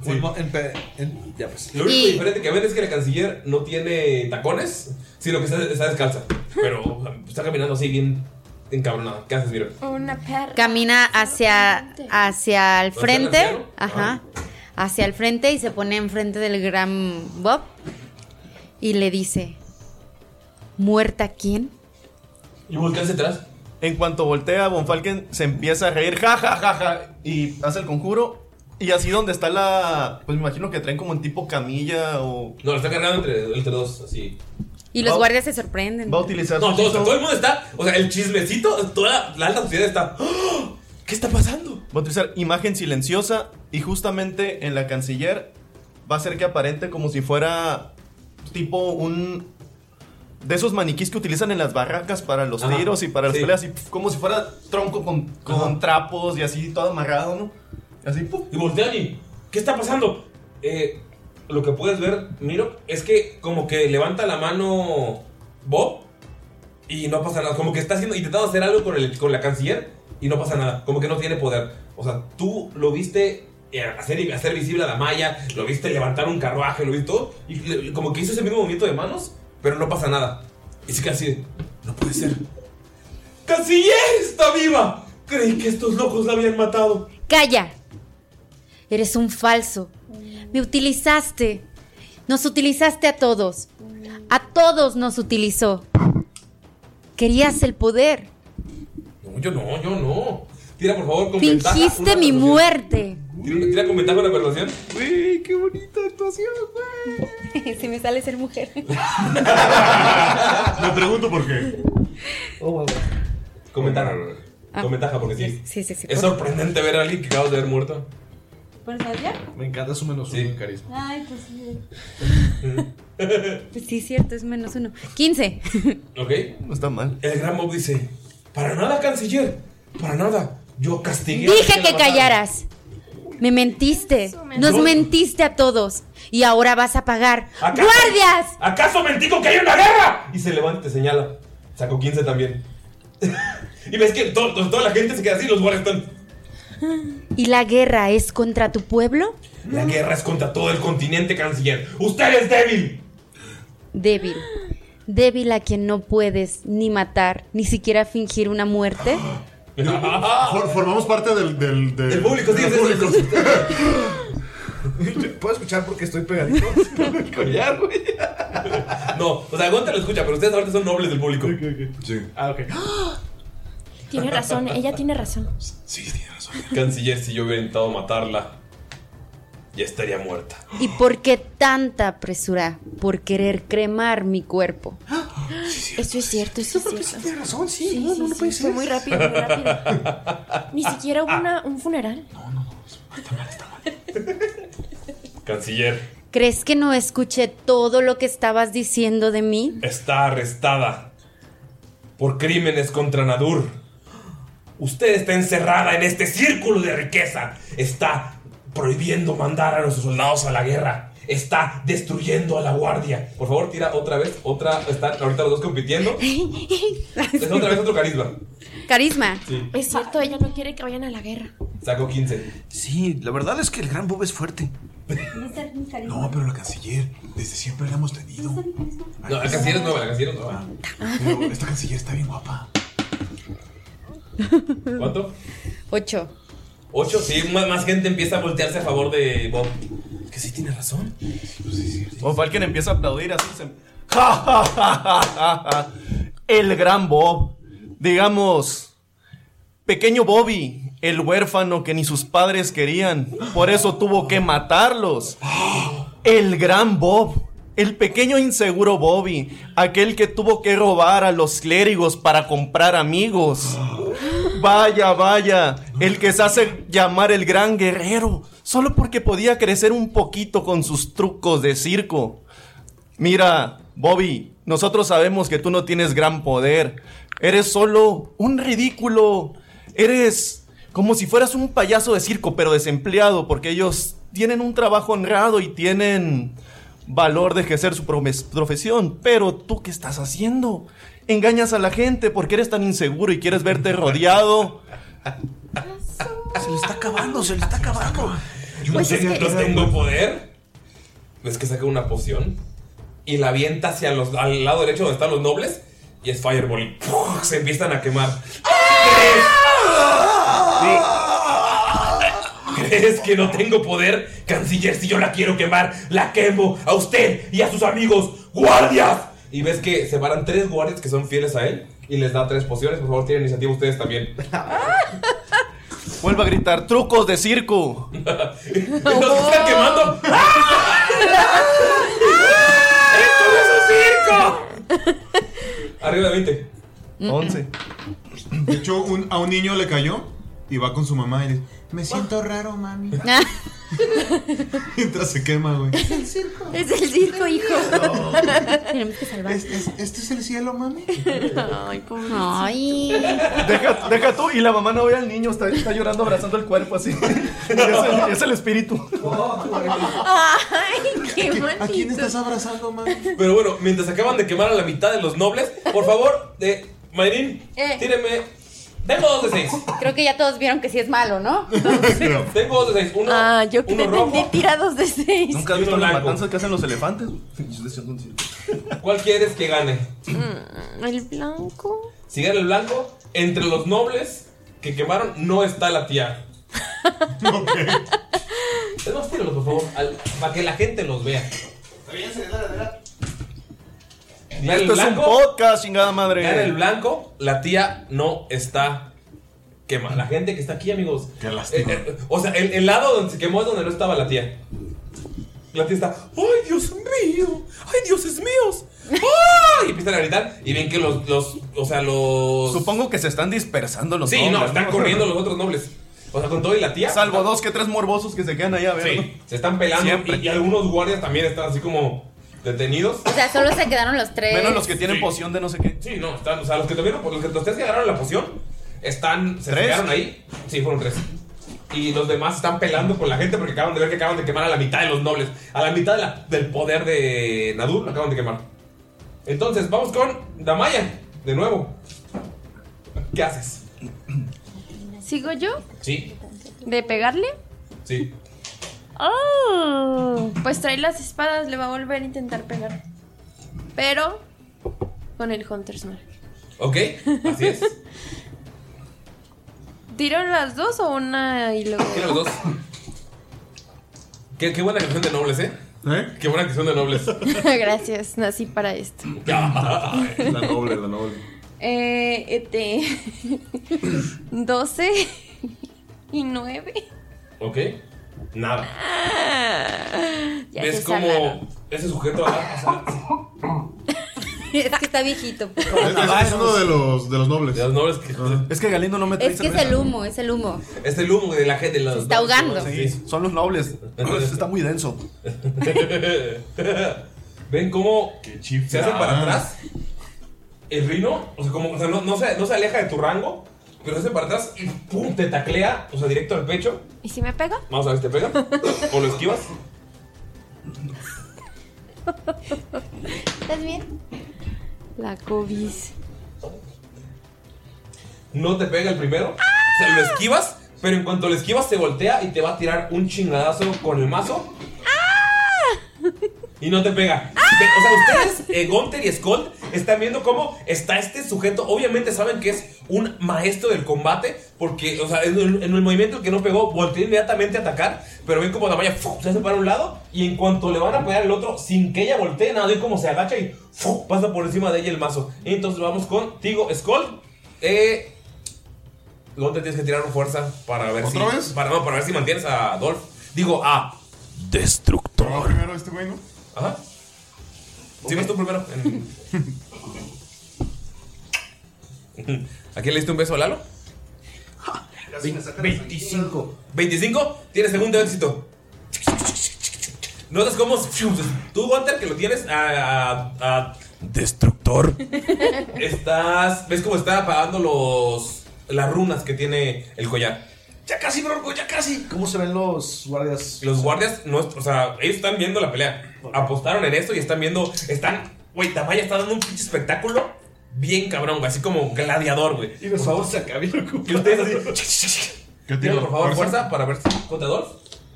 Speaker 5: ya pues.
Speaker 1: Lo único
Speaker 2: Y-
Speaker 1: diferente que ven es que la canciller no tiene tacones, sino que está, está descalza. Pero o sea, está caminando así bien encabronada. ¿Qué haces, Miro?
Speaker 7: Una perra.
Speaker 2: Camina hacia, hacia el
Speaker 1: ¿Hacia el Ah.
Speaker 2: frente.
Speaker 1: anciano?
Speaker 2: Ajá. Hacia el frente y se pone enfrente del gran Bob. Y le dice: ¿Muerta quién?
Speaker 1: Y voltea hacia atrás.
Speaker 16: En cuanto voltea, Von Falken se empieza a reír, ja, ja, ja, ja, y hace el conjuro
Speaker 8: Y así donde está la. Pues me imagino que traen como un tipo camilla o.
Speaker 1: No, lo está cargando entre, entre dos, así.
Speaker 2: Y los
Speaker 8: Va-
Speaker 2: guardias se sorprenden.
Speaker 8: Va a utilizar.
Speaker 1: No,
Speaker 8: su
Speaker 1: todo,
Speaker 8: hechizo-
Speaker 1: todo el mundo está. O sea, el chismecito, toda la, la alta sociedad está. ¡Ah! ¿Qué está pasando?
Speaker 8: Va a utilizar imagen silenciosa y justamente en la canciller va a ser que aparente como si fuera tipo un... De esos maniquís que utilizan en las barracas para los
Speaker 6: Ajá,
Speaker 8: tiros y para las
Speaker 6: sí.
Speaker 8: peleas, y pf, como si fuera tronco con, con trapos y así, todo amarrado, ¿no? Y así, puf.
Speaker 1: Y voltean y. ¿Qué está pasando? Eh, lo que puedes ver, Miro, es que como que levanta la mano Bob y no pasa nada. Como que está haciendo, intentando hacer algo con, el, con la canciller y no pasa nada. Como que no tiene poder. O sea, tú lo viste eh, hacer, hacer visible a la malla, lo viste levantar un carruaje, lo viste todo. Y le- como que hizo ese mismo movimiento de manos, pero no pasa nada. Y se queda así, de, no puede ser. ¡Canciller está viva! Creí que estos locos la habían matado.
Speaker 2: ¡Calla! Eres un falso. Me utilizaste. Nos utilizaste a todos. A todos nos utilizó. Querías el poder.
Speaker 1: No, yo no, yo no. Tira, por favor, con ventaja.
Speaker 2: Fingiste mi muerte.
Speaker 1: una- Tira, tira con ventaja una persuasión.
Speaker 2: Güey, qué bonita actuación, güey. Se me sale ser mujer.
Speaker 11: Me pregunto por qué.
Speaker 1: Con ventaja.
Speaker 2: Ah.
Speaker 1: Con ventaja, porque sí.
Speaker 2: Sí, sí, sí.
Speaker 1: Es sorprendente ver a alguien que acabas de ver muerto.
Speaker 2: ¿Por allá?
Speaker 1: Me encanta su menos sí. carisma.
Speaker 2: Ay, pues sí. Pues sí, cierto, es menos uno. 15.
Speaker 1: ¿Ok? No está mal. El gran Bob dice: Para nada, canciller. Para nada. Yo castigué. a los
Speaker 2: Dije
Speaker 1: la
Speaker 2: que
Speaker 1: mataron".
Speaker 2: callaras. Me mentiste. Nos
Speaker 1: Yo-
Speaker 2: mentiste a todos. Y ahora vas a pagar.
Speaker 1: ¿Acaso-
Speaker 2: ¡Guardias!
Speaker 1: ¿Acaso mentí con que hay una guerra? Y se levanta y te señala. Sacó 15 también. y ves que to- to- toda la gente se queda así, los guardias están.
Speaker 2: ¿Y la guerra es contra tu pueblo?
Speaker 1: La guerra es contra todo el continente, canciller. ¡Usted es débil!
Speaker 2: Débil. Débil a quien no puedes ni matar, ni siquiera fingir una muerte.
Speaker 11: For- formamos parte del, del, del, público, sí,
Speaker 18: ¿Puedo escuchar porque estoy pegadito?
Speaker 1: Collar, güey. No, o sea, Gonta lo escucha, pero ustedes ahorita son nobles del público.
Speaker 11: Sí.
Speaker 1: Ah, ok.
Speaker 7: Tiene razón, ella tiene razón.
Speaker 1: Canciller, si yo hubiera intentado matarla, ya estaría muerta.
Speaker 2: ¿Y por qué tanta presura por querer cremar mi cuerpo?
Speaker 7: Eso es cierto, eso es cierto.
Speaker 5: Tiene razón, sí,
Speaker 7: Sí,
Speaker 5: no,
Speaker 7: sí,
Speaker 5: no, no
Speaker 7: sí,
Speaker 5: puede
Speaker 7: fue
Speaker 5: ser.
Speaker 7: muy rápido, muy rápido. Ni siquiera hubo una- un funeral.
Speaker 1: Canciller,
Speaker 2: ¿Crees que no escuché todo lo que estabas diciendo de mí?
Speaker 1: está arrestada por crímenes contra Nadur. Usted está encerrada en este círculo de riqueza. Está prohibiendo mandar a nuestros soldados a la guerra. Está destruyendo a la guardia. Por favor, tira otra vez. Otra. Están ahorita los dos compitiendo. Es otra vez otro carisma.
Speaker 2: Carisma.
Speaker 1: Sí.
Speaker 7: Es cierto, ella no quiere que vayan a la guerra.
Speaker 1: Sacó 15.
Speaker 5: Sí, la verdad es que el gran Bob es fuerte.
Speaker 11: No, pero la canciller, desde siempre la hemos tenido.
Speaker 1: No, la canciller es nueva, la canciller es nueva.
Speaker 11: Pero Ah. esta canciller está bien guapa.
Speaker 1: ¿Cuánto?
Speaker 2: Ocho.
Speaker 1: Ocho, sí, más, más gente empieza a voltearse a favor de Bob. Es que sí tiene razón.
Speaker 8: O Falken empieza a aplaudir así. se- ¡Ja, ja, ja, ja, ja, ja! El gran Bob. Digamos, pequeño Bobby, el huérfano que ni sus padres querían. Por eso tuvo que matarlos. El gran Bob. El pequeño inseguro Bobby, aquel que tuvo que robar a los clérigos para comprar amigos. Vaya, vaya, el que se hace llamar el gran guerrero, solo porque podía crecer un poquito con sus trucos de circo. Mira, Bobby, nosotros sabemos que tú no tienes gran poder. Eres solo un ridículo. Eres como si fueras un payaso de circo, pero desempleado, porque ellos tienen un trabajo honrado y tienen valor de ejercer su promes- profesión. Pero tú, ¿qué estás haciendo? Engañas a la gente porque eres tan inseguro y quieres verte rodeado.
Speaker 5: Se le está acabando, se le está acabando.
Speaker 1: Yo
Speaker 5: Pues
Speaker 1: no
Speaker 5: es
Speaker 1: tengo,
Speaker 5: que-
Speaker 1: no tengo poder. Es que saca una poción y la avienta hacia los, al lado derecho donde están los nobles y es fireball y ¡puf! se empiezan a quemar. ¿Crees? ¿Crees que no tengo poder? Canciller, si yo la quiero quemar, la quemo a usted y a sus amigos guardias. Y ves que se paran tres guardias que son fieles a él y les da tres pociones. Por favor, tienen iniciativa ustedes también.
Speaker 16: Vuelve a gritar, trucos de circo.
Speaker 1: ¡Nos están quemando! ¡Ah!
Speaker 4: Arriba de 20. 11. De hecho, un- a un niño le cayó y va con su mamá y le dice: Me siento raro, mami. Mientras se quema, güey.
Speaker 17: Es el circo.
Speaker 2: Es el circo, hijo.
Speaker 17: Tenemos que salvar.
Speaker 4: ¿Este es el cielo, mami?
Speaker 17: Ay, pobre.
Speaker 16: Deja, deja tú y la mamá no ve al niño, está, está llorando abrazando el cuerpo así. Es el, es el espíritu.
Speaker 17: Ay,
Speaker 2: qué bonito.
Speaker 17: ¿A quién estás
Speaker 4: abrazando, mami?
Speaker 1: Pero bueno, mientras acaban de quemar a la mitad de los nobles, por favor, eh, Mayrin,
Speaker 2: Eh.
Speaker 1: tíreme. Tengo dos de seis.
Speaker 2: Creo que ya todos vieron que sí es malo, ¿no?
Speaker 1: Tengo dos de seis. Uno,
Speaker 2: ah, yo que
Speaker 1: uno rojo.
Speaker 2: entendí tirados de seis.
Speaker 16: Nunca has visto las matanzas que hacen los elefantes.
Speaker 1: ¿Cuál quieres que gane?
Speaker 10: Mm, El blanco.
Speaker 1: Si gana el blanco, entre los nobles que quemaron no está la tía. Es más, tíralos, por favor, al- para que la gente los vea. Gana el
Speaker 16: Esto es un
Speaker 1: blanco,
Speaker 16: podcast, chingada madre.
Speaker 1: gana el blanco, la tía no está quema. La gente que está aquí, amigos. Qué lástima. o sea, el, el lado donde se quemó es donde no estaba la tía. La tía está. ¡Ay, Dios mío! ¡Ay, dioses míos! ¡Ay! Y empiezan a gritar y ven que los, los o sea, los...
Speaker 16: Supongo que se están dispersando los
Speaker 1: Sí,
Speaker 16: nobles,
Speaker 1: no, están corriendo los otros nobles. O sea, con todo y la tía.
Speaker 16: Salvo dos que tres morbosos que se quedan ahí a ver.
Speaker 1: Sí, se están pelando y, y algunos guardias también están así como detenidos.
Speaker 2: O sea, solo se quedaron los tres.
Speaker 1: que tienen poción de no sé qué. Sí, no, están, o sea, los que tuvieron, los que los tres que agarraron la poción están se
Speaker 16: ¿Tres?
Speaker 1: quedaron ahí. Sí, fueron tres. Y los demás están pelando con la gente porque acaban de ver que acaban de quemar a la mitad de los nobles, a la mitad de la- del poder de Nadur lo acaban de quemar. Entonces, vamos con Damaya de nuevo. ¿Qué haces?
Speaker 7: ¿Sigo yo?
Speaker 1: Sí,
Speaker 7: ¿De pegarle?
Speaker 1: sí.
Speaker 2: Mm.
Speaker 7: Oh, pues trae las espadas, le va a volver a intentar pegar. Pero con el Hunter's Mark.
Speaker 1: Ok, así es.
Speaker 7: ¿Tiro las dos o una y luego?
Speaker 1: Tiene los dos. Qué, qué buena canción de nobles, ¿eh? Qué buena canción de nobles.
Speaker 7: Gracias, nací para esto.
Speaker 1: la
Speaker 4: noble, la noble.
Speaker 7: Eh, este, 12 y 9.
Speaker 1: Ok, nada.
Speaker 2: Ya
Speaker 1: ¿Ves
Speaker 2: se
Speaker 1: cómo
Speaker 2: salaron.
Speaker 1: ese sujeto agarra-
Speaker 2: Es que está viejito. pues.
Speaker 4: Ese es uno de los, de los nobles.
Speaker 1: De los nobles que.
Speaker 16: Es que Galindo no me
Speaker 2: Es que es el humo, es el humo.
Speaker 1: Es el humo de la gente. De los
Speaker 2: está ahogando.
Speaker 16: Sí, son los nobles. Está muy denso.
Speaker 1: ¿Ven cómo se hacen
Speaker 16: Ah.
Speaker 1: para atrás? El rino, o sea, como, o sea, no, no se, no se aleja de tu rango, pero se hace para atrás y pum, te taclea, o sea, directo al pecho.
Speaker 7: ¿Y si me pega?
Speaker 1: Vamos a ver si te pega. ¿O lo esquivas?
Speaker 7: ¿Estás bien? La COVID.
Speaker 1: No te pega el primero. O sea, lo esquivas, pero en cuanto lo esquivas, se voltea y te va a tirar un chingadazo con el mazo. Y no te pega. Ve- O sea, ustedes, eh, Gunther y Skull, están viendo cómo está este sujeto. Obviamente saben que es un maestro del combate. Porque, o sea, en el, en el movimiento que no pegó, volteó inmediatamente a atacar. Pero ven como Damaya ¡fu! se hace para un lado. Y en cuanto le van a pegar el otro, sin que ella voltee nada, y como se agacha y ¡fu! pasa por encima de ella el mazo. Y entonces vamos contigo, Skull. Eh, Gonte, tienes que tirar una fuerza para ver si.
Speaker 4: ¿Otra vez?
Speaker 1: Para, no, para ver si mantienes a Dolph. Digo, a Destructor.
Speaker 4: primero este güey, ¿no?
Speaker 1: Ajá. Sí, vas tú primero. En- ¿A quién le diste un beso a Lalo? 25. 25, tienes segundo éxito. Notas cómo. Tú, Gunter, que lo tienes a. a- a- Destructor. Estás. ¿Ves cómo está apagando los. las runas que tiene el collar? Ya casi, bronco, ya casi.
Speaker 5: ¿Cómo se ven los guardias?
Speaker 1: Los guardias, no, o sea, ellos están viendo la pelea. Apostaron en esto y están viendo. Están. Güey, Damaya está dando un pinche espectáculo bien cabrón, güey. Así como gladiador, güey. Y nos vamos a caber Y ustedes así. ¿Qué
Speaker 4: tiro?
Speaker 1: por
Speaker 4: ¿Fuerza?
Speaker 1: favor, fuerza, para ver si. ¿Contra Dolph?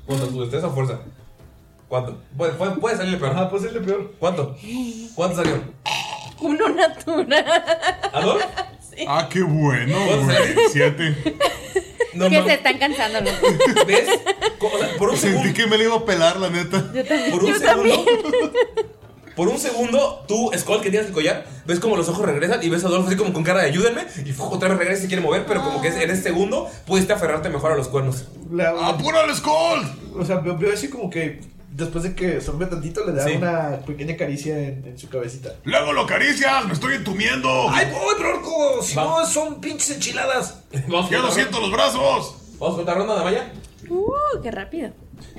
Speaker 1: ¿Contra tu destreza o fuerza? ¿Cuánto? Puede, puede, puede salirle peor. Ah, puede salirle peor. ¿Cuánto? ¿Cuánto salió?
Speaker 2: Uno natural.
Speaker 1: ¿Adolf?
Speaker 4: Ah, qué bueno, güey. Siete.
Speaker 1: No
Speaker 2: que se están cansando los dos.
Speaker 1: Por un
Speaker 4: Sentí que me le iba a pelar, la neta.
Speaker 2: Yo también.
Speaker 1: Por un segundo, Por un segundo, tú, Skull, que tienes el collar, ves como los ojos regresan y ves a Adolfo así como con cara de ayúdenme. Y ¡fuj! otra vez regresa y se quiere mover, pero como que es- en ese segundo pudiste aferrarte mejor a los cuernos.
Speaker 6: ¡Apura el O sea, veo, veo así como que después de que sorbe tantito le da
Speaker 1: Sí.
Speaker 6: una pequeña caricia en, en su cabecita.
Speaker 11: Luego lo acaricias, me estoy entumiendo.
Speaker 6: ¡Ay,
Speaker 5: voy, Rorco! Si no, son pinches enchiladas.
Speaker 11: Ya lo siento los brazos.
Speaker 1: Vamos a otra ronda, Damaya.
Speaker 7: Uh, qué rápido.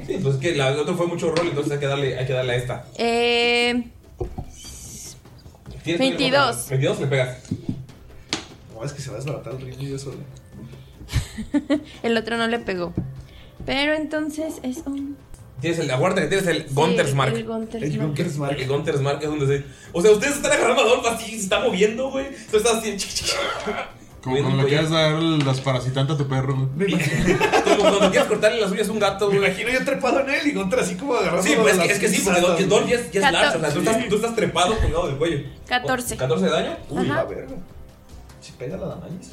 Speaker 1: Sí, pues es que la, la otra fue mucho rol, entonces hay que darle, hay que darle a esta.
Speaker 7: Eh,
Speaker 1: Tienes que-
Speaker 7: 22.
Speaker 1: 22 le pegas.
Speaker 6: No, es que se va a desbaratar el ritmo y eso.
Speaker 7: el otro no le pegó. Pero entonces es un.
Speaker 1: Tienes el, aguarda que tienes el Gunter's Mark.
Speaker 7: el Gunter's El Mark.
Speaker 1: Gunter's Mark. El Gunter's Mark es donde se. O sea, ustedes están agarrando a Adolfo así, se está moviendo, güey. Tú estás así. chic, chic, chic.
Speaker 11: Como cuando le quieres dar las parasitantes a tu perro. güey.
Speaker 1: Como cuando quieres cortarle las uñas a un gato, güey. Me imagino yo trepado en él y Gunter así como
Speaker 6: agarrando
Speaker 1: Sí, pues es
Speaker 6: las
Speaker 1: que, es que sí, porque Don-
Speaker 6: pisadas,
Speaker 1: que Don ya es, ya es
Speaker 7: Catorce.
Speaker 1: largo. O sea, tú estás, tú estás trepado colgado del cuello.
Speaker 7: 14.
Speaker 1: 14 de daño.
Speaker 7: Uy, Ajá. la
Speaker 1: verga. Si pega la Damaris.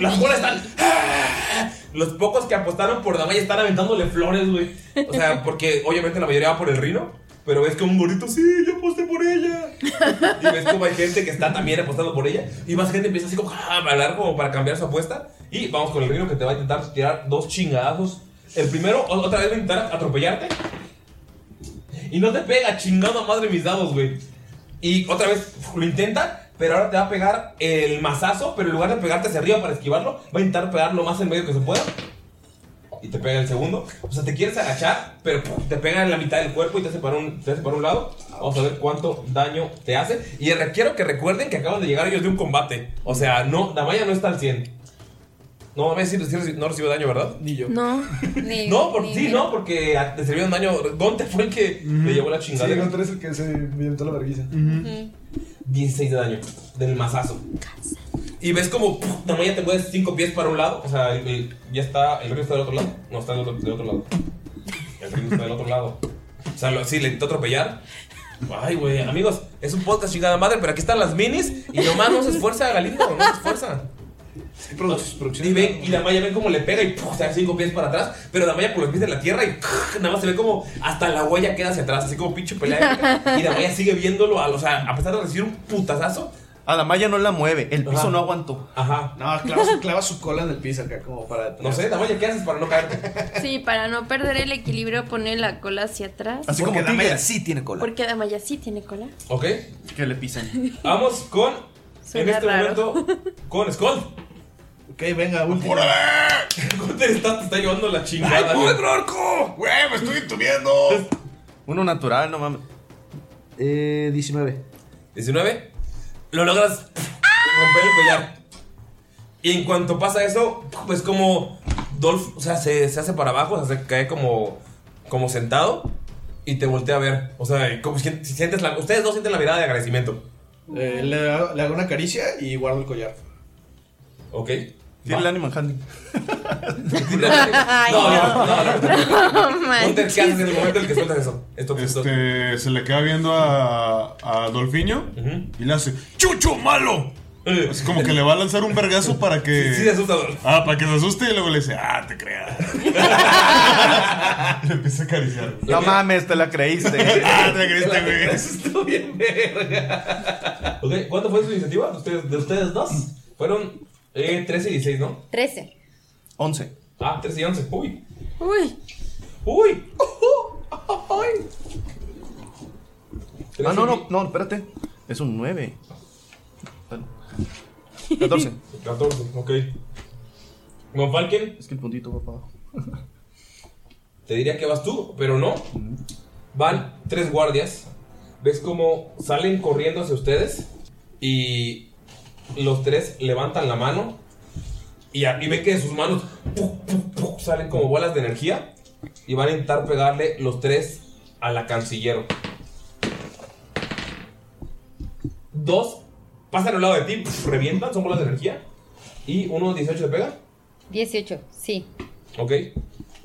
Speaker 1: las bolas están. Los pocos que apostaron por Damaya están aventándole flores, güey. O sea, porque obviamente la mayoría va por el rino. Pero ves que un gorito, sí, yo aposté por ella. Y ves como hay gente que está también apostando por ella. Y más gente empieza así como "Ah", a hablar como para cambiar su apuesta. Y vamos con el rino que te va a intentar tirar dos chingadazos. El primero, o- otra vez va a intentar atropellarte. Y no te pega, chingado madre mis dados, güey. Y otra vez lo intenta, pero ahora te va a pegar el mazazo, pero en lugar de pegarte hacia arriba para esquivarlo, va a intentar pegar lo más en medio que se pueda. Y te pega el segundo. O sea, te quieres agachar, pero pum, te pega en la mitad del cuerpo y te hace para un, te hace para un lado. Vamos a ver cuánto daño te hace. Y re- quiero que recuerden que acaban de llegar ellos de un combate. O sea, no, Damaya no está al 100. No, Damaya sí, sí, no recibió daño, ¿verdad? Ni yo.
Speaker 7: No. Ni-
Speaker 1: No, por,
Speaker 7: ni-
Speaker 1: sí, no, porque a- le sirvió un daño. Gonte fue el que le llevó la
Speaker 6: Sí,
Speaker 1: chingada.
Speaker 6: el otro es el que se me inventó la vergüenza.
Speaker 1: 16 de daño del mazazo. Y ves como ¡puf! Damaya te mueves 5 pies para un lado. O sea, el- el- ya está. El río está del otro lado. No, está del otro, del otro lado. El río está del otro lado. O sea, lo- sí, le intentó atropellar. Ay, güey, amigos, es un podcast chingada madre, pero aquí están las minis y nomás no se esfuerza Galindo, no se esfuerza. y, ven, y Damaya ven como le pega y ¡puf! se da cinco pies para atrás, pero Damaya por los pies de la tierra y ¡crack! nada más se ve como hasta la huella queda hacia atrás, así como pinche pelea. épica. Y Damaya sigue viéndolo, a, o sea, a pesar de recibir un putazazo,
Speaker 16: A la malla no la mueve, el piso
Speaker 1: Ajá.
Speaker 16: no aguantó.
Speaker 1: Ajá.
Speaker 8: Ah,
Speaker 6: No, clava, su- clava su cola en el piso acá, como para.
Speaker 1: No sé, Damaya, ¿qué haces para no caerte?
Speaker 7: Sí, para no perder el equilibrio, pone la cola hacia atrás.
Speaker 1: Así como Damaya sí tiene
Speaker 7: Porque Damaya sí tiene cola.
Speaker 1: Ok.
Speaker 16: Que le pisen.
Speaker 1: Vamos con. en
Speaker 7: Suena
Speaker 1: este
Speaker 7: raro.
Speaker 1: momento, con Skull.
Speaker 6: Ok, venga, último.
Speaker 1: Gunter está, te está llevando la chingada.
Speaker 11: ¡Ay, pobre
Speaker 1: orco!
Speaker 11: ¡Güey, me estoy entumiendo!
Speaker 16: Uno natural, no mames.
Speaker 6: Eh, 19.
Speaker 1: 19. Lo logras romper el collar. Y en cuanto pasa eso, pues como Dolph, o sea, se, se hace para abajo, o sea, se cae como, como sentado y te voltea a ver. O sea, y como si- si sientes la- ustedes dos sienten la mirada de agradecimiento.
Speaker 6: Eh, le, hago, le hago una caricia y guardo el collar.
Speaker 1: Ok.
Speaker 16: Tiene el animal handling.
Speaker 7: Ay,
Speaker 1: No,
Speaker 7: no.
Speaker 1: Oh,
Speaker 7: No
Speaker 1: Gunter,
Speaker 7: manches.
Speaker 1: ¿qué haces en el momento en el que sueltas eso?
Speaker 11: Este, se le queda viendo a, a Dolfiño y le hace ¡Chucho malo! Así como que le va a lanzar un vergazo para que.
Speaker 1: Eh.
Speaker 5: Este,
Speaker 1: Sí, sí, se asusta,
Speaker 11: Ah, para que se asuste y luego le dice, ¡ah, te creas! le empieza a acariciar.
Speaker 16: No mames, te la creíste.
Speaker 11: ¡Ah, te la creíste, güey!
Speaker 1: Estuvo bien verga. Ok, ¿cuánto fue su iniciativa? ¿De ustedes, de ustedes dos? Fueron eh, 13 y 16, ¿no?
Speaker 7: 13.
Speaker 16: 11.
Speaker 1: Ah, 13 y 11. Uy.
Speaker 7: Uy.
Speaker 1: Uy.
Speaker 16: Ah, no, no, no, espérate. Es un 9. Bueno. 14.
Speaker 1: 14, ok. Juan Falken.
Speaker 16: Es que el puntito va para abajo.
Speaker 1: Te diría que vas tú, pero no. Van tres guardias. Ves cómo salen corriendo hacia ustedes. Y los tres levantan la mano. Y, a- y ven que de sus manos ¡puf, puf, puf! salen como bolas de energía. Y van a intentar pegarle los tres a la cancillero. Dos pasan al lado de ti, ¡puf! revientan, son bolas de energía. Y uno 18 te pega.
Speaker 2: 18, sí.
Speaker 1: Ok.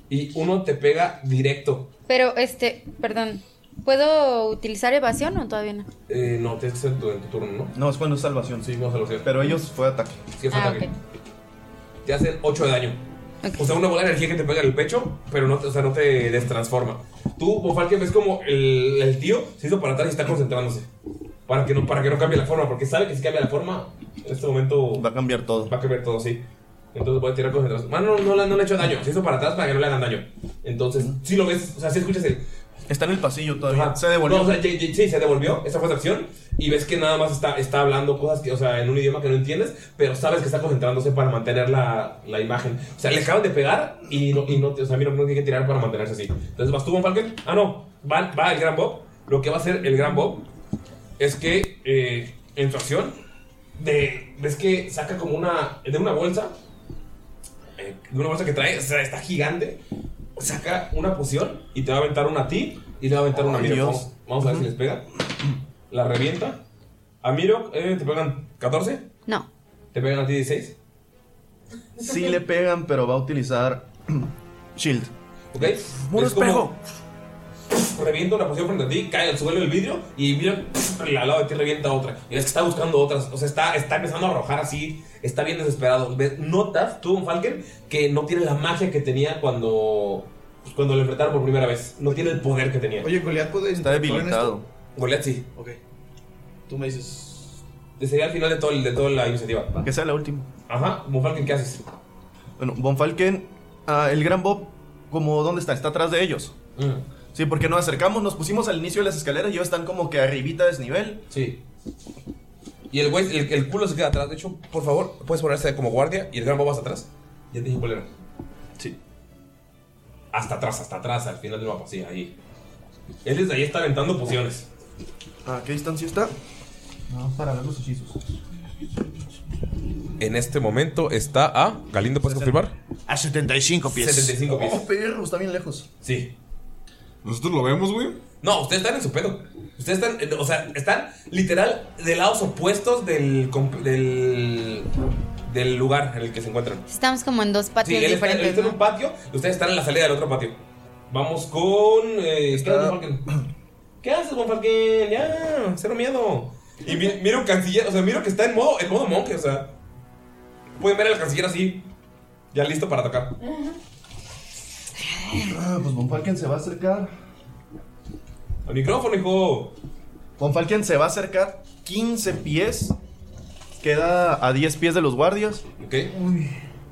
Speaker 1: Y uno te pega directo.
Speaker 2: Pero, este, perdón, ¿puedo utilizar evasión o todavía no?
Speaker 1: Eh, no, tienes que ser tu- en tu turno, ¿no?
Speaker 16: No, es cuando es salvación.
Speaker 1: Sí, no salvación.
Speaker 16: Pero ellos fue ataque.
Speaker 1: Sí, fue
Speaker 2: Ah,
Speaker 1: ataque. Te hacen 8 de daño. O sea, una bola de energía que te pega en el pecho, pero no, te- o sea, no te destransforma. Tú, Bofalken, ves como el, el tío se hizo para atrás y está concentrándose. Para que, no, para que no cambie la forma, porque sabe que si cambia la forma, en este momento... Va a cambiar todo. Va a cambiar todo, sí. Entonces puede tirar concentración. Bueno, no, no, le- no le ha hecho daño. Se hizo para atrás para que no le hagan daño. Entonces, sí lo ves, o sea, sí escuchas el... Está en el pasillo todavía. Se devolvió. sí, se devolvió. Esa fue su acción. Y ves que nada más está, está hablando cosas que, o sea, en un idioma que no entiendes, pero sabes que está concentrándose para mantener la, la imagen. O sea, le acaban de pegar y no, y no te- o sea, mira, no tiene que tirar para mantenerse así. Entonces vas tú, Von Falken. Ah, no. Va, va el gran Bob. Lo que va a hacer el gran Bob es que eh, en su acción, de, ves que saca como una. de una bolsa. eh, de una bolsa que trae, o sea, está gigante. Saca una poción y te va a aventar una a ti y le va a aventar una a
Speaker 8: Ay,
Speaker 1: Miro.
Speaker 8: Dios.
Speaker 1: Vamos, vamos a ver si les pega. La revienta. A Miro, eh, ¿te pegan 14?
Speaker 2: No.
Speaker 1: ¿Te pegan a ti 16?
Speaker 8: Sí le pegan, pero va a utilizar Shield.
Speaker 1: ¿Ok? Es como- Revienta una poción frente a ti, cae al suelo el vidrio y mira, al lado de ti revienta otra. Y es que está buscando otras. O sea, está, está empezando a arrojar así. Está bien desesperado. Ves- Notas tú, Falken, que no tiene la magia que tenía cuando, pues, cuando le enfrentaron por primera vez. No tiene el poder que tenía.
Speaker 5: Oye, Goliath puede Está debilitado.
Speaker 1: Goliath sí.
Speaker 5: Ok. Tú me dices.
Speaker 1: Sería al final de, todo, el- de toda la iniciativa.
Speaker 8: Que sea la última.
Speaker 1: Ajá, Bonfalken, ¿qué haces?
Speaker 8: Bueno, Bonfalken, ah, el gran Bob, como ¿dónde está? Está atrás de ellos. Sí, porque nos acercamos, nos pusimos al inicio de las escaleras y ellos están como que arribita de desnivel.
Speaker 1: Sí. Y el güey, el, el culo se queda atrás. De hecho, por favor, puedes ponerse como guardia y el gran vas atrás. Ya te dije cuál era. Sí. Hasta atrás, hasta atrás, al final del mapa, sí, ahí. Él desde ahí está aventando pociones.
Speaker 8: ¿A Ah, qué distancia está? No, para ver los hechizos.
Speaker 1: En este momento está a. Galindo, ¿puedes confirmar?
Speaker 5: A 75
Speaker 1: pies. 75 pies.
Speaker 8: Oh, perro, está bien lejos.
Speaker 1: Sí. ¿Nosotros lo vemos, güey? No, ustedes están en su pedo. Ustedes están, eh, o sea, están literal de lados opuestos del, comp- del, del lugar en el que se encuentran.
Speaker 2: Estamos como en dos
Speaker 1: Sí,
Speaker 2: patios
Speaker 1: él está, él
Speaker 2: diferentes.
Speaker 1: está en un patio y ustedes están en la salida del otro patio. Vamos con. eh, ¿Qué haces, Bonfalken? ¿Qué haces, Bonfalken? Ya, cero miedo. Y mi- mira un canciller, o sea, miro que está en modo, en modo monje, o sea. Pueden ver al canciller así, ya listo para atacar.
Speaker 8: Ah, pues Bonfalken se va a acercar.
Speaker 1: Al micrófono, hijo.
Speaker 8: Bonfalken se va a acercar 15 pies. Queda a 10 pies de los guardias.
Speaker 1: Ok.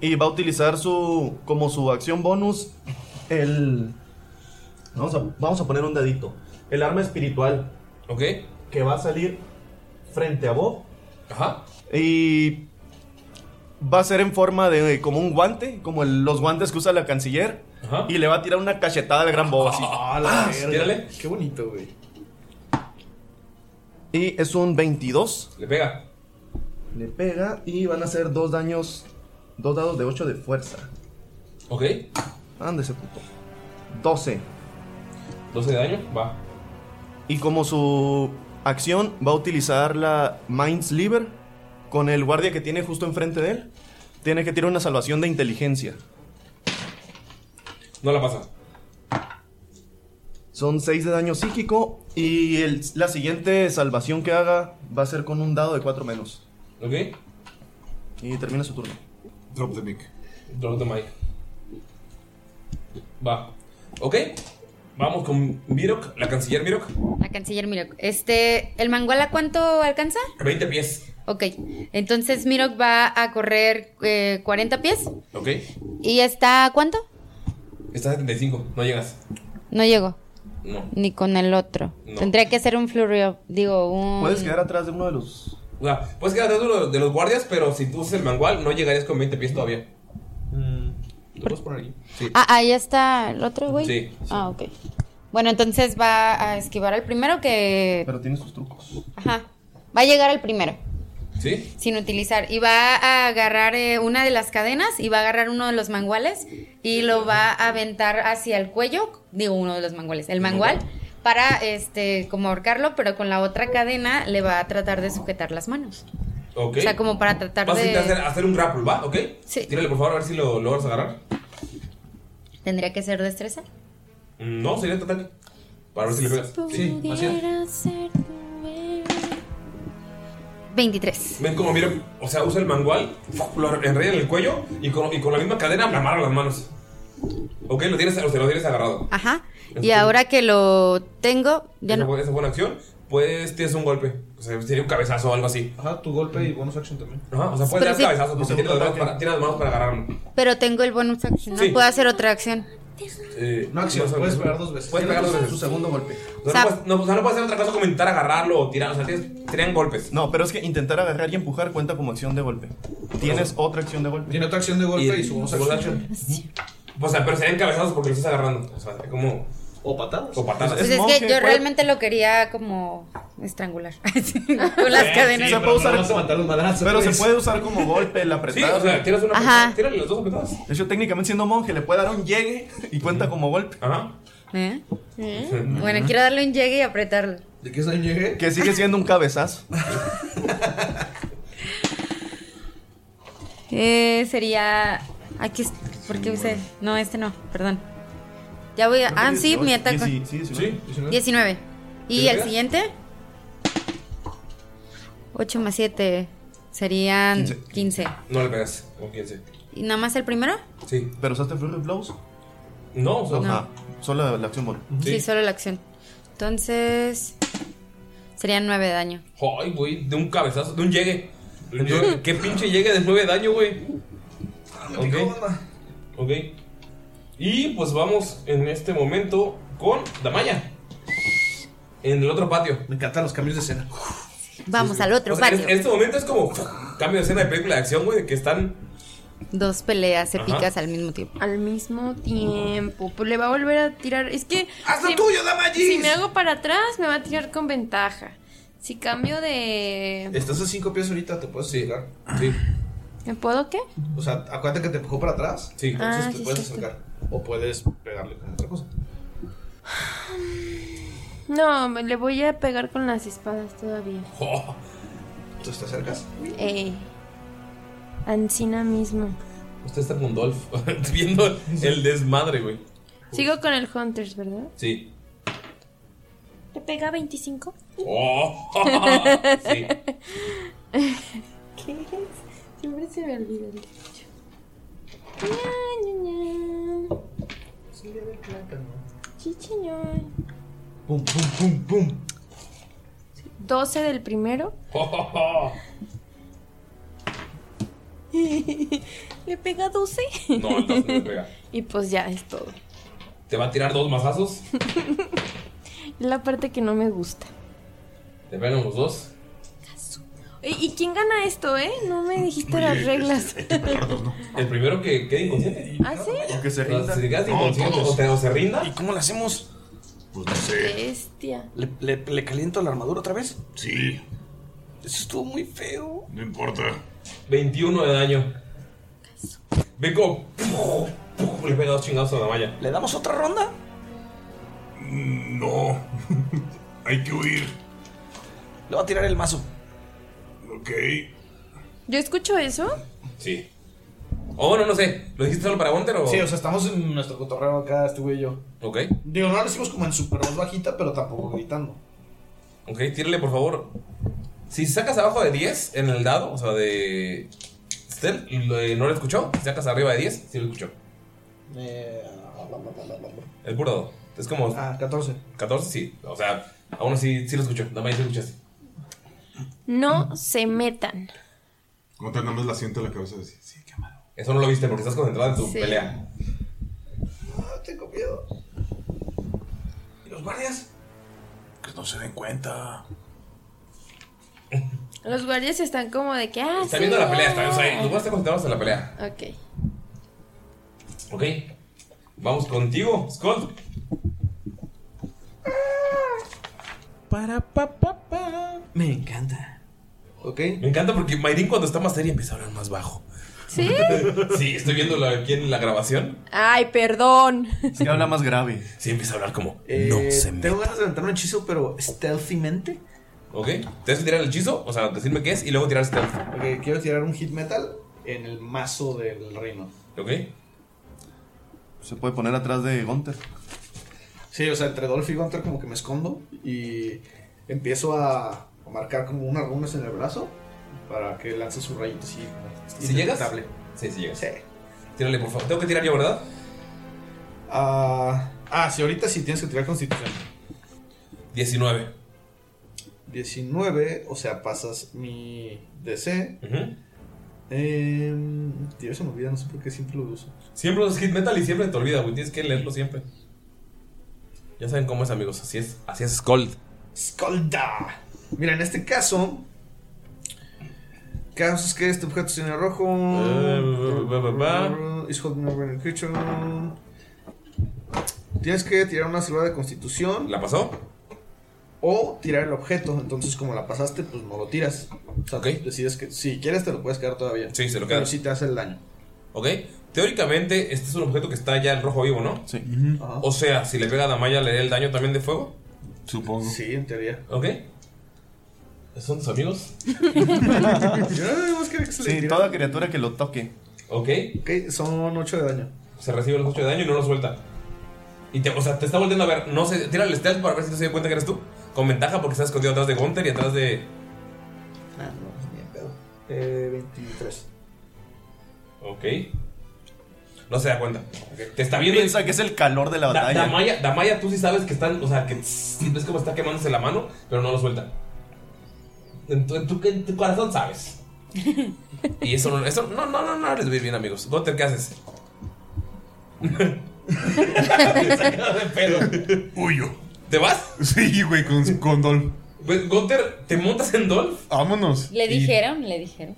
Speaker 8: Y va a utilizar su. como su acción bonus. El. Vamos a, vamos a poner un dadito. El arma espiritual.
Speaker 1: Ok.
Speaker 8: Que va a salir frente a Bob.
Speaker 1: Ajá.
Speaker 8: Y. Va a ser en forma de como un guante, como el- los guantes que usa la canciller. Y le va a tirar una cachetada al gran Bob así. ¡Paz!
Speaker 1: Tírale.
Speaker 5: Qué bonito, güey.
Speaker 8: Y es un 22.
Speaker 1: Le pega.
Speaker 8: Le pega y van a hacer dos daños. Dos dados de 8 de fuerza.
Speaker 1: Ok.
Speaker 8: Ándese, puto. 12.
Speaker 1: 12 de daño, va.
Speaker 8: Y como su acción va a utilizar la Mind Sliver con el guardia que tiene justo enfrente de él. Tiene que tirar una salvación de inteligencia.
Speaker 1: No la pasa.
Speaker 8: Son 6 de daño psíquico y el- la siguiente salvación que haga va a ser con un dado de 4 menos.
Speaker 1: Ok.
Speaker 8: Y termina su turno.
Speaker 1: Drop the mic. Drop the mic. Va. Ok. Vamos con Mirok, la canciller Mirok.
Speaker 2: La canciller Mirok. Este, ¿el manguala cuánto alcanza?
Speaker 1: 20 pies.
Speaker 2: Ok. Entonces Mirok va a correr eh, 40 pies.
Speaker 1: Ok.
Speaker 2: ¿Y está a cuánto?
Speaker 1: Está a 75. No llegas.
Speaker 2: No llego.
Speaker 1: No.
Speaker 2: Ni con el otro.
Speaker 1: No.
Speaker 2: Tendría que hacer un flurry of- digo, un...
Speaker 8: Puedes quedar atrás de uno de los.
Speaker 1: O sea, puedes quedar atrás de uno de los guardias, pero si tú usas el mangual, no llegarías con 20 pies todavía. ¿Lo puedes poner aquí? Sí.
Speaker 2: Ah, ahí está el otro, güey.
Speaker 1: Sí, sí.
Speaker 2: Ah, ok. Bueno, entonces va a esquivar al primero que...
Speaker 8: Pero tiene sus trucos.
Speaker 2: Ajá. Va a llegar al primero.
Speaker 1: ¿Sí?
Speaker 2: sin utilizar. Y va a agarrar eh, una de las cadenas y va a agarrar uno de los manguales y lo va a aventar hacia el cuello, digo uno de los manguales, el mangual, para este como ahorcarlo, pero con la otra cadena le va a tratar de sujetar las manos.
Speaker 1: Ok.
Speaker 2: O sea, como para tratar
Speaker 1: Vas a
Speaker 2: de...
Speaker 1: intentar hacer, hacer un grapple, ¿va? ¿Ok?
Speaker 2: Sí.
Speaker 1: Tírale, por favor, a ver si lo logras agarrar.
Speaker 2: Tendría que ser destreza.
Speaker 1: Mm, No, sería total. Para ver si le pegas.
Speaker 2: Pudiera ser tu héroe. 23.
Speaker 1: Ven como mira, o sea, usa el mangual, lo enreda en el cuello y con, y con la misma cadena le amarra las manos. Ok, lo tienes, te lo tienes agarrado.
Speaker 2: Ajá. Y ahora que lo tengo, Ah, ya
Speaker 1: esa,
Speaker 2: no.
Speaker 1: fue, esa fue una acción. Pues tienes un golpe. O sea, sería un cabezazo o algo así. Ajá, tu golpe y bonus action también. Ajá, o sea,
Speaker 2: Pero
Speaker 1: puedes dar
Speaker 2: sí.
Speaker 1: cabezazos, porque tienes las, manos para, tienes las manos para agarrarlo.
Speaker 2: Pero tengo el bonus action. No
Speaker 1: Sí.
Speaker 2: puedo hacer otra acción.
Speaker 1: Eh,
Speaker 16: No acción,
Speaker 1: sé,
Speaker 16: puedes pegar dos veces.
Speaker 1: Puedes pegar dos veces.
Speaker 16: Su segundo golpe.
Speaker 1: O sea, no, puedes, no, o sea, no puedes hacer otra cosa como intentar agarrarlo o tirar. O sea, tienes, serían golpes.
Speaker 16: No, pero es que intentar agarrar y empujar cuenta como acción de golpe. Tienes otra acción de golpe. Tiene otra acción de golpe
Speaker 1: y su bonus action. O sea, pero serían cabezazos porque lo estás agarrando. O sea, como. O patadas. O patadas.
Speaker 2: Pues es que yo realmente lo quería como estrangular. Con las cadenas.
Speaker 16: se puede usar
Speaker 6: vas a matar los madrazos,
Speaker 16: Pero
Speaker 6: pues.
Speaker 16: se puede usar como golpe, la apretada.
Speaker 6: o sea, tiras una
Speaker 2: Ajá. apretada,
Speaker 1: tírale las dos apretadas.
Speaker 16: De hecho, técnicamente siendo monje le puede dar un llegue y cuenta como golpe.
Speaker 1: Ajá.
Speaker 2: ¿Eh? Bueno, quiero darle un llegue y apretarlo.
Speaker 16: ¿De qué es un llegue? Que sigue siendo un cabezazo.
Speaker 2: Eh, sería. Aquí. es- ¿Por qué usé? No, este no, perdón. Ya voy a. Ah, sí, mi ataque.
Speaker 16: Sí, sí, sí.
Speaker 2: 19. ¿Y
Speaker 16: ¿Te
Speaker 2: el
Speaker 16: pegas?
Speaker 2: siguiente? 8 más 7 serían 15.
Speaker 1: Quince. No le pegas con 15.
Speaker 2: ¿Y nada más el primero?
Speaker 1: Sí.
Speaker 16: ¿Pero usaste Flurry Blows?
Speaker 1: No,
Speaker 2: solo- No.
Speaker 16: Solo la, la acción bonus.
Speaker 2: Sí. solo la acción. Entonces. Serían 9 de daño.
Speaker 1: Ay, güey, de un cabezazo, de un llegue. Entonces, ¿Qué pinche llegue de nueve daño, güey? Ok. Ok. Y pues vamos en este momento con Damaya. En el otro patio. Me encantan los cambios de escena.
Speaker 2: Vamos al otro
Speaker 1: O sea,
Speaker 2: patio.
Speaker 1: en- En este momento es como cambio de escena de película de acción, güey, que están.
Speaker 2: Dos peleas
Speaker 1: Ajá.
Speaker 2: épicas al mismo tiempo.
Speaker 7: Al mismo tiempo. Pues le va a volver a tirar. Es que.
Speaker 1: ¡Haz lo tuyo, Damayis!
Speaker 7: Si me hago para atrás, me va a tirar con ventaja. Si cambio de.
Speaker 6: Estás a cinco pies ahorita, te puedes llegar.
Speaker 1: Sí.
Speaker 7: ¿Me puedo qué?
Speaker 6: O sea, acuérdate que te empujó para atrás.
Speaker 1: Sí.
Speaker 6: Entonces
Speaker 7: Ah,
Speaker 6: te
Speaker 7: sí,
Speaker 6: puedes
Speaker 7: cierto.
Speaker 6: acercar. O puedes pegarle con otra cosa.
Speaker 7: No, me- le voy a pegar con las espadas todavía.
Speaker 1: Oh.
Speaker 6: Entonces te acercas.
Speaker 2: Eh.
Speaker 7: Ey. Ancina mismo.
Speaker 1: Usted está con Dolph viendo el desmadre, güey.
Speaker 7: Sigo con el Hunters, ¿verdad?
Speaker 1: Sí.
Speaker 7: ¿Te pega 25?
Speaker 1: Oh. sí.
Speaker 7: ¿Qué es? Siempre se me olvida el dicho. Ña, ña, ña. Chichiñón.
Speaker 6: Pum, pum, pum, pum.
Speaker 7: 12 del primero. ¿Le pega 12?
Speaker 1: No, entonces no le pega.
Speaker 7: y pues ya es todo.
Speaker 1: Te va a tirar dos mazazos.
Speaker 7: La parte que no me gusta.
Speaker 1: Te pegan los dos.
Speaker 7: ¿Y, y quién gana esto, eh? No me dijiste las reglas.
Speaker 1: El primero que quede inconsciente.
Speaker 7: ¿Ah, sí?
Speaker 1: O que se
Speaker 5: rinda.
Speaker 1: Se quedas
Speaker 5: No,
Speaker 1: inconsciente
Speaker 5: todos.
Speaker 1: o, te- o se rinda.
Speaker 5: ¿Y cómo le hacemos?
Speaker 11: Pues no
Speaker 7: Bestia.
Speaker 5: ¿Le, le- le caliento la armadura otra vez?
Speaker 11: Sí.
Speaker 5: Eso estuvo muy feo.
Speaker 11: No importa.
Speaker 1: 21 de daño. Ve como. ¡puf! ¡puf! Le pega dos chingados a la malla.
Speaker 5: ¿Le damos otra ronda?
Speaker 11: No. Hay que huir.
Speaker 5: Le va a tirar el mazo.
Speaker 11: Ok.
Speaker 7: ¿Yo escucho eso?
Speaker 1: Sí. Oh, no, no sé. ¿Lo dijiste solo para Gunter o.?
Speaker 6: Sí, o sea, estamos en nuestro cotorreo acá, este güey y yo.
Speaker 1: Ok.
Speaker 6: Digo, no lo hicimos como en super voz bajita, pero tampoco gritando.
Speaker 1: Ok, tírale por favor. Si sacas abajo de 10 en el dado, o sea, de. Stealth, y lo- eh, no lo escuchó. Si sacas arriba de 10, sí lo escuchó.
Speaker 6: Eh,
Speaker 1: El puro dado. Es como.
Speaker 6: Ah, 14.
Speaker 1: 14, sí. O sea, aún así sí lo escuchó. Nada más sí lo escuchaste.
Speaker 7: No se metan.
Speaker 11: Contra nada más la siento en la cabeza. así, Sí, qué malo.
Speaker 1: Eso no lo viste porque estás concentrado en tu
Speaker 7: Sí.
Speaker 1: pelea.
Speaker 6: Ah, tengo miedo.
Speaker 5: ¿Y los guardias?
Speaker 11: Que no se den cuenta.
Speaker 7: Los guardias están como de que. Ah,
Speaker 1: Está
Speaker 7: sí,
Speaker 1: viendo la
Speaker 7: ya.
Speaker 1: pelea, está, o sea, los vas a concentrados en la pelea.
Speaker 7: Ok.
Speaker 1: Ok. Vamos contigo, Skull.
Speaker 5: Para pa pa pa. Me encanta.
Speaker 1: Ok. Me encanta porque Mayrin cuando está más seria empieza a hablar más bajo.
Speaker 7: ¿Sí?
Speaker 1: Sí, estoy viendo la- aquí en la grabación.
Speaker 7: Ay, perdón.
Speaker 1: Es que habla más grave. Sí, empieza a hablar como.
Speaker 5: Eh,
Speaker 1: no se me.
Speaker 5: Tengo ganas de aventar un hechizo, pero stealthymente.
Speaker 1: Ok. Tienes que tirar el hechizo, o sea, decirme qué es y luego tirar stealth.
Speaker 6: Ok, quiero tirar un hit metal en el mazo del reino.
Speaker 1: Ok.
Speaker 16: Se puede poner atrás de Gunter.
Speaker 6: Sí, o sea, entre Dolph y Gunter como que me escondo y empiezo a marcar como unas runas en el brazo
Speaker 4: para que lance su rayito así.
Speaker 1: ¿Si llegas?
Speaker 4: indetectable.
Speaker 1: Sí, sí llegas. Sí. Tírale, por favor. Tengo que tirar yo, ¿verdad?
Speaker 4: Ah, ah, sí, ahorita sí tienes que tirar constitución.
Speaker 1: 19.
Speaker 4: 19, o sea, pasas mi DC.
Speaker 1: Ujú.
Speaker 4: Em, tío, se me olvida, no sé por qué siempre lo uso.
Speaker 1: Siempre usas hit metal y siempre te olvida, güey. Tienes que leerlo siempre. Ya saben cómo es, amigos. Así es. Así es, Scold.
Speaker 4: Scolda.
Speaker 5: Mira, en este caso, casos que este objeto tiene rojo.
Speaker 1: Em, ba, ba, ba.
Speaker 5: Is holding a burning creature. Tienes que tirar una salva de constitución.
Speaker 1: ¿La pasó?
Speaker 5: O tirar el objeto. Entonces, como la pasaste, pues no lo tiras. O sea, decides que si quieres te lo puedes quedar todavía.
Speaker 1: Sí, se lo
Speaker 5: Pero
Speaker 1: queda.
Speaker 5: si te hace el daño.
Speaker 1: ¿Ok? Teóricamente, este es un objeto que está ya en rojo vivo, ¿no? Sí. O sea, si le pega a Damaya, ¿le da el daño también de fuego?
Speaker 5: Supongo. Sí, en teoría.
Speaker 1: ¿Ok? ¿Esos son tus amigos?
Speaker 8: Sí, toda criatura que lo toque.
Speaker 1: ¿Ok?
Speaker 5: Ok, son 8 de daño.
Speaker 1: Se recibe los 8 de daño y no lo suelta. Y te, o sea, te está volviendo a ver. No sé, tira el stealth para ver si te se da cuenta que eres tú. Con ventaja porque estás escondido atrás de Gunter y atrás de.
Speaker 5: Ah, no, bien pedo. Eh, 23.
Speaker 1: Ok. No se da cuenta. Te está viendo.
Speaker 8: Piensa que es el calor de la
Speaker 1: Da-
Speaker 8: batalla.
Speaker 1: Damaya, Damaya, tú sí sabes que están. O sea, que tss, ves cómo está quemándose la mano, pero no lo suelta. En tu, en tu- en tu corazón sabes. Y eso no. Eso, no, no, no, no les bien, amigos. Gunter, ¿qué haces? Sacado de pedo. Huyo. ¿Te vas? Pues,
Speaker 9: Sí, güey, con, con Dolph.
Speaker 1: Gunter, ¿te montas en Dolph?
Speaker 9: Vámonos.
Speaker 19: Le dijeron, le dijeron.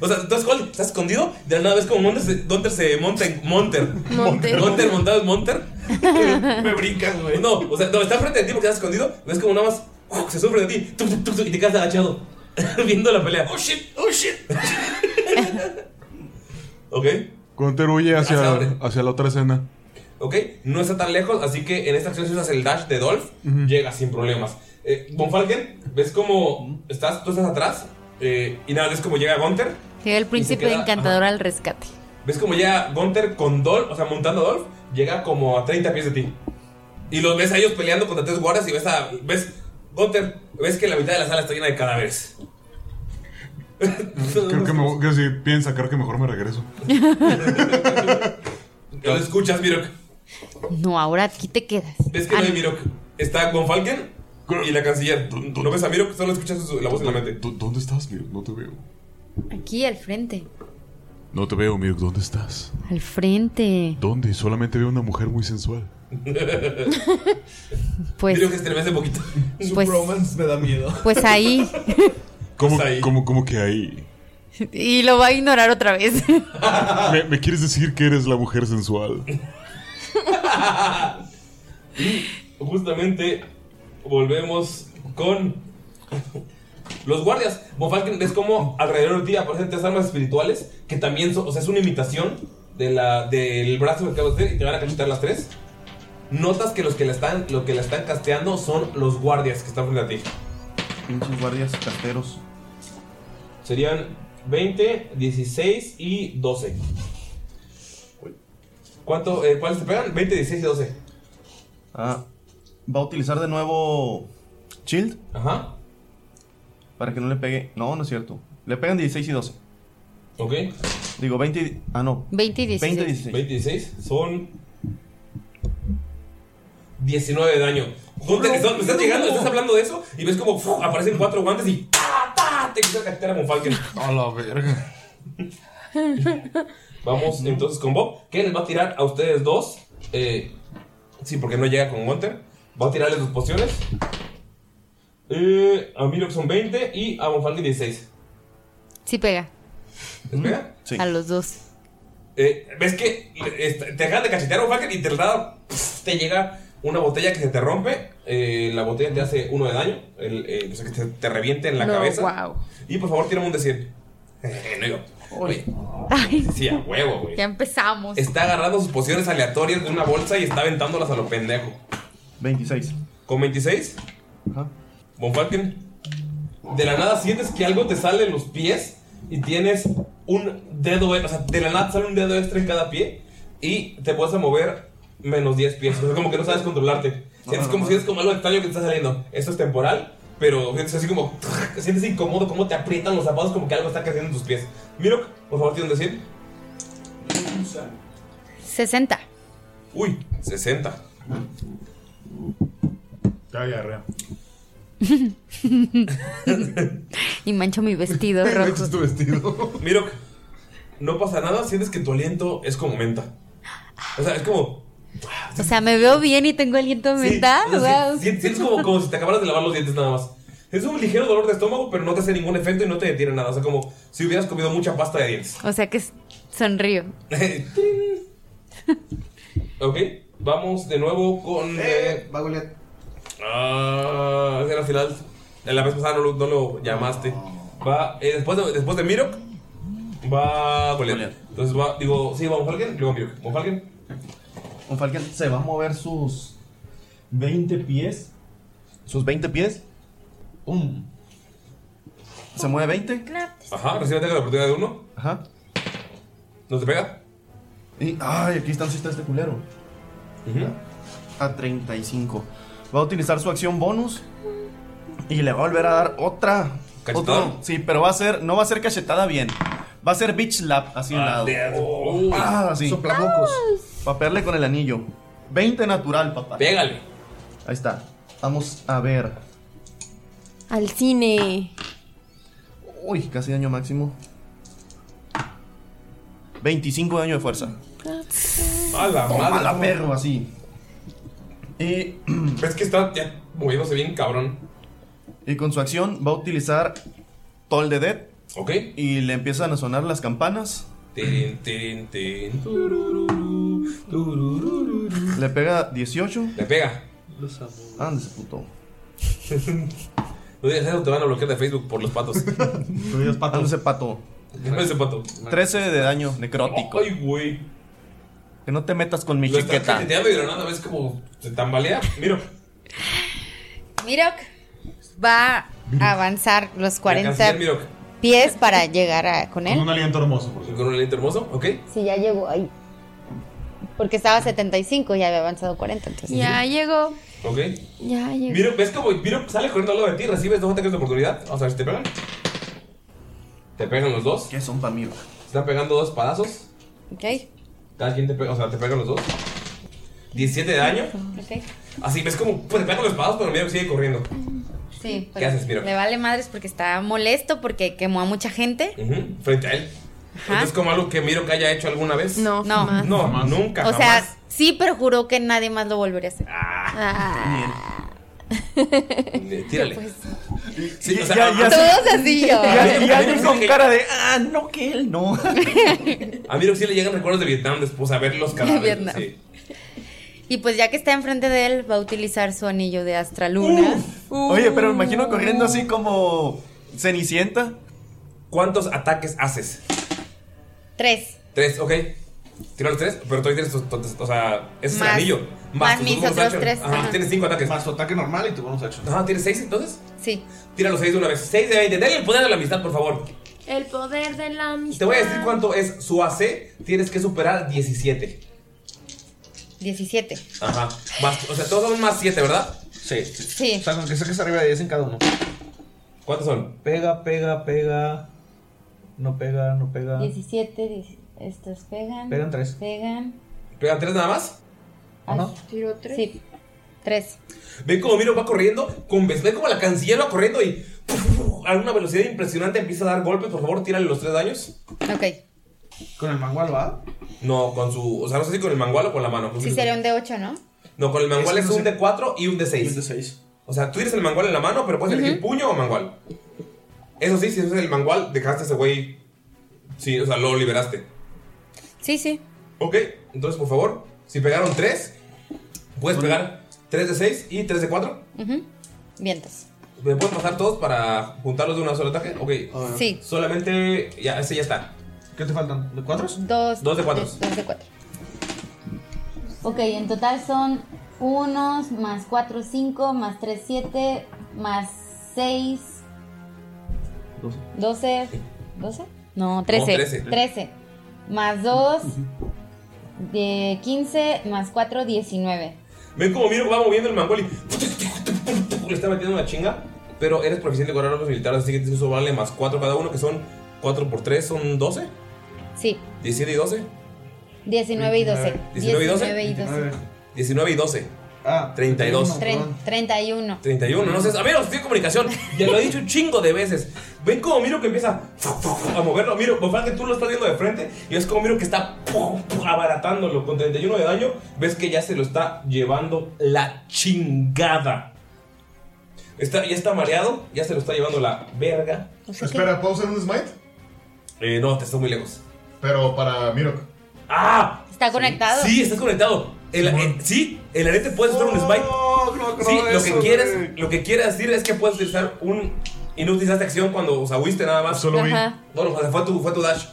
Speaker 1: O sea, tú escol- estás escondido, de la nada ves como Monter se, Gunter se monta en Monter.
Speaker 19: Monter.
Speaker 1: Gunter montado en Monter. Me brincas, güey. No, o sea, no, está frente de ti porque estás escondido, ves como nada más ¡uh! se sufre de ti tuc, tuc, tuc, tuc, y te quedas agachado viendo la pelea. Oh shit, oh shit. ok,
Speaker 9: Gunter huye
Speaker 1: ¿Hacia
Speaker 9: hacia,
Speaker 1: dónde?
Speaker 9: hacia la otra escena.
Speaker 1: ok, no está tan lejos, así que en esta acción si usas el dash de Dolph,
Speaker 9: Ujú.
Speaker 1: llegas sin problemas. Eh, Von Falken, ves como estás, tú estás atrás eh, y nada, ves como llega Gunter.
Speaker 2: Llega el príncipe
Speaker 1: queda-
Speaker 2: encantador al rescate.
Speaker 1: ¿Ves como llega Gunter con Dolph, o sea, montando a Dolph? Llega como a 30 pies de ti. Y los ves a ellos peleando contra tres guardias y ves a. ¿Ves? Gunter, ves que la mitad de la sala está llena de cadáveres.
Speaker 9: Creo que, me, que si piensa, creo que mejor me regreso.
Speaker 1: ¿Lo escuchas, Mirok?
Speaker 2: No, ahora aquí te quedas.
Speaker 1: ¿Ves que no hay Mirok? Está Von Falken y la canciller. No ves a Mirok, solo escuchas su- la voz en la mente.
Speaker 9: Eh, ¿Dónde estás, Mirok? No te veo.
Speaker 2: Aquí al frente.
Speaker 9: No te veo, Mirok. ¿Dónde estás?
Speaker 2: Al frente.
Speaker 9: ¿Dónde? Solamente veo una mujer muy sensual.
Speaker 2: Pues-
Speaker 1: Mirok estremece poquito.
Speaker 2: Su Pues-
Speaker 1: romance me da miedo.
Speaker 2: Pues ahí.
Speaker 9: ¿Cómo, cómo- cómo que ahí?
Speaker 2: Y lo va a ignorar otra vez.
Speaker 9: ¿Me, me quieres decir que eres la mujer sensual?
Speaker 1: Y justamente volvemos con los guardias. Von Falken, ves como alrededor de ti aparecen tres armas espirituales que también son, o sea, es una imitación de la, del brazo que acabas de hacer y te van a cachetear las tres. Notas que los que la están, lo que la están casteando son los guardias que están frente a ti.
Speaker 8: Pinches guardias carteros.
Speaker 1: Serían 20, 16 y 12. ¿Cuánto, eh, ¿Cuáles te pegan? 20, 16 y 12.
Speaker 8: Ah, va a utilizar de nuevo Shield.
Speaker 1: Ajá.
Speaker 8: Para que no le pegue. No, no es cierto. Le pegan 16 y 12.
Speaker 1: Ok.
Speaker 8: Digo 20. y- Ah, no.
Speaker 2: 20 y 16.
Speaker 8: 20 y 16.
Speaker 1: 20 y 16 son 19 de daño. Gunter, estás, estás llegando, estás hablando de eso y ves como ¡fu! aparecen cuatro guantes y ¡pa, pa! te quita la cartera con Falken. A la verga. Vamos entonces con Bob, que les va a tirar a ustedes dos. eh, sí, porque no llega con Gunter. Va a tirarles sus pociones. Eh, a Mirok son 20 y a Von Falken 16.
Speaker 2: Sí pega.
Speaker 1: ¿Les pega?
Speaker 2: A los dos.
Speaker 1: Eh, ¿Ves que eh, te dejan de cachetear un Falken y te, da- te llega una botella que se te rompe? eh, la botella te hace uno de daño, el, eh, o sea, que te, te reviente en la
Speaker 2: No,
Speaker 1: cabeza.
Speaker 2: guau.
Speaker 1: Y por favor, tírame un decir. no digo. Oye,
Speaker 2: Ay,
Speaker 1: sí, a huevo, güey.
Speaker 2: ya empezamos.
Speaker 1: Está agarrando sus pociones aleatorias de una bolsa y está aventándolas a lo pendejo.
Speaker 8: 26.
Speaker 1: ¿Con 26? Von Falken, de la nada sientes que algo te sale en los pies y tienes un dedo, e- o sea, de la nada te sale un dedo extra en cada pie y te puedes mover menos 10 pies. O sea, como que no sabes controlarte. Sientes como si es como algo extraño que te está saliendo. Esto es temporal Pero sientes así como. Sientes incómodo cómo te aprietan los zapatos, como que algo está cayendo en tus pies. Mirok, por favor, tiene un decir.
Speaker 2: 60.
Speaker 1: Uy, 60.
Speaker 4: Ya, diarrea.
Speaker 2: y mancho mi vestido rojo.
Speaker 1: este tu vestido. Mirok, no pasa nada. Sientes que tu aliento es como menta. O sea, es como.
Speaker 2: O sea, me veo bien y tengo aliento mental.
Speaker 1: o sea,
Speaker 2: Wow.
Speaker 1: si- si- Sientes como, como si te acabaras de lavar los dientes nada más. Es un ligero dolor de estómago, pero no te hace ningún efecto y no te detiene nada. O sea, como si hubieras comido mucha pasta de dientes.
Speaker 2: O sea que s- sonrío.
Speaker 1: ok, vamos de nuevo con. Eh,
Speaker 5: va Goliat.
Speaker 1: Ah, ese era el final. En la vez pasada no lo, no lo llamaste. Va, eh, después, de, después de Mirok, va Goliat. Entonces va, digo, sí, vamos Falken, luego Mirok. Von Falken.
Speaker 8: Von Falken se va a mover sus 20 pies. ¿Sus 20 pies? ¡Pum! ¿Se mueve 20?
Speaker 1: Ajá, recibe ataque de oportunidad de uno.
Speaker 8: Ajá.
Speaker 1: ¿No te pega?
Speaker 8: Y, ay, aquí están, sí está este culero. A 35. Va a utilizar su acción bonus. Y le va a volver a dar otra.
Speaker 1: ¿Cachetada?
Speaker 8: otro- sí, pero va a ser. No va a ser cachetada bien. Va a ser bitch lap así
Speaker 1: Ah,
Speaker 8: un lado.
Speaker 1: Oh,
Speaker 8: ah, sí.
Speaker 5: Soplamocos.
Speaker 8: Para pegarle con el anillo. 20 natural, papá.
Speaker 1: Pégale.
Speaker 8: Ahí está. Vamos a ver.
Speaker 7: Al cine.
Speaker 8: Uy, casi daño máximo. 25 daño de fuerza.
Speaker 1: A la
Speaker 8: Toma
Speaker 6: Ah,
Speaker 1: madre.
Speaker 8: la perro, así. Y.
Speaker 1: ¿Ves que está ya moviéndose bien, cabrón?
Speaker 8: Y con su acción va a utilizar Toll the Dead.
Speaker 1: Ok.
Speaker 8: Y le empiezan a sonar las campanas. Mm.
Speaker 1: Tin, tin, tin.
Speaker 8: Le pega 18.
Speaker 1: Le pega.
Speaker 8: Ande ese puto.
Speaker 1: No digas eso, te van a bloquear de Facebook por los patos.
Speaker 8: Ande ese pato.
Speaker 1: Ande ese pato.
Speaker 8: 13 de daño necrótico.
Speaker 1: Ay, güey.
Speaker 8: Que no te metas con mi
Speaker 1: Lo estás
Speaker 8: chiqueta.
Speaker 1: cacheteando y de la nada ves como se tambalea. Mira.
Speaker 2: Mirok va a avanzar los 40
Speaker 1: canciller Mirok.
Speaker 2: pies para llegar a- con él.
Speaker 1: aliento hermoso, por Con un aliento hermoso, ok.
Speaker 2: Si ya llegó ahí. Porque estaba a 75 y había avanzado 40. Entonces.
Speaker 7: Ya llegó.
Speaker 1: Ok.
Speaker 7: Ya llegó.
Speaker 1: Miro, ves como Miro sale corriendo al lado de ti, recibes dos ataques de oportunidad. Vamos a ver si te pegan. Te pegan los dos.
Speaker 8: ¿Qué son para mí?
Speaker 1: Están pegando dos palazos.
Speaker 2: Ok.
Speaker 1: Cada quien te pega, o sea, te pegan los dos. 17 de daño.
Speaker 2: Ok.
Speaker 1: Así ves como pues, te pegan los palazos, pero Miro sigue corriendo.
Speaker 2: Sí, pues,
Speaker 1: ¿Qué haces, Miro?
Speaker 2: le vale madres porque está molesto porque quemó a mucha gente.
Speaker 1: Ujú, frente a él.
Speaker 2: Ajá.
Speaker 1: ¿Es como algo que Miro que haya hecho alguna vez?
Speaker 2: No, No. jamás.
Speaker 1: No, nunca.
Speaker 2: o sea,
Speaker 1: jamás. Ah,
Speaker 2: sí, pero juró que nadie más lo volvería a hacer.
Speaker 1: Eh, Tírale. Sí, o
Speaker 8: Ya- ya-
Speaker 2: Todos así, yo.
Speaker 8: Ya- ya
Speaker 1: A Miro
Speaker 8: alguien
Speaker 1: sí
Speaker 8: con
Speaker 1: le-
Speaker 8: cara de. Ah, no, que él no.
Speaker 1: A Miro sí le llegan recuerdos de Vietnam después a ver los cadáveres.
Speaker 2: Vietnam.
Speaker 1: sí.
Speaker 2: Y pues ya que está enfrente de él, va a utilizar su anillo de astraluna.
Speaker 8: Oye, pero me imagino corriendo así como. Cenicienta.
Speaker 1: ¿Cuántos ataques haces?
Speaker 2: Tres.
Speaker 1: Tres, ok. Tira los tres, pero todavía tienes tus- tus- O sea, ese es
Speaker 2: Más-
Speaker 1: el anillo.
Speaker 2: más
Speaker 1: tus
Speaker 2: mis
Speaker 1: bonus
Speaker 2: otros
Speaker 1: action.
Speaker 2: tres,
Speaker 1: Ajá,
Speaker 2: ajá.
Speaker 1: Tienes cinco ataques. Más tu ataque normal y tu bonus action. Ajá, ¿tienes seis entonces?
Speaker 2: Sí.
Speaker 1: Tira los seis de una vez. Seis de 20. Dale el poder de la amistad, por favor.
Speaker 7: El poder de la amistad.
Speaker 1: Te voy a decir cuánto es su AC. Tienes que superar 17.
Speaker 2: 17.
Speaker 1: Ajá. Más- o sea, todos son más 7, ¿verdad? Sí.
Speaker 2: Sí.
Speaker 5: O sea, con que saques arriba de 10 en cada uno.
Speaker 1: ¿Cuántos son?
Speaker 5: Pega, pega, pega. No pega, no pega.
Speaker 2: 17, dieci- estos pegan.
Speaker 5: Pegan tres.
Speaker 2: Pegan.
Speaker 1: ¿Pegan tres nada más?
Speaker 2: ¿Tiro tres? Sí. Tres.
Speaker 1: Ven como Miro va corriendo. Con, ven como la canciller va corriendo y. A una velocidad impresionante empieza a dar golpes. Por favor, tírale los tres daños.
Speaker 2: Ok.
Speaker 1: ¿Con el mangual va? No, con su. O sea, no sé si con el mangual o con la mano.
Speaker 2: Sí, sería un D8, ¿no?
Speaker 1: No, con el mangual
Speaker 5: Eso
Speaker 1: es
Speaker 5: no
Speaker 1: un D4 y un D6. un D6. O sea, tú tienes el mangual en la mano, pero puedes elegir puño o mangual. Eso sí, si es el mangual, dejaste a ese güey. Sí, o sea, lo liberaste.
Speaker 2: Sí, sí.
Speaker 1: Ok, entonces por favor, si pegaron 3, puedes pegar 3 de 6 y 3 de 4.
Speaker 2: Ujú. Vientos.
Speaker 1: ¿Me pueden pasar todos para juntarlos de una sola ataque? Ok.
Speaker 2: Sí.
Speaker 1: Solamente. Ya, ese ya está. ¿Qué te faltan? ¿De 4?
Speaker 2: Dos.
Speaker 1: Dos de cuatros.
Speaker 2: Dos de cuatro. Ok, en total son unos más cuatro, cinco, más tres, siete, más seis, doce, doce. No, trece.
Speaker 7: No, trece.
Speaker 2: Trece. Más dos, de quince, más cuatro, diecinueve.
Speaker 1: Ven como miro que va moviendo el mangual y le está metiendo una chinga. pero eres proficiente con armas militares, así que tienes que sumarle más 4 cada uno, que son 4 por 3, son 12.
Speaker 2: Sí,
Speaker 1: 17 y 12.
Speaker 2: 19 y 12.
Speaker 1: 19 y 12.
Speaker 2: 19 y 12.
Speaker 1: 19 y 12. Ah, 32.
Speaker 2: Tren- 31.
Speaker 1: 31, no sé, a ver, estoy en comunicación. Ya lo he dicho un chingo de veces. Ven como miro que empieza a moverlo. Miro, Bofán, que tú lo estás viendo de frente y es como miro que está abaratándolo con 31 de daño. Ves que ya se lo está llevando la chingada. Está, ya está mareado, ya se lo está llevando la verga.
Speaker 4: Espera, ¿puedo usar un smite?
Speaker 1: Eh, no, te está muy lejos.
Speaker 4: Pero para Mirok.
Speaker 1: ¡Ah!
Speaker 2: ¿Está conectado?
Speaker 1: Sí, estás conectado. El, eh, sí, el arete puedes usar un smite. Sí, lo que,
Speaker 6: eso,
Speaker 1: quieres, lo que quieres decir es que puedes utilizar un. Y no utilizaste acción cuando, o sea, huiste nada más.
Speaker 4: Solo huí. Ajá.
Speaker 1: No, no, o sea, fue tu, fue tu dash.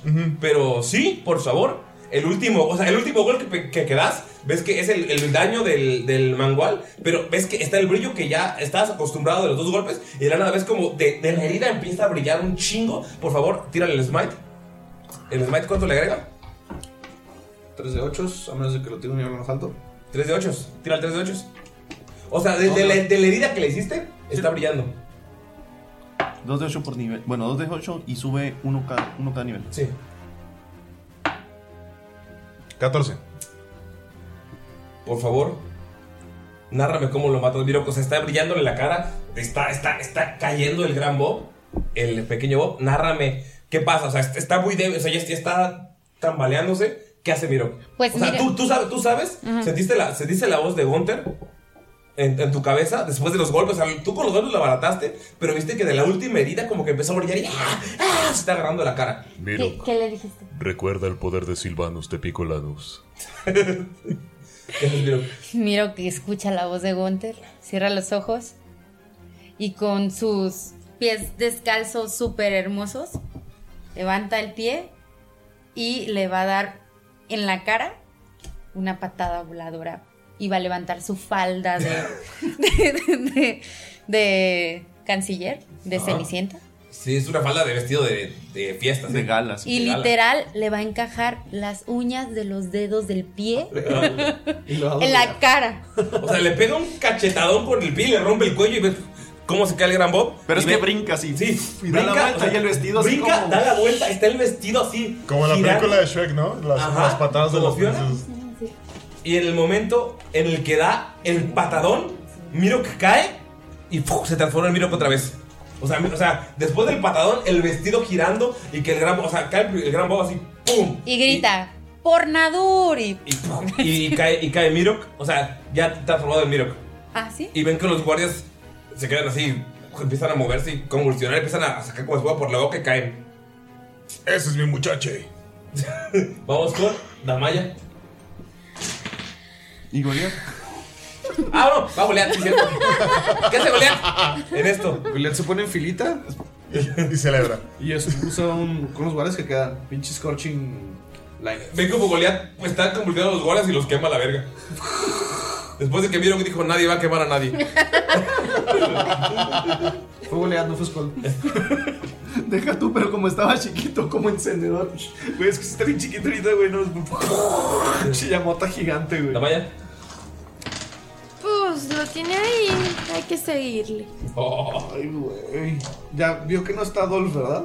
Speaker 1: Pero sí, por favor, el último, o sea, el último gol que, pe- que, que das, ves que es el, el daño del, del mangual, pero ves que está el brillo que ya estás acostumbrado de los dos golpes, y de la nada ves como de, de la herida empieza a brillar un chingo. Por favor, tírale el smite. ¿El smite cuánto le agrega?
Speaker 6: 3 de 8, a menos de que lo tenga un nivel más alto.
Speaker 1: 3 de 8, tira el 3 de 8. O sea, de, de la, de la herida que le hiciste, está brillando.
Speaker 8: 2 de 8 por nivel. Bueno, 2 de 8 y sube 1 cada, uno cada nivel.
Speaker 1: Sí.
Speaker 4: 14.
Speaker 1: Por favor, nárrame cómo lo matas, Miro. O sea, está brillándole la cara, está, está, está cayendo el gran Bob, el pequeño Bob. Nárrame qué pasa, o sea, está- está muy débil, o sea, ya ya está tambaleándose. ¿Qué hace Miro?
Speaker 2: Pues
Speaker 1: o sea,
Speaker 2: mira-
Speaker 1: tú, tú sabes, tú sabes
Speaker 2: Ajá.
Speaker 1: sentiste, la, sentiste la voz de Gunther en, en tu cabeza después de los golpes. O sea, tú con los golpes la barataste, pero viste que de la última herida como que empezó a brillar y ¡ah! ¡ah! se está agarrando la cara.
Speaker 2: ¿Qué, qué le dijiste?
Speaker 20: Recuerda el poder de Silvanus de Picolanus.
Speaker 2: Miro que escucha la voz de Gunther, cierra los ojos y con sus pies descalzos súper hermosos levanta el pie y le va a dar en la cara una patada voladora y va a levantar su falda de, de, de- de canciller, de
Speaker 1: Ajá.
Speaker 2: cenicienta
Speaker 1: Sí, es una falda de vestido de, de fiesta. De
Speaker 8: galas.
Speaker 2: y literal le va a encajar las uñas de los dedos del pie en la cara.
Speaker 1: O sea, le pega un cachetadón con el pie, le rompe el cuello y ve cómo se cae el gran Bob. Pero es que
Speaker 8: brinca así.
Speaker 1: Sí,
Speaker 8: y da la vuelta, y el vestido así
Speaker 1: Brinca,
Speaker 8: como-
Speaker 1: da la vuelta, está el vestido así.
Speaker 4: Como la
Speaker 1: girando.
Speaker 4: película de Shrek, ¿no? Las,
Speaker 1: Ajá,
Speaker 4: las patadas de
Speaker 1: como
Speaker 4: los
Speaker 1: Fiona.
Speaker 4: princesas.
Speaker 1: Y en el momento en el que da el patadón, Miro que cae y ¡puf! se transforma en Miro otra vez. O sea, mi- o sea, después del patadón, el vestido girando y que el gran, o sea, cae el el gran Bob así, ¡pum!
Speaker 2: Y grita, Pornadur y...
Speaker 1: Y, ¡pum! y cae, y cae Mirok, o sea, ya transformado en Mirok.
Speaker 2: ¿Ah, sí?
Speaker 1: Y ven que los guardias se quedan así, empiezan a moverse y convulsionar, empiezan a sacar como espuma por la boca y caen. Ese es mi muchacho. Vamos con Damaya.
Speaker 8: ¿Y Goliath?
Speaker 1: Ah, no, va Goliath, sí, cierto. ¿Qué hace Goliath? En esto.
Speaker 6: Goliath se pone en filita
Speaker 4: y celebra.
Speaker 6: Y es- usa un, con los guardias que quedan. Pinche Scorching Line.
Speaker 1: Ven como Goliath pues, está convulsionando los guardias y los quema a la verga. Después de que vieron que dijo, nadie va a quemar a nadie.
Speaker 6: Fue Goliath, no fue Skull.
Speaker 8: Deja tú, pero como estaba chiquito, como encendedor. Güey, es que está bien chiquito ahorita, güey. No,
Speaker 6: Chillamota gigante, güey.
Speaker 1: Damaya.
Speaker 7: Pues lo tiene ahí. Hay que seguirle.
Speaker 1: Oh.
Speaker 6: Ay, güey. Ya vio que no está Dolph, ¿verdad?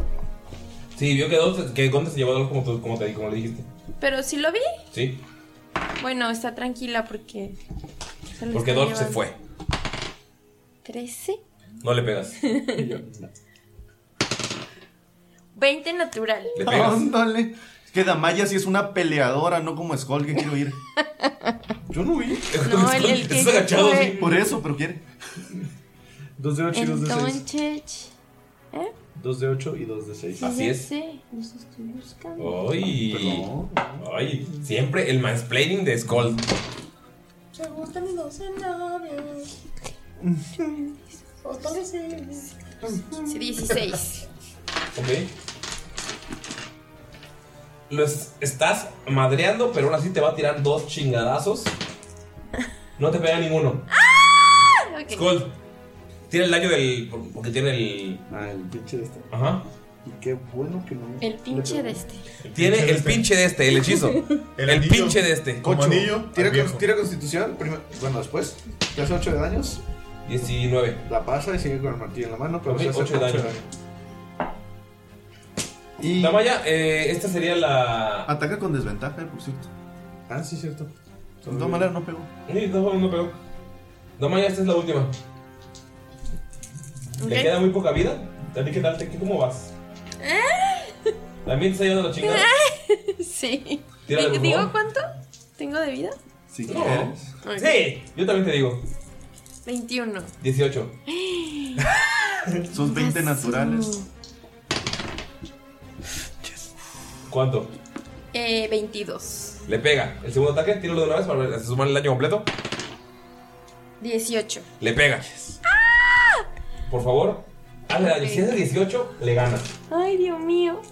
Speaker 1: Sí, vio que, Dolph- que Gonte se llevó a Dolph como, tú- como, te, como le dijiste.
Speaker 7: Pero sí lo vi.
Speaker 1: Sí,
Speaker 7: Bueno, está tranquila porque. se lo
Speaker 1: porque
Speaker 7: está
Speaker 1: Dolph se
Speaker 7: llevando.
Speaker 1: fue.
Speaker 7: ¿Trece?
Speaker 1: No le pegas.
Speaker 7: 20 natural.
Speaker 8: Ándale. Es que Damaya sí es una peleadora, no como Skull que quiero ir. Yo no vi.
Speaker 7: No, el- el que Estás agachado, fue- sí.
Speaker 8: Por eso, pero quiere.
Speaker 6: 2 de 8 y 2 de 6.
Speaker 7: Entonces.
Speaker 6: 2 de 8 y 2 de 6.
Speaker 1: Así es.
Speaker 7: Los estoy buscando.
Speaker 1: Ay, ay, siempre el mansplaining de Skull.
Speaker 11: Me gustan mis dos labios. Otro sí.
Speaker 7: Sí, 16.
Speaker 1: Ok. Lo es- estás madreando, pero aún así te va a tirar dos chingadazos. No te pega ninguno.
Speaker 7: ¡Ah! Ok.
Speaker 1: Skull, tiene el daño del. Porque tiene el.
Speaker 6: Ah, el pinche de este.
Speaker 1: Ajá.
Speaker 6: Y qué bueno que no.
Speaker 7: El pinche de este.
Speaker 1: Tiene el pinche de este, el hechizo. El, pinche de este.
Speaker 6: Tira, cons- tira constitución. primero- bueno, después. Te hace 8 de daños.
Speaker 1: 19.
Speaker 6: La pasa y sigue con el martillo en la mano, pero
Speaker 1: Ok,
Speaker 6: se hace
Speaker 1: ocho de
Speaker 6: ocho
Speaker 1: daño.
Speaker 6: Y...
Speaker 1: Damaya, eh, esta sería la.
Speaker 8: Ataca con desventaja, eh, por cierto.
Speaker 6: Ah, sí, cierto.
Speaker 8: De todas maneras, no pegó.
Speaker 1: Sí, de todas maneras no pegó. Damaya, esta es la última. Le
Speaker 7: Ok.
Speaker 1: queda muy poca vida. También que darte aquí, ¿cómo vas?
Speaker 7: Ah.
Speaker 1: También te está llevando la chingada.
Speaker 7: sí.
Speaker 1: Tírale, por
Speaker 7: Ah. ¿Digo
Speaker 1: favor.
Speaker 7: cuánto tengo de vida?
Speaker 8: Sí,
Speaker 1: No.
Speaker 5: eh,
Speaker 7: Ok.
Speaker 1: Sí, yo también te digo.
Speaker 7: 21.
Speaker 1: 18.
Speaker 8: Sus 20 naturales.
Speaker 1: ¿Cuánto?
Speaker 7: Eh, 22.
Speaker 1: Le pega. El segundo ataque, tíralo de una vez para ver- se sumar el daño completo.
Speaker 7: 18.
Speaker 1: Le pega. Por favor, hazle daño. Si es 18, le ganas.
Speaker 7: Ay, Dios mío.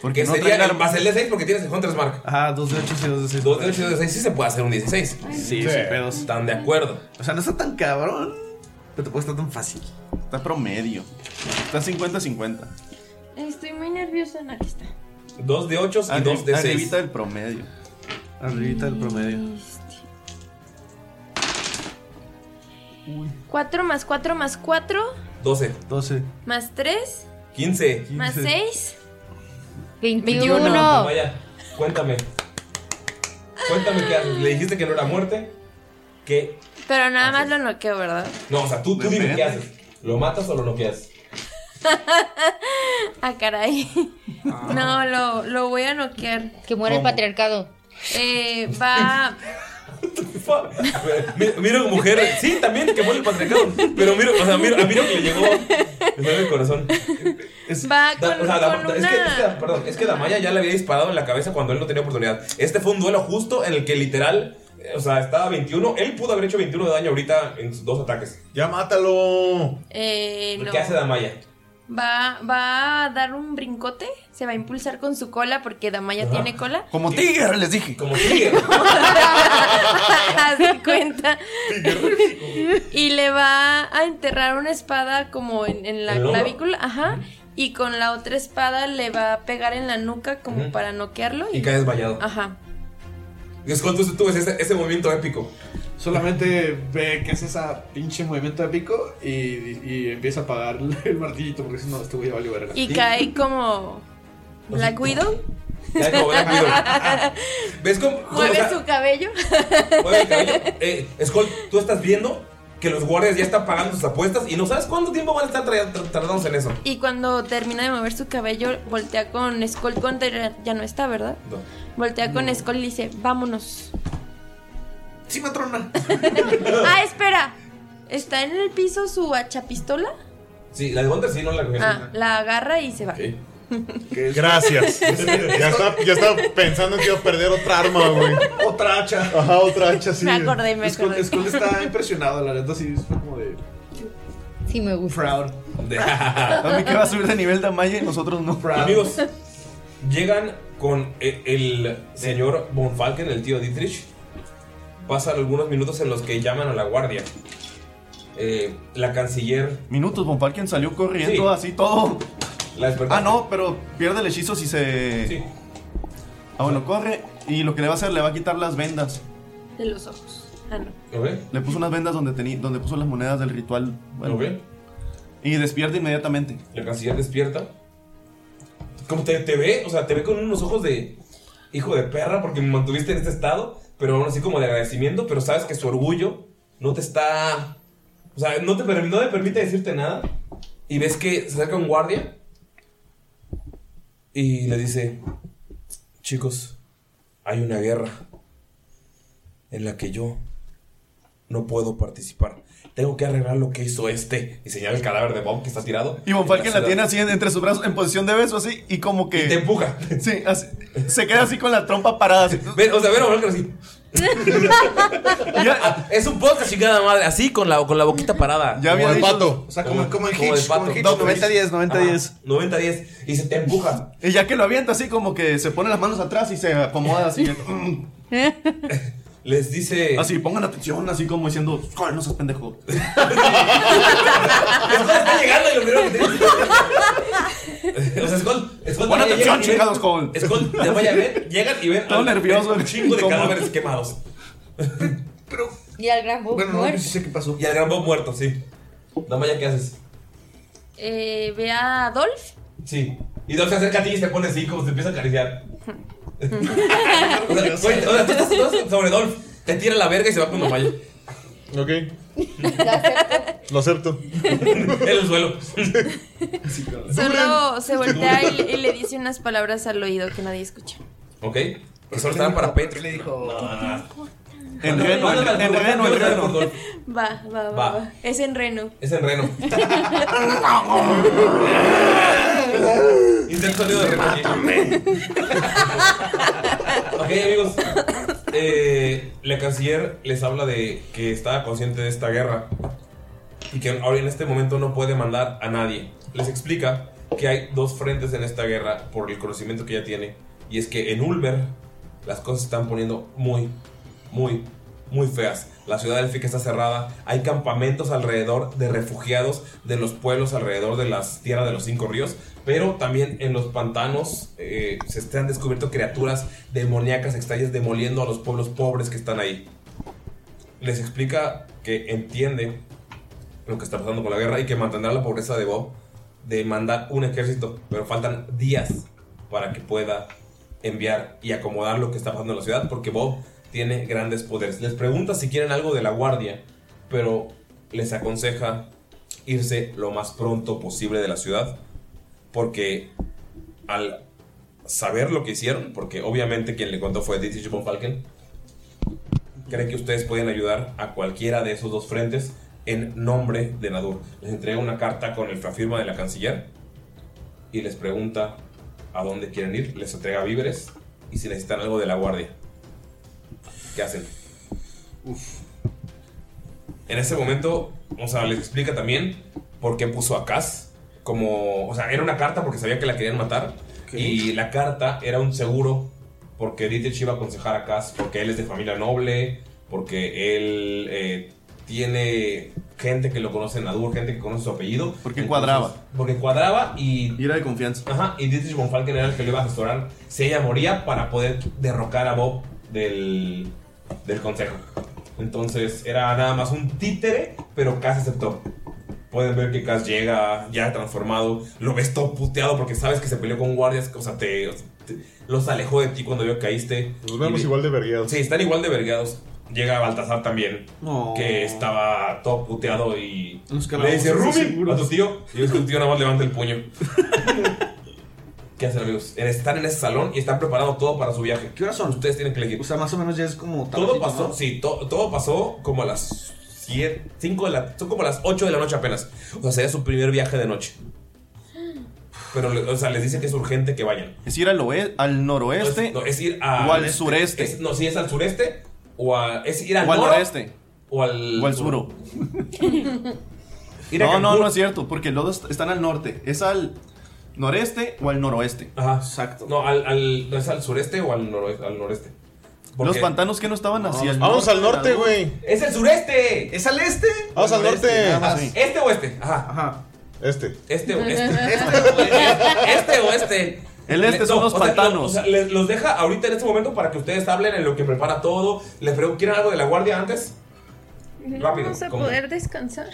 Speaker 1: Porque
Speaker 5: no
Speaker 1: sería
Speaker 5: traiga-
Speaker 1: el, más el de 6 porque tienes el Hunter's Mark.
Speaker 5: Ah, 2 de 8 y 2 de 6.
Speaker 1: 2 de 8 y 2 de 6 sí se puede hacer un 16.
Speaker 5: Sí, sin pedos.
Speaker 1: Están de acuerdo.
Speaker 5: O sea, no está tan cabrón. No te puede estar tan fácil.
Speaker 8: Está promedio. Está 50-50.
Speaker 7: Estoy muy nerviosa. No, aquí está.
Speaker 1: 2 de 8
Speaker 5: Ah,
Speaker 1: y 2 de 6.
Speaker 8: Ah, eh, Arribita del promedio.
Speaker 5: Arribita del promedio.
Speaker 7: 4 más 4 más 4
Speaker 1: 12.
Speaker 5: 12.
Speaker 7: más 3
Speaker 1: 15.
Speaker 7: más 6.
Speaker 2: 21.
Speaker 1: Vaya, cuéntame. Cuéntame que le dijiste que no era muerte. Que.
Speaker 7: Pero nada más lo noqueo, ¿verdad?
Speaker 1: No, o sea, tú, tú dime qué haces. ¿Lo matas o lo noqueas?
Speaker 7: ah, caray. No, lo, lo voy a noquear.
Speaker 2: Que muera el
Speaker 1: Ah. ¿Cómo?
Speaker 2: patriarcado.
Speaker 7: Eh, va.
Speaker 1: Mira, mira como mujer. Sí, también que muere el patriarcado. Pero mira, o sea, mira, a mí lo que le llegó. Le duele el corazón. Es,
Speaker 7: Va
Speaker 1: da-
Speaker 7: con-
Speaker 1: o sea, da-
Speaker 7: con
Speaker 1: es, que,
Speaker 7: una-
Speaker 1: es que, perdón, es que Damaya ya le había disparado en la cabeza cuando él no tenía oportunidad. Este fue un duelo justo en el que literal, eh, o sea, estaba 21. Él pudo haber hecho 21 de daño ahorita en sus dos ataques.
Speaker 6: ¡Ya mátalo!
Speaker 7: Eh, no.
Speaker 1: ¿Qué hace Damaya?
Speaker 7: Va, va a dar un brincote. Se va a impulsar con su cola porque Damaya
Speaker 1: Ajá.
Speaker 7: tiene cola.
Speaker 8: Como Tiger, les dije.
Speaker 1: Como Tiger.
Speaker 7: Haz de cuenta. y le va a enterrar una espada como en, en la
Speaker 2: ¿En el hombro?
Speaker 7: clavícula. Ajá. Y con la otra espada le va a pegar en la nuca como
Speaker 1: Ujú.
Speaker 7: para noquearlo.
Speaker 1: Y cae desmayado.
Speaker 7: Ajá.
Speaker 1: Es cuando tú tuves ese, ese movimiento épico.
Speaker 6: Solamente ve que hace ese pinche movimiento épico y, y empieza a apagar el martillito porque si no, este güey ya valió verga.
Speaker 7: Y cae como Black Widow.
Speaker 1: Ya como Black Widow. ¿Ves cómo? cómo, o
Speaker 7: Mueve
Speaker 1: sea,
Speaker 7: su cabello.
Speaker 1: mueve el cabello? Eh, Skull, tú estás viendo que los guardias ya están pagando sus apuestas y no sabes cuánto tiempo van a estar tra- tra- tardándose en eso.
Speaker 7: Y cuando termina de mover su cabello, voltea con Skull cuando ya- ya no está, ¿verdad?
Speaker 1: No.
Speaker 7: Voltea con Skull y dice, vámonos.
Speaker 5: Sí, matrona.
Speaker 7: ah, espera. ¿Está en el piso su hachapistola?
Speaker 1: Sí, la de Hunter sí no la cogieron.
Speaker 7: Ah, la agarra y se va.
Speaker 4: Gracias. ya, está, ya estaba pensando que iba a perder otra arma, güey.
Speaker 6: Otra hacha.
Speaker 4: Ajá, otra hacha, sí.
Speaker 7: Me acordé, me
Speaker 6: Skull,
Speaker 7: acordé.
Speaker 6: Skull está impresionado, la neta, sí, es como de.
Speaker 2: Sí, me gusta.
Speaker 6: Proud.
Speaker 8: A mí que va a subir de nivel Damaya y nosotros no.
Speaker 1: Amigos, llegan con e- el señor Von Falken, el tío Dietrich. Pasan algunos minutos en los que llaman a la guardia. Eh, la canciller.
Speaker 8: Minutos, Von Falken salió corriendo
Speaker 1: Sí.
Speaker 8: así todo.
Speaker 1: La
Speaker 8: ah, no, pero pierde el hechizo si se. Ah, bueno, corre. Y lo que le va a hacer, le va a quitar las vendas.
Speaker 7: De los ojos. Ah, no.
Speaker 8: Le puso unas vendas donde, teni- donde puso las monedas del ritual. Bueno.
Speaker 1: ¿Lo ve?
Speaker 8: Y despierta inmediatamente.
Speaker 1: La canciller despierta. Como te, te ve, o sea, te ve con unos ojos de hijo de perra porque me mantuviste en este estado, pero aún así como de agradecimiento, pero sabes que su orgullo no te está... O sea, no te, permi- no te permite decirte nada. Y ves que se acerca un guardia y le dice, chicos, hay una guerra en la que yo no puedo participar. Tengo que arreglar lo que hizo este. Y señala el cadáver de Bob que está tirado.
Speaker 8: Y Von Falken
Speaker 1: En la ciudad.
Speaker 8: la tiene así en- entre sus brazos en posición de beso, así. Y como que. te
Speaker 1: empuja.
Speaker 8: Sí, así- se queda así con la trompa parada. Así.
Speaker 1: o sea, ven a Von Falken así. Ah, es un podcast, chingada madre. Así con la, con la boquita parada.
Speaker 5: Ya había
Speaker 1: el
Speaker 5: dicho- o sea, como- como en Hitch, como en Hitch, 90-10, 90-10.
Speaker 1: 90-10. Y se te empuja.
Speaker 8: Y ya que lo avienta así, como que se pone las manos atrás y se acomoda así. mm.
Speaker 1: Les
Speaker 5: Ah,
Speaker 1: dice.
Speaker 8: Así, pongan atención, así como diciendo, "Joder, no seas pendejo.
Speaker 1: está llegando y lo primero que te O sea, Skull. Skull
Speaker 8: Pon
Speaker 1: Damaya
Speaker 8: atención,
Speaker 1: llega y ven-
Speaker 8: chingados, Cole.
Speaker 1: Skull, Damaya ven, llegan y ven.
Speaker 8: Todo
Speaker 1: al-
Speaker 8: nervioso,
Speaker 1: Un chingo de
Speaker 8: ¿cómo?
Speaker 1: cadáveres quemados.
Speaker 2: Y al gran Bob
Speaker 6: Bueno, no, yo
Speaker 2: muerto.
Speaker 6: sí sé qué pasó.
Speaker 1: Y al gran Bob muerto, sí. Damaya, ¿qué haces?
Speaker 7: Eh, ve a Dolph.
Speaker 1: Sí. Y Dolph se acerca a ti y se pone así, como se empieza a acariciar. o sea, güey, o sea, tú estás tú estás sobre Dolph, te tira la verga y se va con Damaya.
Speaker 4: Ok. Lo acepto.
Speaker 1: en el suelo.
Speaker 7: Solo se voltea y, le- y le dice unas palabras al oído que nadie escucha.
Speaker 1: Ok. Que solo estaban para Patreon. Le dijo.
Speaker 16: Enreno, enreno, enreno.
Speaker 7: Va, va, va,
Speaker 1: Va.
Speaker 7: va. Es en Reno.
Speaker 1: Es en Reno. Intento sonido de Reno. ok, amigos. Eh, la canciller les habla de que está consciente de esta guerra y que ahora en este momento no puede mandar a nadie. Les explica que hay dos frentes en esta guerra por el conocimiento que ya tiene. Y es que en Ulver las cosas se están poniendo muy, muy, muy feas. La ciudad élfica está cerrada. Hay campamentos alrededor de refugiados de los pueblos alrededor de las tierras de los cinco ríos. Pero también en los pantanos eh, se están descubierto criaturas demoníacas extrañas demoliendo a los pueblos pobres que están ahí. Les explica que entiende lo que está pasando con la guerra y que mantendrá la pobreza de Bob de mandar un ejército, pero faltan días para que pueda enviar y acomodar lo que está pasando en la ciudad porque Bob tiene grandes poderes. Les pregunta si quieren algo de la guardia, pero les aconseja irse lo más pronto posible de la ciudad porque al saber lo que hicieron, porque obviamente quien le contó fue Dietrich von Falken, cree que ustedes pueden ayudar a cualquiera de esos dos frentes en nombre de Nadur. Les entrega una carta con el firma de la canciller y les pregunta a dónde quieren ir, les entrega víveres y si necesitan algo de la guardia. ¿Qué hacen? En ese momento, o sea, les explica también por qué puso a Cass como, o sea, era una carta porque sabía que la querían matar y la carta era un seguro porque Dietrich iba a aconsejar a Cass porque él es de familia noble, porque él eh, tiene gente que lo conoce en Nadur, gente que conoce su apellido. Porque
Speaker 16: cuadraba.
Speaker 1: Porque cuadraba y... Y era de confianza. Ajá, y Dietrich von Falken era el que lo iba a asesorar si ella moría para poder derrocar a Bob del, del consejo. Entonces era nada más un títere, pero Cass aceptó. Pueden ver que Cass llega ya transformado. Lo ves todo puteado porque sabes que se peleó con guardias. O sea, te, te- los alejó de ti cuando vio que caíste. Los
Speaker 4: vemos igual
Speaker 1: de vergueados. Sí, están igual de vergueados. Llega Baltasar también,
Speaker 4: No.
Speaker 1: que estaba todo puteado y le
Speaker 4: calabozos
Speaker 1: dice Rumin a
Speaker 4: seguros".
Speaker 1: tu tío. Y ves que un tío nada más levanta el puño. ¿Qué hacen, amigos? Están en ese salón y están preparando todo para su viaje. ¿Qué horas son? Ustedes tienen que elegir. O sea, más o menos ya es como. Todo
Speaker 5: tardecito,
Speaker 1: pasó,
Speaker 5: ¿no?
Speaker 1: sí, to- todo pasó como a las 7, 5 de la. Son como a las 8 de la noche apenas. O sea, sería su primer viaje de noche. Pero, le- o sea, les dice que es urgente que vayan.
Speaker 16: Es ir al, oe- al noroeste.
Speaker 1: No, es ir a-
Speaker 16: Este O al sureste.
Speaker 1: es- no, sí, es al sureste. O a, es ir al
Speaker 16: O al
Speaker 1: noro,
Speaker 16: noreste.
Speaker 1: O al.
Speaker 16: O al suro.
Speaker 1: Ir a
Speaker 16: no, no,
Speaker 1: Cancún.
Speaker 16: no es cierto, porque los dos están al norte. Es al noreste o al noroeste.
Speaker 1: Ajá, exacto. No, al, al, no es al sureste o al, noro- al noreste.
Speaker 16: Los pantanos que no estaban hacia el
Speaker 4: Vamos al norte,
Speaker 16: ¿verdad?
Speaker 4: güey.
Speaker 1: Es el sureste.
Speaker 5: ¿Es al este?
Speaker 4: Vamos al norte.
Speaker 16: Ah,
Speaker 1: nada más. ¿Este o este? Ajá.
Speaker 4: Este.
Speaker 1: Este o este. Este o este.
Speaker 16: El este
Speaker 1: Le-
Speaker 16: son los
Speaker 1: o sea,
Speaker 16: pantanos.
Speaker 1: lo- o sea, les- los deja ahorita en este momento para que ustedes hablen en lo que prepara todo. Les pregunto, ¿quieren algo de la guardia antes?
Speaker 10: No
Speaker 1: Rápido,
Speaker 10: vamos a
Speaker 1: ¿cómo?
Speaker 10: poder descansar.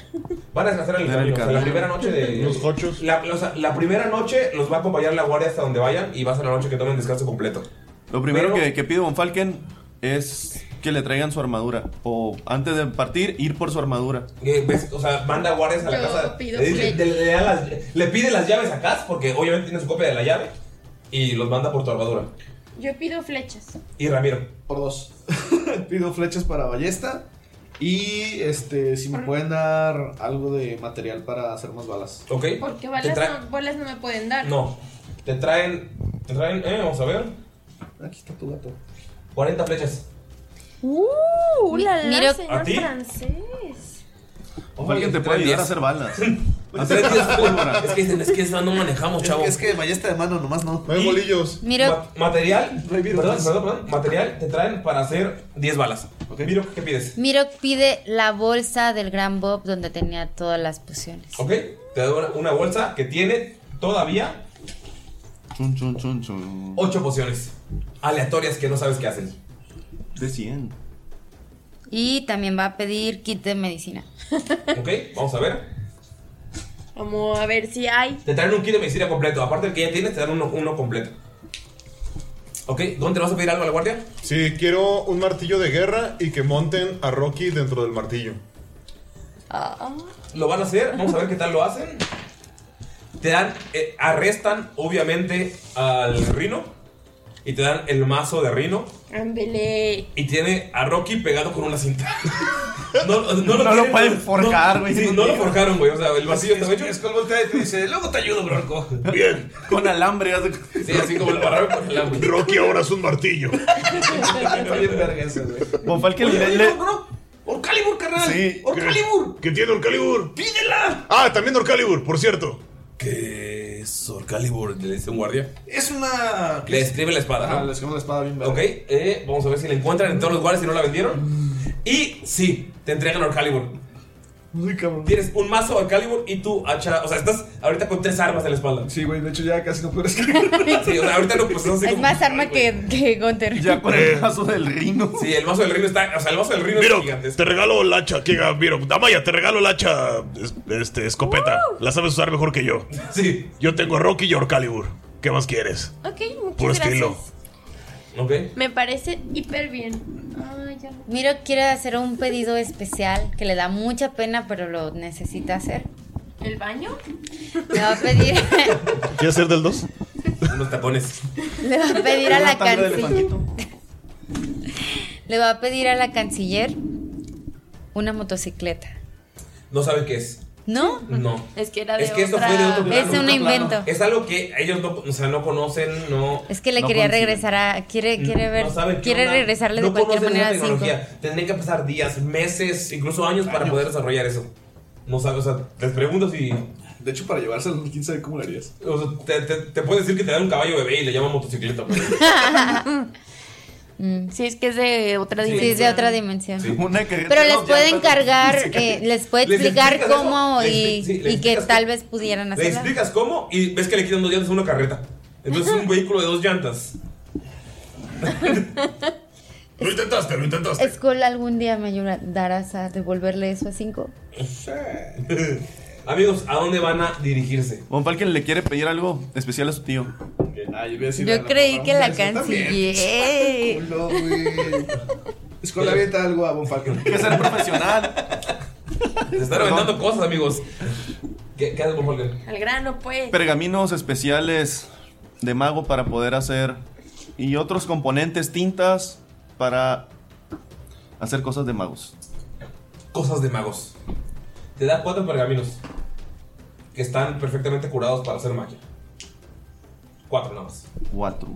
Speaker 1: Van a descansar en el camino. o sea, la primera noche de.
Speaker 4: Los
Speaker 1: cochos. La, o sea, la primera noche los va a acompañar la guardia hasta donde vayan y va a ser la noche que tomen descanso completo.
Speaker 16: Lo primero que, que pide Von Falken es que le traigan su armadura. O antes de partir, ir por su armadura.
Speaker 1: Eh, ves, O sea, manda guardias a la
Speaker 16: Yo
Speaker 1: casa.
Speaker 16: pido
Speaker 1: le, dice-
Speaker 16: por
Speaker 1: le- le da las- le pide las llaves a Cass porque obviamente tiene su copia de la llave y los manda por tu armadura.
Speaker 10: Yo pido flechas.
Speaker 1: Y Ramiro.
Speaker 6: Por dos. Pido flechas para ballesta. Y este, si me pueden dar algo de material para hacer más balas.
Speaker 1: Ok.
Speaker 10: Porque
Speaker 1: Te
Speaker 10: balas
Speaker 1: tra-
Speaker 10: no, bolas no me pueden dar.
Speaker 1: No. Te traen. Te traen. Eh, vamos a ver.
Speaker 6: Aquí está tu gato.
Speaker 1: 40 flechas.
Speaker 10: Uh,
Speaker 7: Mi-
Speaker 10: la, la,
Speaker 7: miro-
Speaker 10: señor
Speaker 1: ¿A ti?
Speaker 10: francés.
Speaker 16: O alguien te puede ayudar a hacer balas. Hacer
Speaker 1: es que dicen, es que esa no manejamos, chavo.
Speaker 6: Es que ballesta de mano nomás no.
Speaker 1: No hay bolillos. material. Perdón, perdón, perdón. Material te traen para hacer 10 balas. Miro, ¿qué pides?
Speaker 2: Mirok pide la bolsa del gran Bob donde tenía todas las pociones.
Speaker 1: Ok. Te doy una, una bolsa que tiene todavía
Speaker 16: Chun, chun, chun, chun.
Speaker 1: 8 pociones aleatorias que no sabes qué hacen.
Speaker 16: De 100.
Speaker 2: Y también va a pedir kit de medicina.
Speaker 1: Ok, vamos a ver.
Speaker 7: Como a ver si hay.
Speaker 1: Te traen un kit de medicina completo. Aparte del que ya tienes, te dan uno, uno completo. Ok, ¿dónde le vas a pedir algo a la guardia?
Speaker 4: Sí, quiero un martillo de guerra y que monten a Rocky dentro del martillo.
Speaker 1: Lo van a hacer, vamos a ver qué tal lo hacen. Te dan, eh, arrestan obviamente al rino y te dan el mazo de rino
Speaker 7: Ándele.
Speaker 1: y tiene a Rocky pegado con una cinta. No, no lo,
Speaker 8: No lo
Speaker 1: quieren-
Speaker 8: pueden forjar, güey.
Speaker 1: sí, no lo forjaron, güey. O sea, el vacío está hecho.
Speaker 8: es
Speaker 1: que voltea y te dice, luego te ayudo, bronco.
Speaker 11: Bien.
Speaker 8: Con alambre.
Speaker 1: Sí, así como lo agarraron con alambre.
Speaker 11: Rocky ahora es un martillo.
Speaker 1: Está bien verga eso, güey. Oye, oye, no, no. Orcalibur, carnal.
Speaker 11: Sí.
Speaker 1: Orcalibur.
Speaker 11: ¿Qué tiene Orcalibur?
Speaker 1: ¡Pídela!
Speaker 11: Ah, también Orcalibur, por cierto.
Speaker 1: ¿Qué es Orcalibur? Le dice un guardia.
Speaker 6: Es una.
Speaker 1: Le escribe la espada, ¿no?
Speaker 6: Ah, le escribe la espada bien
Speaker 1: Ok, eh, vamos a ver si la encuentran en todos los lugares si no la vendieron. Y sí, te entregan Orcalibur. Tienes un mazo Orcalibur y tu hacha. O sea, estás ahorita con tres armas en la espalda. Sí, güey, de hecho ya casi no puedo escribir. sí, o sea, ahorita no pues no sé
Speaker 2: Es
Speaker 1: cómo-
Speaker 2: más arma que, que Gunter.
Speaker 4: Eh.
Speaker 11: el mazo del rino.
Speaker 1: Sí, el mazo del rino está. O sea, el mazo del rino es gigante.
Speaker 11: Te regalo el hacha, que Miro, Damaya, te regalo el hacha es- este, escopeta. La sabes usar mejor que yo.
Speaker 1: Sí.
Speaker 11: Yo tengo a Rocky y Orcalibur. ¿Qué más quieres?
Speaker 7: Ok, muchas
Speaker 11: Puro
Speaker 7: gracias.
Speaker 11: estilo.
Speaker 1: Ok.
Speaker 7: Me parece hiper bien. Ay, ya.
Speaker 2: Miro quiere hacer un pedido especial que le da mucha pena, pero lo necesita hacer.
Speaker 7: ¿El baño?
Speaker 2: Le va a pedir,
Speaker 11: ¿Quieres ser del 2?
Speaker 1: Unos tapones.
Speaker 2: le va a, pedir a la canciller. Le va a pedir a la canciller una motocicleta.
Speaker 1: No saben qué es.
Speaker 2: ¿No?
Speaker 1: No.
Speaker 2: Es que
Speaker 1: Es que esto fue de otro plano.
Speaker 2: Es un invento.
Speaker 1: Es algo que ellos no, o sea, no conocen, no.
Speaker 2: Es que le
Speaker 1: no
Speaker 2: quería
Speaker 1: conciben.
Speaker 2: regresar a. Quiere, quiere ver.
Speaker 1: No saben qué
Speaker 2: quiere
Speaker 1: onda.
Speaker 2: regresarle de
Speaker 1: No
Speaker 2: cualquier
Speaker 1: conocen esa
Speaker 2: manera a cinco.
Speaker 1: tecnología. Tendrían que pasar días, meses, incluso años para poder desarrollar eso. No sabes, o sea, les pregunto si.
Speaker 6: De hecho, para llevárselo, quién sabe cómo lo harías.
Speaker 1: O sea, te, te, te puede decir que te dan un caballo bebé y le llaman motocicleta. pero-
Speaker 2: Sí, es que es de otra
Speaker 1: Sí.
Speaker 2: es de otra dimensión.
Speaker 1: Una que-
Speaker 2: Pero les
Speaker 1: no, ya
Speaker 2: puede
Speaker 1: está-
Speaker 2: encargar,
Speaker 1: Sí, que-
Speaker 2: eh, les puede
Speaker 1: les
Speaker 2: explicar
Speaker 1: explicas eso,
Speaker 2: cómo
Speaker 1: le
Speaker 2: y,
Speaker 1: expli- sí, le
Speaker 2: y que tal vez pudieran
Speaker 1: Le
Speaker 2: hacerlo.
Speaker 1: explicas cómo y ves que le quitan dos llantas a una carreta. Entonces es un vehículo de dos llantas.
Speaker 11: Lo intentaste, lo intentaste.
Speaker 2: Skull, algún día me ayudarás a devolverle eso a cinco.
Speaker 1: Amigos, ¿a dónde van a dirigirse?
Speaker 8: Von Falken le quiere pedir algo especial a su tío.
Speaker 2: Yo creí que la canciller.
Speaker 6: Escuela avienta algo a Von Falken.
Speaker 8: Que ser profesional.
Speaker 1: Te está reventando cosas, amigos. ¿Qué, qué haces, Von Falken?
Speaker 7: Al grano, pues.
Speaker 8: Pergaminos especiales de mago para poder hacer. Y otros componentes, tintas para hacer cosas de magos.
Speaker 1: Cosas de magos. Te da cuatro pergaminos. Que están perfectamente curados para hacer magia. Cuatro nada más.
Speaker 8: Cuatro.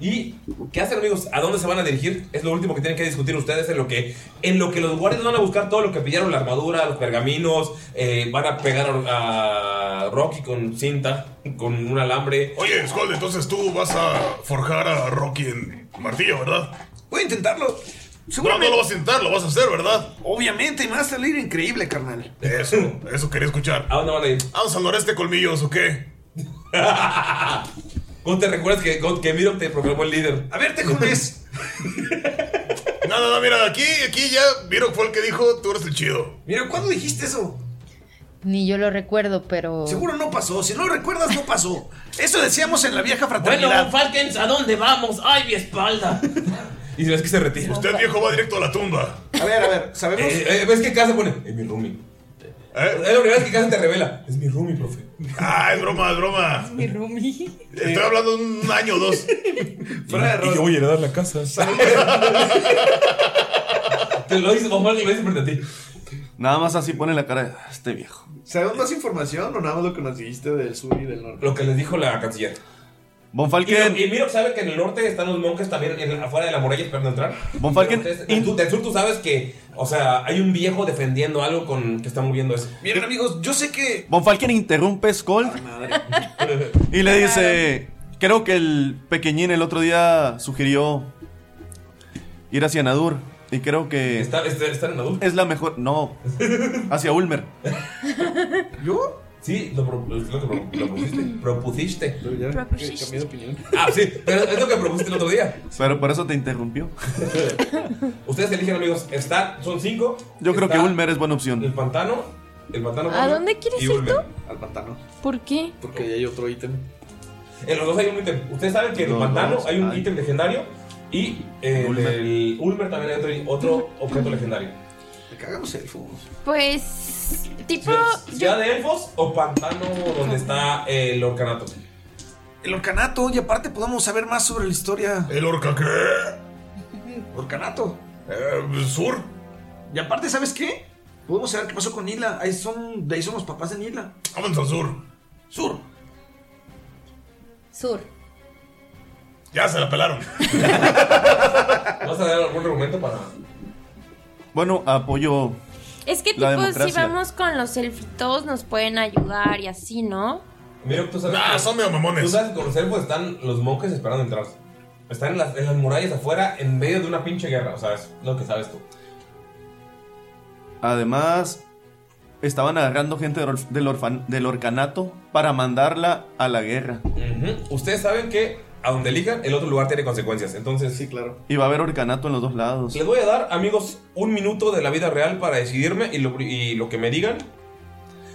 Speaker 1: ¿Y qué hacen amigos? ¿A dónde se van a dirigir? Es lo último que tienen que discutir ustedes en lo que, en lo que los guardias van a buscar todo lo que pillaron, la armadura, los pergaminos, eh, van a pegar a, a Rocky con cinta, con un alambre.
Speaker 11: Oye, Skull, entonces tú vas a forjar a Rocky en martillo, ¿verdad?
Speaker 5: Voy a intentarlo.
Speaker 11: No, no lo vas a intentar, lo vas a hacer, ¿verdad?
Speaker 5: Obviamente, y me va a salir increíble, carnal.
Speaker 11: Eso, eso quería escuchar.
Speaker 1: ¿A dónde van a ir?
Speaker 11: ¿Vamos al noreste colmillos o qué?
Speaker 1: ¿Cómo te recuerdas que, que Miro te proclamó el líder?
Speaker 5: A ver, tejones.
Speaker 11: No, no, no, mira, aquí, aquí ya Miro fue el que dijo, tú eres el chido.
Speaker 5: Mira, ¿cuándo dijiste eso?
Speaker 2: Ni yo lo recuerdo, pero.
Speaker 5: Seguro no pasó. Si no lo recuerdas, no pasó. Eso decíamos en la vieja
Speaker 1: Bueno,
Speaker 5: fraternidad.
Speaker 1: Falkens, ¿a dónde vamos? ¡Ay, mi espalda! Y ves que se retira.
Speaker 11: Usted viejo va directo a la tumba.
Speaker 5: A ver, a ver, ¿sabemos?
Speaker 1: Eh, eh, ¿Ves que Casa pone? Es mi roomie.
Speaker 11: ¿Eh?
Speaker 1: Es la primera vez que Casa te revela. Es mi roomie, profe.
Speaker 11: Ah, es broma, es broma.
Speaker 2: Mi roomie.
Speaker 11: Estoy hablando de un año o dos.
Speaker 1: Y yo voy a heredar la casa. te lo dice, mamá, te lo dice frente a ti.
Speaker 8: Nada más así pone la cara de este viejo.
Speaker 6: ¿Sabemos más información o nada más lo que nos dijiste del sur y del norte?
Speaker 1: Lo que les dijo la canciller.
Speaker 8: Von
Speaker 1: Y,
Speaker 8: Falken,
Speaker 1: y Miro sabe que en el norte están los monjes también en- afuera de la muralla esperando entrar.
Speaker 8: Von Falken,
Speaker 1: Pero ustedes- del, sur- del sur tú sabes que, o sea, hay un viejo defendiendo algo con que está moviendo eso.
Speaker 5: Miren, amigos, yo sé que
Speaker 8: Von Falken interrumpe a Skull
Speaker 5: Ah,
Speaker 8: y le dice: Creo que el pequeñín el otro día sugirió ir hacia Nadur. Y creo que.
Speaker 1: ¿Está, está, está en Nadur?
Speaker 8: Es la mejor. No, hacia Ulmer.
Speaker 6: ¿Yo?
Speaker 1: Sí, lo, pro- es lo que pro- lo propusiste. Propusiste.
Speaker 6: Propusiste. cambié de opinión.
Speaker 1: Ah, sí, pero es lo que propusiste el otro día.
Speaker 8: Pero por eso te interrumpió.
Speaker 1: Ustedes eligen, amigos. Está, son cinco.
Speaker 8: Yo creo que
Speaker 1: Está
Speaker 8: Ulmer es buena opción.
Speaker 1: El pantano. El pantano.
Speaker 10: ¿A dónde quieres
Speaker 1: y
Speaker 10: ir
Speaker 1: Ulmer.
Speaker 10: tú?
Speaker 1: Al pantano.
Speaker 10: ¿Por qué?
Speaker 1: Porque ahí hay otro ítem. En los dos hay un ítem. Ustedes saben que en el
Speaker 6: No,
Speaker 1: pantano
Speaker 6: no,
Speaker 1: hay un
Speaker 6: ay.
Speaker 1: ítem legendario y en el Ulmer también hay otro, otro objeto legendario. Me cagamos elfos.
Speaker 10: Pues. Tipo.
Speaker 1: ¿Ciudad de elfos o pantano donde está el orcanato?
Speaker 5: El orcanato, y aparte podemos saber más sobre la historia.
Speaker 11: ¿El orca qué?
Speaker 5: Orcanato. Eh,
Speaker 11: sur.
Speaker 5: Y aparte, ¿sabes qué? Podemos saber qué pasó con Nila. Ahí son, de ahí son los papás de Nila.
Speaker 11: Vamos al sur. Sur.
Speaker 2: Sur.
Speaker 11: Ya se la pelaron.
Speaker 1: ¿Vas a dar algún argumento para.?
Speaker 8: Bueno, apoyo.
Speaker 10: Es que,
Speaker 8: La
Speaker 10: tipo, si
Speaker 8: democracia.
Speaker 10: vamos con los elfitos, nos pueden ayudar y así, ¿no?
Speaker 1: Mira, tú sabes. Ah, son
Speaker 11: medio mamones.
Speaker 1: Tú sabes que con los elfos están los monjes esperando entrar. Están en las, en las murallas afuera en medio de una pinche guerra. O sea, es lo que sabes tú.
Speaker 8: Además, estaban agarrando gente del, orf- del orfan- del orcanato para mandarla a la guerra.
Speaker 1: Ujú. Ustedes saben que a donde elijan, el otro lugar tiene consecuencias. Entonces. Sí, claro.
Speaker 8: Y va a haber orcanato en los dos lados.
Speaker 1: Les voy a dar, amigos, un minuto de la vida real para decidirme y lo, y lo que me digan.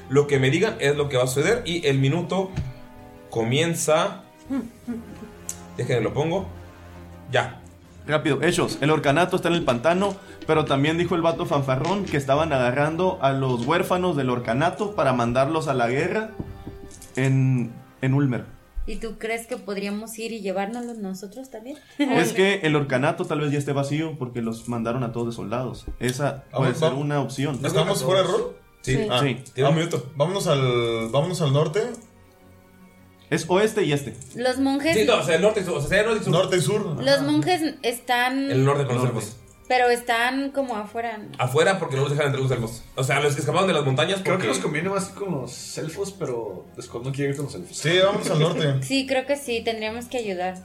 Speaker 1: Lo que me digan es lo que va a suceder y el minuto comienza. Déjenme lo pongo. Ya.
Speaker 8: Rápido, hechos. El orcanato está en el pantano, pero también dijo el vato fanfarrón que estaban agarrando a los huérfanos del orcanato para mandarlos a la guerra en, en Ulmer.
Speaker 2: ¿Y tú crees que podríamos ir y llevárnoslos nosotros también?
Speaker 8: Es que el orcanato tal vez ya esté vacío porque los mandaron a todos de soldados. Esa puede
Speaker 4: Vamos,
Speaker 8: ser
Speaker 4: vamos.
Speaker 8: una opción.
Speaker 4: Ah, ¿Estamos fuera de rol?
Speaker 8: Sí.
Speaker 4: Ah,
Speaker 8: Sí.
Speaker 4: ah, Vámonos al, vámonos al norte.
Speaker 8: Es oeste y este.
Speaker 2: Los monjes.
Speaker 1: norte y sur. norte y sur.
Speaker 4: Norte y sur.
Speaker 2: Los monjes están.
Speaker 1: El norte con los elfos.
Speaker 2: Pero están como afuera. ¿no?
Speaker 1: Afuera porque no los dejan entre los elfos. O sea, los que escaparon de las montañas
Speaker 6: Creo
Speaker 1: porque-
Speaker 6: que nos conviene más ir con los elfos, pero Scott no quiere ir con los elfos.
Speaker 4: Sí, vamos al norte.
Speaker 2: Sí, creo que sí, tendríamos que ayudar.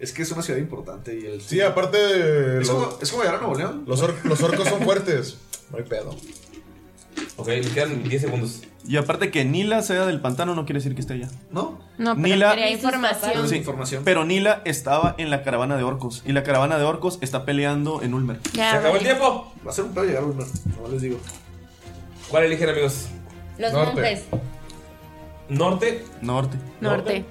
Speaker 6: es que es una ciudad importante y el.
Speaker 4: Sí, aparte.
Speaker 6: Es
Speaker 4: los-
Speaker 6: como- es como llegar a Nuevo León.
Speaker 4: Los, or- los orcos son fuertes. No hay pedo.
Speaker 1: Ok, le quedan 10 segundos.
Speaker 8: Y aparte que Nila sea del pantano no quiere decir que esté allá.
Speaker 6: ¿No?
Speaker 10: No, pero
Speaker 8: Nila-
Speaker 10: quería
Speaker 2: Ah,
Speaker 10: información.
Speaker 8: Sí, Pero Nila estaba en la caravana de orcos. Y la caravana de orcos está peleando en Ulmer.
Speaker 2: Ya, Se acabó vale. el
Speaker 1: tiempo.
Speaker 6: Va a ser un pedo llegar a Ulmer, no les digo.
Speaker 1: ¿Cuál eligen, amigos?
Speaker 2: Los
Speaker 1: Norte.
Speaker 2: monjes.
Speaker 1: Norte.
Speaker 8: Norte.
Speaker 1: Norte.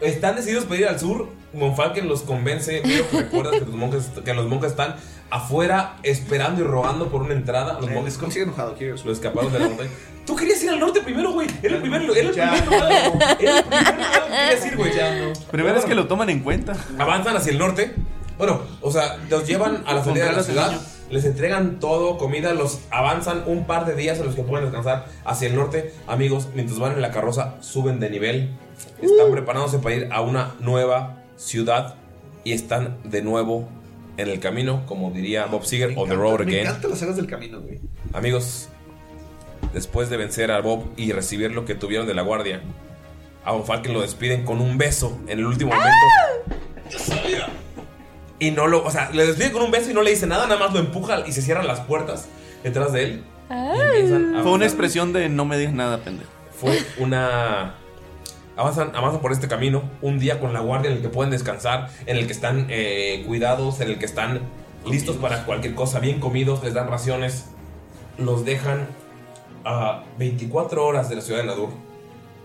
Speaker 1: Están decididos pedir al sur. Monfalken los convence. Miro que recuerdas que los monjes, que los monjes están afuera esperando y rogando por una entrada. Los monjes consiguen enojado, Los escaparon de la montaña. Tú querías ir al norte primero, güey. Era el primer lugar. Era el primer lugar. Era el primer lugar que querías ir, güey.
Speaker 8: Primero es que lo toman en cuenta.
Speaker 1: Avanzan hacia el norte. Bueno, o sea, los llevan a la frontera de la ciudad. Les entregan todo, comida, los avanzan un par de días en los que pueden descansar hacia el norte. Amigos, mientras van en la carroza, suben de nivel. Están
Speaker 6: Uh.
Speaker 1: preparándose para ir a una nueva ciudad y están de nuevo en el camino, como diría Bob Seger, on the road
Speaker 6: Me
Speaker 1: again.
Speaker 6: encantan las sagas del camino, güey.
Speaker 1: Amigos, después de vencer a Bob y recibir lo que tuvieron de la guardia, a Von Falken lo despiden con un beso en el último momento. Y no lo, o sea, le despiden con un beso y no le dice nada, nada más lo empuja y se cierran las puertas detrás de él.
Speaker 8: Fue una expresión de no me digas nada, pendejo.
Speaker 1: Fue una. Avanzan, avanzan por este camino, un día con la guardia en el que pueden descansar, en el que están eh, cuidados, en el que están listos para cualquier cosa, bien comidos, les dan raciones, los dejan a 24 horas de la ciudad de Nadur,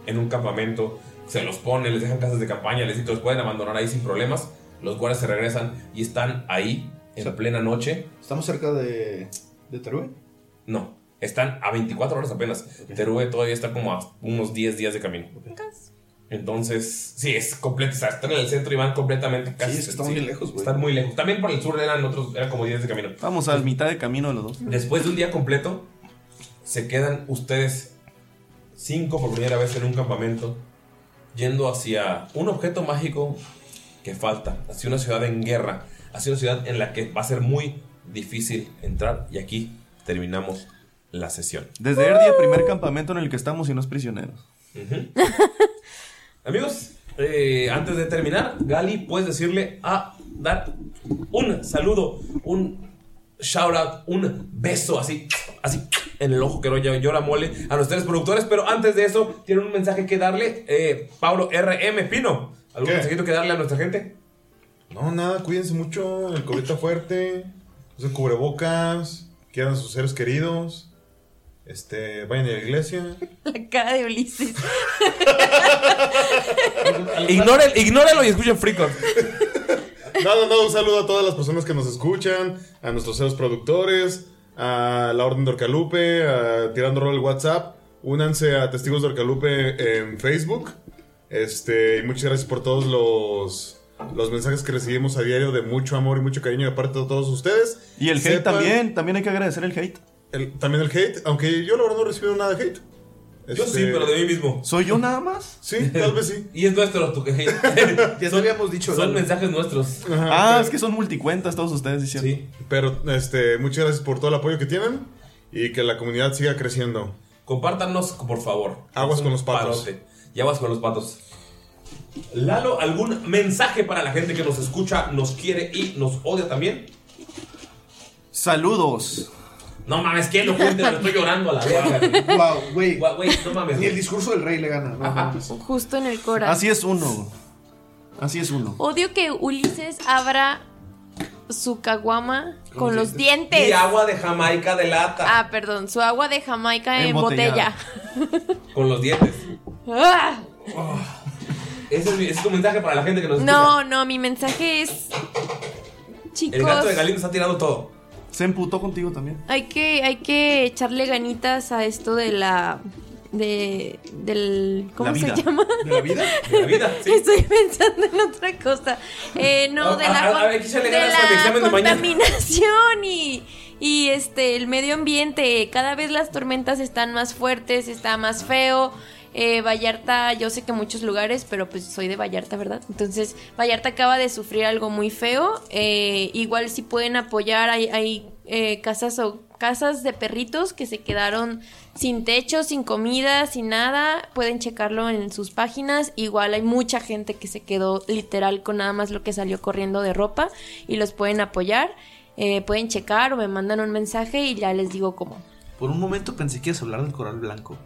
Speaker 1: en un campamento, se los ponen, les dejan casas de campaña, les dicen, los pueden abandonar ahí sin problemas, los guardias se regresan y están ahí en plena noche.
Speaker 6: Estamos cerca de. de Teruel.
Speaker 1: No, están a 24 horas apenas. Terue todavía está como a unos 10 días de camino. Entonces, sí, es completo. O sea, están en el centro y van completamente casi.
Speaker 6: es que estamos bien lejos, güey.
Speaker 1: Están muy lejos. También por el sur eran otros, eran como 10 de camino.
Speaker 8: Vamos a la mitad de camino de los dos.
Speaker 1: Después de un día completo, se quedan ustedes cinco por primera vez en un campamento, yendo hacia un objeto mágico que falta, hacia una ciudad en guerra, hacia una ciudad en la que va a ser muy difícil entrar. Y aquí terminamos la sesión.
Speaker 8: Desde Erdia, primer campamento en el que estamos y no es prisioneros.
Speaker 1: Amigos, eh, antes de terminar, Gali, puedes decirle a dar un saludo, un shout out, un beso así, así en el ojo que no ll- llora mole a los tres productores. Pero antes de eso, tienen un mensaje que darle. Eh, Pablo RM Pino, ¿algún mensajito que darle a nuestra gente?
Speaker 4: No, nada, cuídense mucho. El COVID está fuerte. Usen cubrebocas. Quieran a sus seres queridos. Este, vayan a la iglesia.
Speaker 2: La cara de Ulises.
Speaker 1: Ignoren- Ignóralo y escuchen Freecon.
Speaker 4: No, no, no, un saludo a todas las personas que nos escuchan, a nuestros seres productores, a la Orden de Orcalupe, a Tirando Rol el WhatsApp. Únanse a Testigos de Orcalupe en Facebook. Este, y muchas gracias por todos los, los mensajes que recibimos a diario de mucho amor y mucho cariño de parte de todos ustedes.
Speaker 8: Y el hate
Speaker 4: Sepan-
Speaker 8: también, también hay que agradecer el hate.
Speaker 4: El- también el hate, aunque yo la verdad no he recibido nada de hate.
Speaker 1: Yo
Speaker 4: Este-
Speaker 1: sí, pero de mí mismo.
Speaker 8: ¿Soy yo nada más?
Speaker 4: Sí, tal vez sí.
Speaker 1: Y es nuestro tu queje.
Speaker 4: Ya lo habíamos dicho.
Speaker 1: Son mensajes nuestros.
Speaker 8: Ah, es que son multicuentas todos ustedes diciendo.
Speaker 1: Sí.
Speaker 4: Pero este, muchas gracias por todo el apoyo que tienen y que la comunidad siga creciendo.
Speaker 1: Compártanos, por favor.
Speaker 4: Aguas
Speaker 1: Es
Speaker 4: con
Speaker 1: un
Speaker 4: los patos.
Speaker 1: parote. Y aguas con los patos. Lalo, ¿algún mensaje para la gente que nos escucha, nos quiere y nos odia también?
Speaker 8: Saludos.
Speaker 1: No mames, que lo cuente, me estoy llorando a la verga.
Speaker 21: Wow, güey.
Speaker 1: no mames.
Speaker 21: Ni el discurso del rey le gana. No, mames.
Speaker 7: Justo en el
Speaker 5: Ah,
Speaker 7: corazón.
Speaker 8: Así es uno. Así es uno.
Speaker 7: Odio que Ulises abra su caguama
Speaker 1: Con
Speaker 7: con
Speaker 1: los
Speaker 7: los dientes.
Speaker 1: Y agua de Jamaica de lata.
Speaker 7: Ah, perdón, su agua de Jamaica en botella.
Speaker 1: Embotellada. Con los dientes.
Speaker 7: ¡Ah!
Speaker 1: Ese es, mi- ese es tu mensaje para la gente
Speaker 8: Pues
Speaker 1: que nos escucha.
Speaker 7: No, no, mi mensaje es.
Speaker 1: El gato de
Speaker 7: Chicos,
Speaker 1: Galindo está tirando todo.
Speaker 8: Se emputó contigo también.
Speaker 7: hay que, hay que echarle ganitas a esto de la. De, del. ¿Cómo
Speaker 8: La vida.
Speaker 7: se llama?
Speaker 1: ¿De la vida? De la vida, sí.
Speaker 7: Estoy pensando en otra cosa. Eh, no,
Speaker 1: A-
Speaker 7: de
Speaker 1: a-
Speaker 7: la,
Speaker 1: a- a
Speaker 7: con-
Speaker 1: ver, échale
Speaker 7: de
Speaker 1: ganas a mi
Speaker 7: la
Speaker 1: examen de mañana.
Speaker 7: contaminación y, y este el medio ambiente. Cada vez las tormentas están más fuertes, está más feo. Eh, Vallarta, yo sé que muchos lugares, pero pues soy de Vallarta, ¿verdad? Entonces, Vallarta acaba de sufrir algo muy feo. Eh, igual si pueden apoyar, hay, hay eh, casas o casas de perritos que se quedaron sin techo, sin comida, sin nada. Pueden checarlo en sus páginas. Igual hay mucha gente que se quedó literal con nada más lo que salió corriendo de ropa y los pueden apoyar. Eh, pueden checar o me mandan un mensaje y ya les digo cómo.
Speaker 6: Por un momento pensé que ibas a hablar del coral blanco.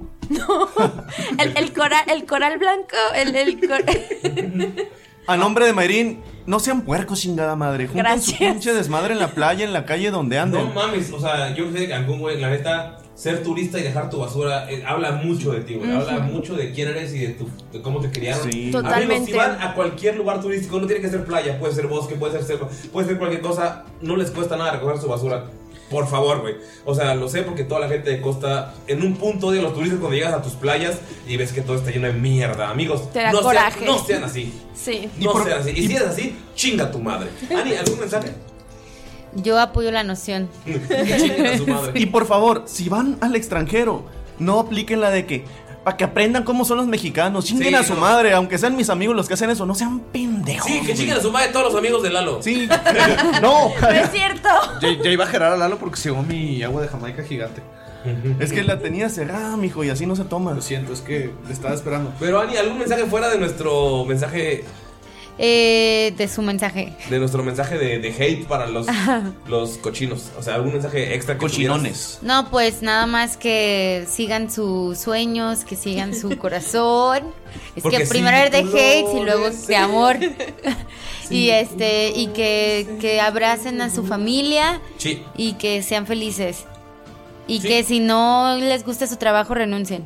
Speaker 7: El, el coral, el coral blanco, el, el cor-
Speaker 8: A nombre de Mayrín, no sean puercos, chingada madre. Junten su
Speaker 7: Gracias.
Speaker 8: pinche desmadre en la playa, en la calle donde
Speaker 1: No
Speaker 8: anden.
Speaker 1: mames, o sea, yo sé que algún güey, la neta, ser turista y dejar tu basura eh, habla mucho de ti, güey. Habla
Speaker 8: Ujú.
Speaker 1: mucho de quién eres y de, tu, de cómo te criaron.
Speaker 8: Sí.
Speaker 1: Amigos,
Speaker 8: Totalmente.
Speaker 1: si van a cualquier lugar turístico, no tiene que ser playa, puede ser bosque, puede ser selva, puede ser cualquier cosa. No les cuesta nada recoger su basura. Por favor, güey. O sea, lo sé porque toda la gente de Costa, en un punto de los turistas, cuando llegas a tus playas y ves que todo está lleno de mierda, amigos.
Speaker 7: Te da
Speaker 1: no,
Speaker 7: coraje.
Speaker 1: Sean, no sean así.
Speaker 7: Sí.
Speaker 1: No sean así. Y, si es así, chinga tu madre. Ani, ¿algún mensaje?
Speaker 2: Yo apoyo la noción.
Speaker 8: Y por favor, si van al extranjero, no apliquen la de que. Para que aprendan cómo son los mexicanos. Chinguen
Speaker 1: Sí,
Speaker 8: a su
Speaker 1: no.
Speaker 8: madre, aunque sean mis amigos los que hacen eso. No sean pendejos.
Speaker 1: Sí, que chinguen a su madre todos los amigos de Lalo.
Speaker 8: Sí. No.
Speaker 7: No es cierto.
Speaker 21: Ya, ya iba a gerar a Lalo porque se llevó mi agua de Jamaica gigante.
Speaker 8: Es que la tenía cerrada, mijo, y así no se toma. Lo
Speaker 21: siento, es que le estaba esperando.
Speaker 1: Pero Ani, ¿algún mensaje fuera de nuestro mensaje
Speaker 2: Eh, de su mensaje.
Speaker 1: de nuestro mensaje de, de hate para los, los cochinos? O sea, algún mensaje extra que cochinones.
Speaker 2: No, pues nada más que sigan sus sueños, que sigan su corazón. Es
Speaker 1: Porque
Speaker 2: que
Speaker 1: sí,
Speaker 2: primero es de hate y luego
Speaker 1: colores,
Speaker 2: de amor. y este y que, que abracen a su familia
Speaker 1: Sí.
Speaker 2: y que sean felices. Y que si no les gusta su trabajo renuncien.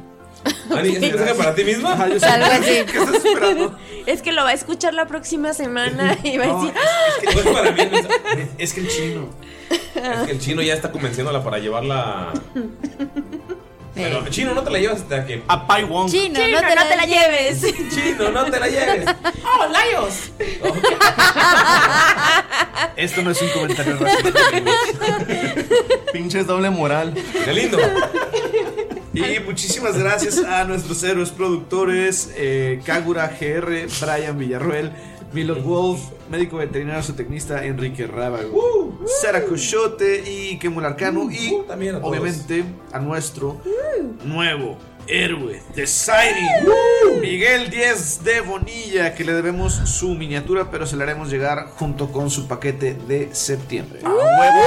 Speaker 1: Ani, ¿es un mensaje para ti misma?
Speaker 7: yo sé. Algo así. Es que lo va a escuchar la próxima semana y va a decir, "Ah".
Speaker 1: Es que el chino. Es que el chino ya está convenciéndola para llevarla.
Speaker 7: Eh.
Speaker 1: Pero chino, no te la llevas hasta que.
Speaker 8: A Pai Wong.
Speaker 2: Chino,
Speaker 7: no, te, la, lleves.
Speaker 1: Chino, no te la lleves. ¡Oh, Laios!
Speaker 8: Esto no es un comentario Pinches doble moral.
Speaker 1: Qué lindo.
Speaker 6: Y muchísimas gracias a nuestros héroes productores, eh, Kagura GR, Brian Villarroel, Milot Eh, Wolf, médico veterinario zootecnista Enrique Rábago,
Speaker 1: Uh.
Speaker 6: Sara Cochote y Kemul Arcano y
Speaker 1: a Uh, todos.
Speaker 6: obviamente a nuestro
Speaker 7: Uh.
Speaker 6: nuevo héroe de Siren,
Speaker 1: Uh.
Speaker 6: Miguel 10 de Bonilla, que le debemos su miniatura, pero se la haremos llegar junto con su paquete de septiembre.
Speaker 8: Ah, huevo!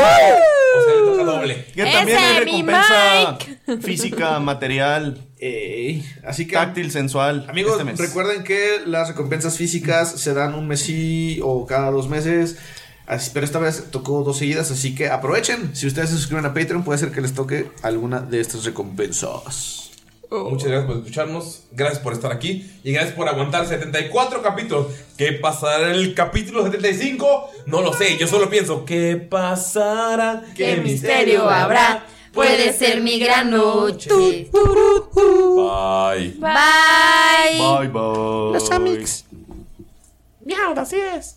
Speaker 1: O sea, le toca doble.
Speaker 8: Que también hay recompensa
Speaker 6: Mike!
Speaker 8: física, material, eh, táctil, sensual.
Speaker 6: Amigos,
Speaker 8: este mes.
Speaker 6: recuerden que las recompensas físicas se dan un mes y o cada dos meses. Así- Pero esta vez tocó dos seguidas, así que aprovechen. Si ustedes se suscriben a Patreon, puede ser que les toque alguna de estas recompensas.
Speaker 1: Muchas gracias por escucharnos, gracias por estar aquí y gracias por aguantar 74 capítulos. ¿Qué pasará en el capítulo 75? No lo sé, yo solo pienso, ¿qué pasará?
Speaker 17: ¿Qué misterio habrá?
Speaker 2: Puede ser mi gran noche.
Speaker 1: Bye.
Speaker 2: Bye.
Speaker 8: bye.
Speaker 17: Los Amix. Miau, así es.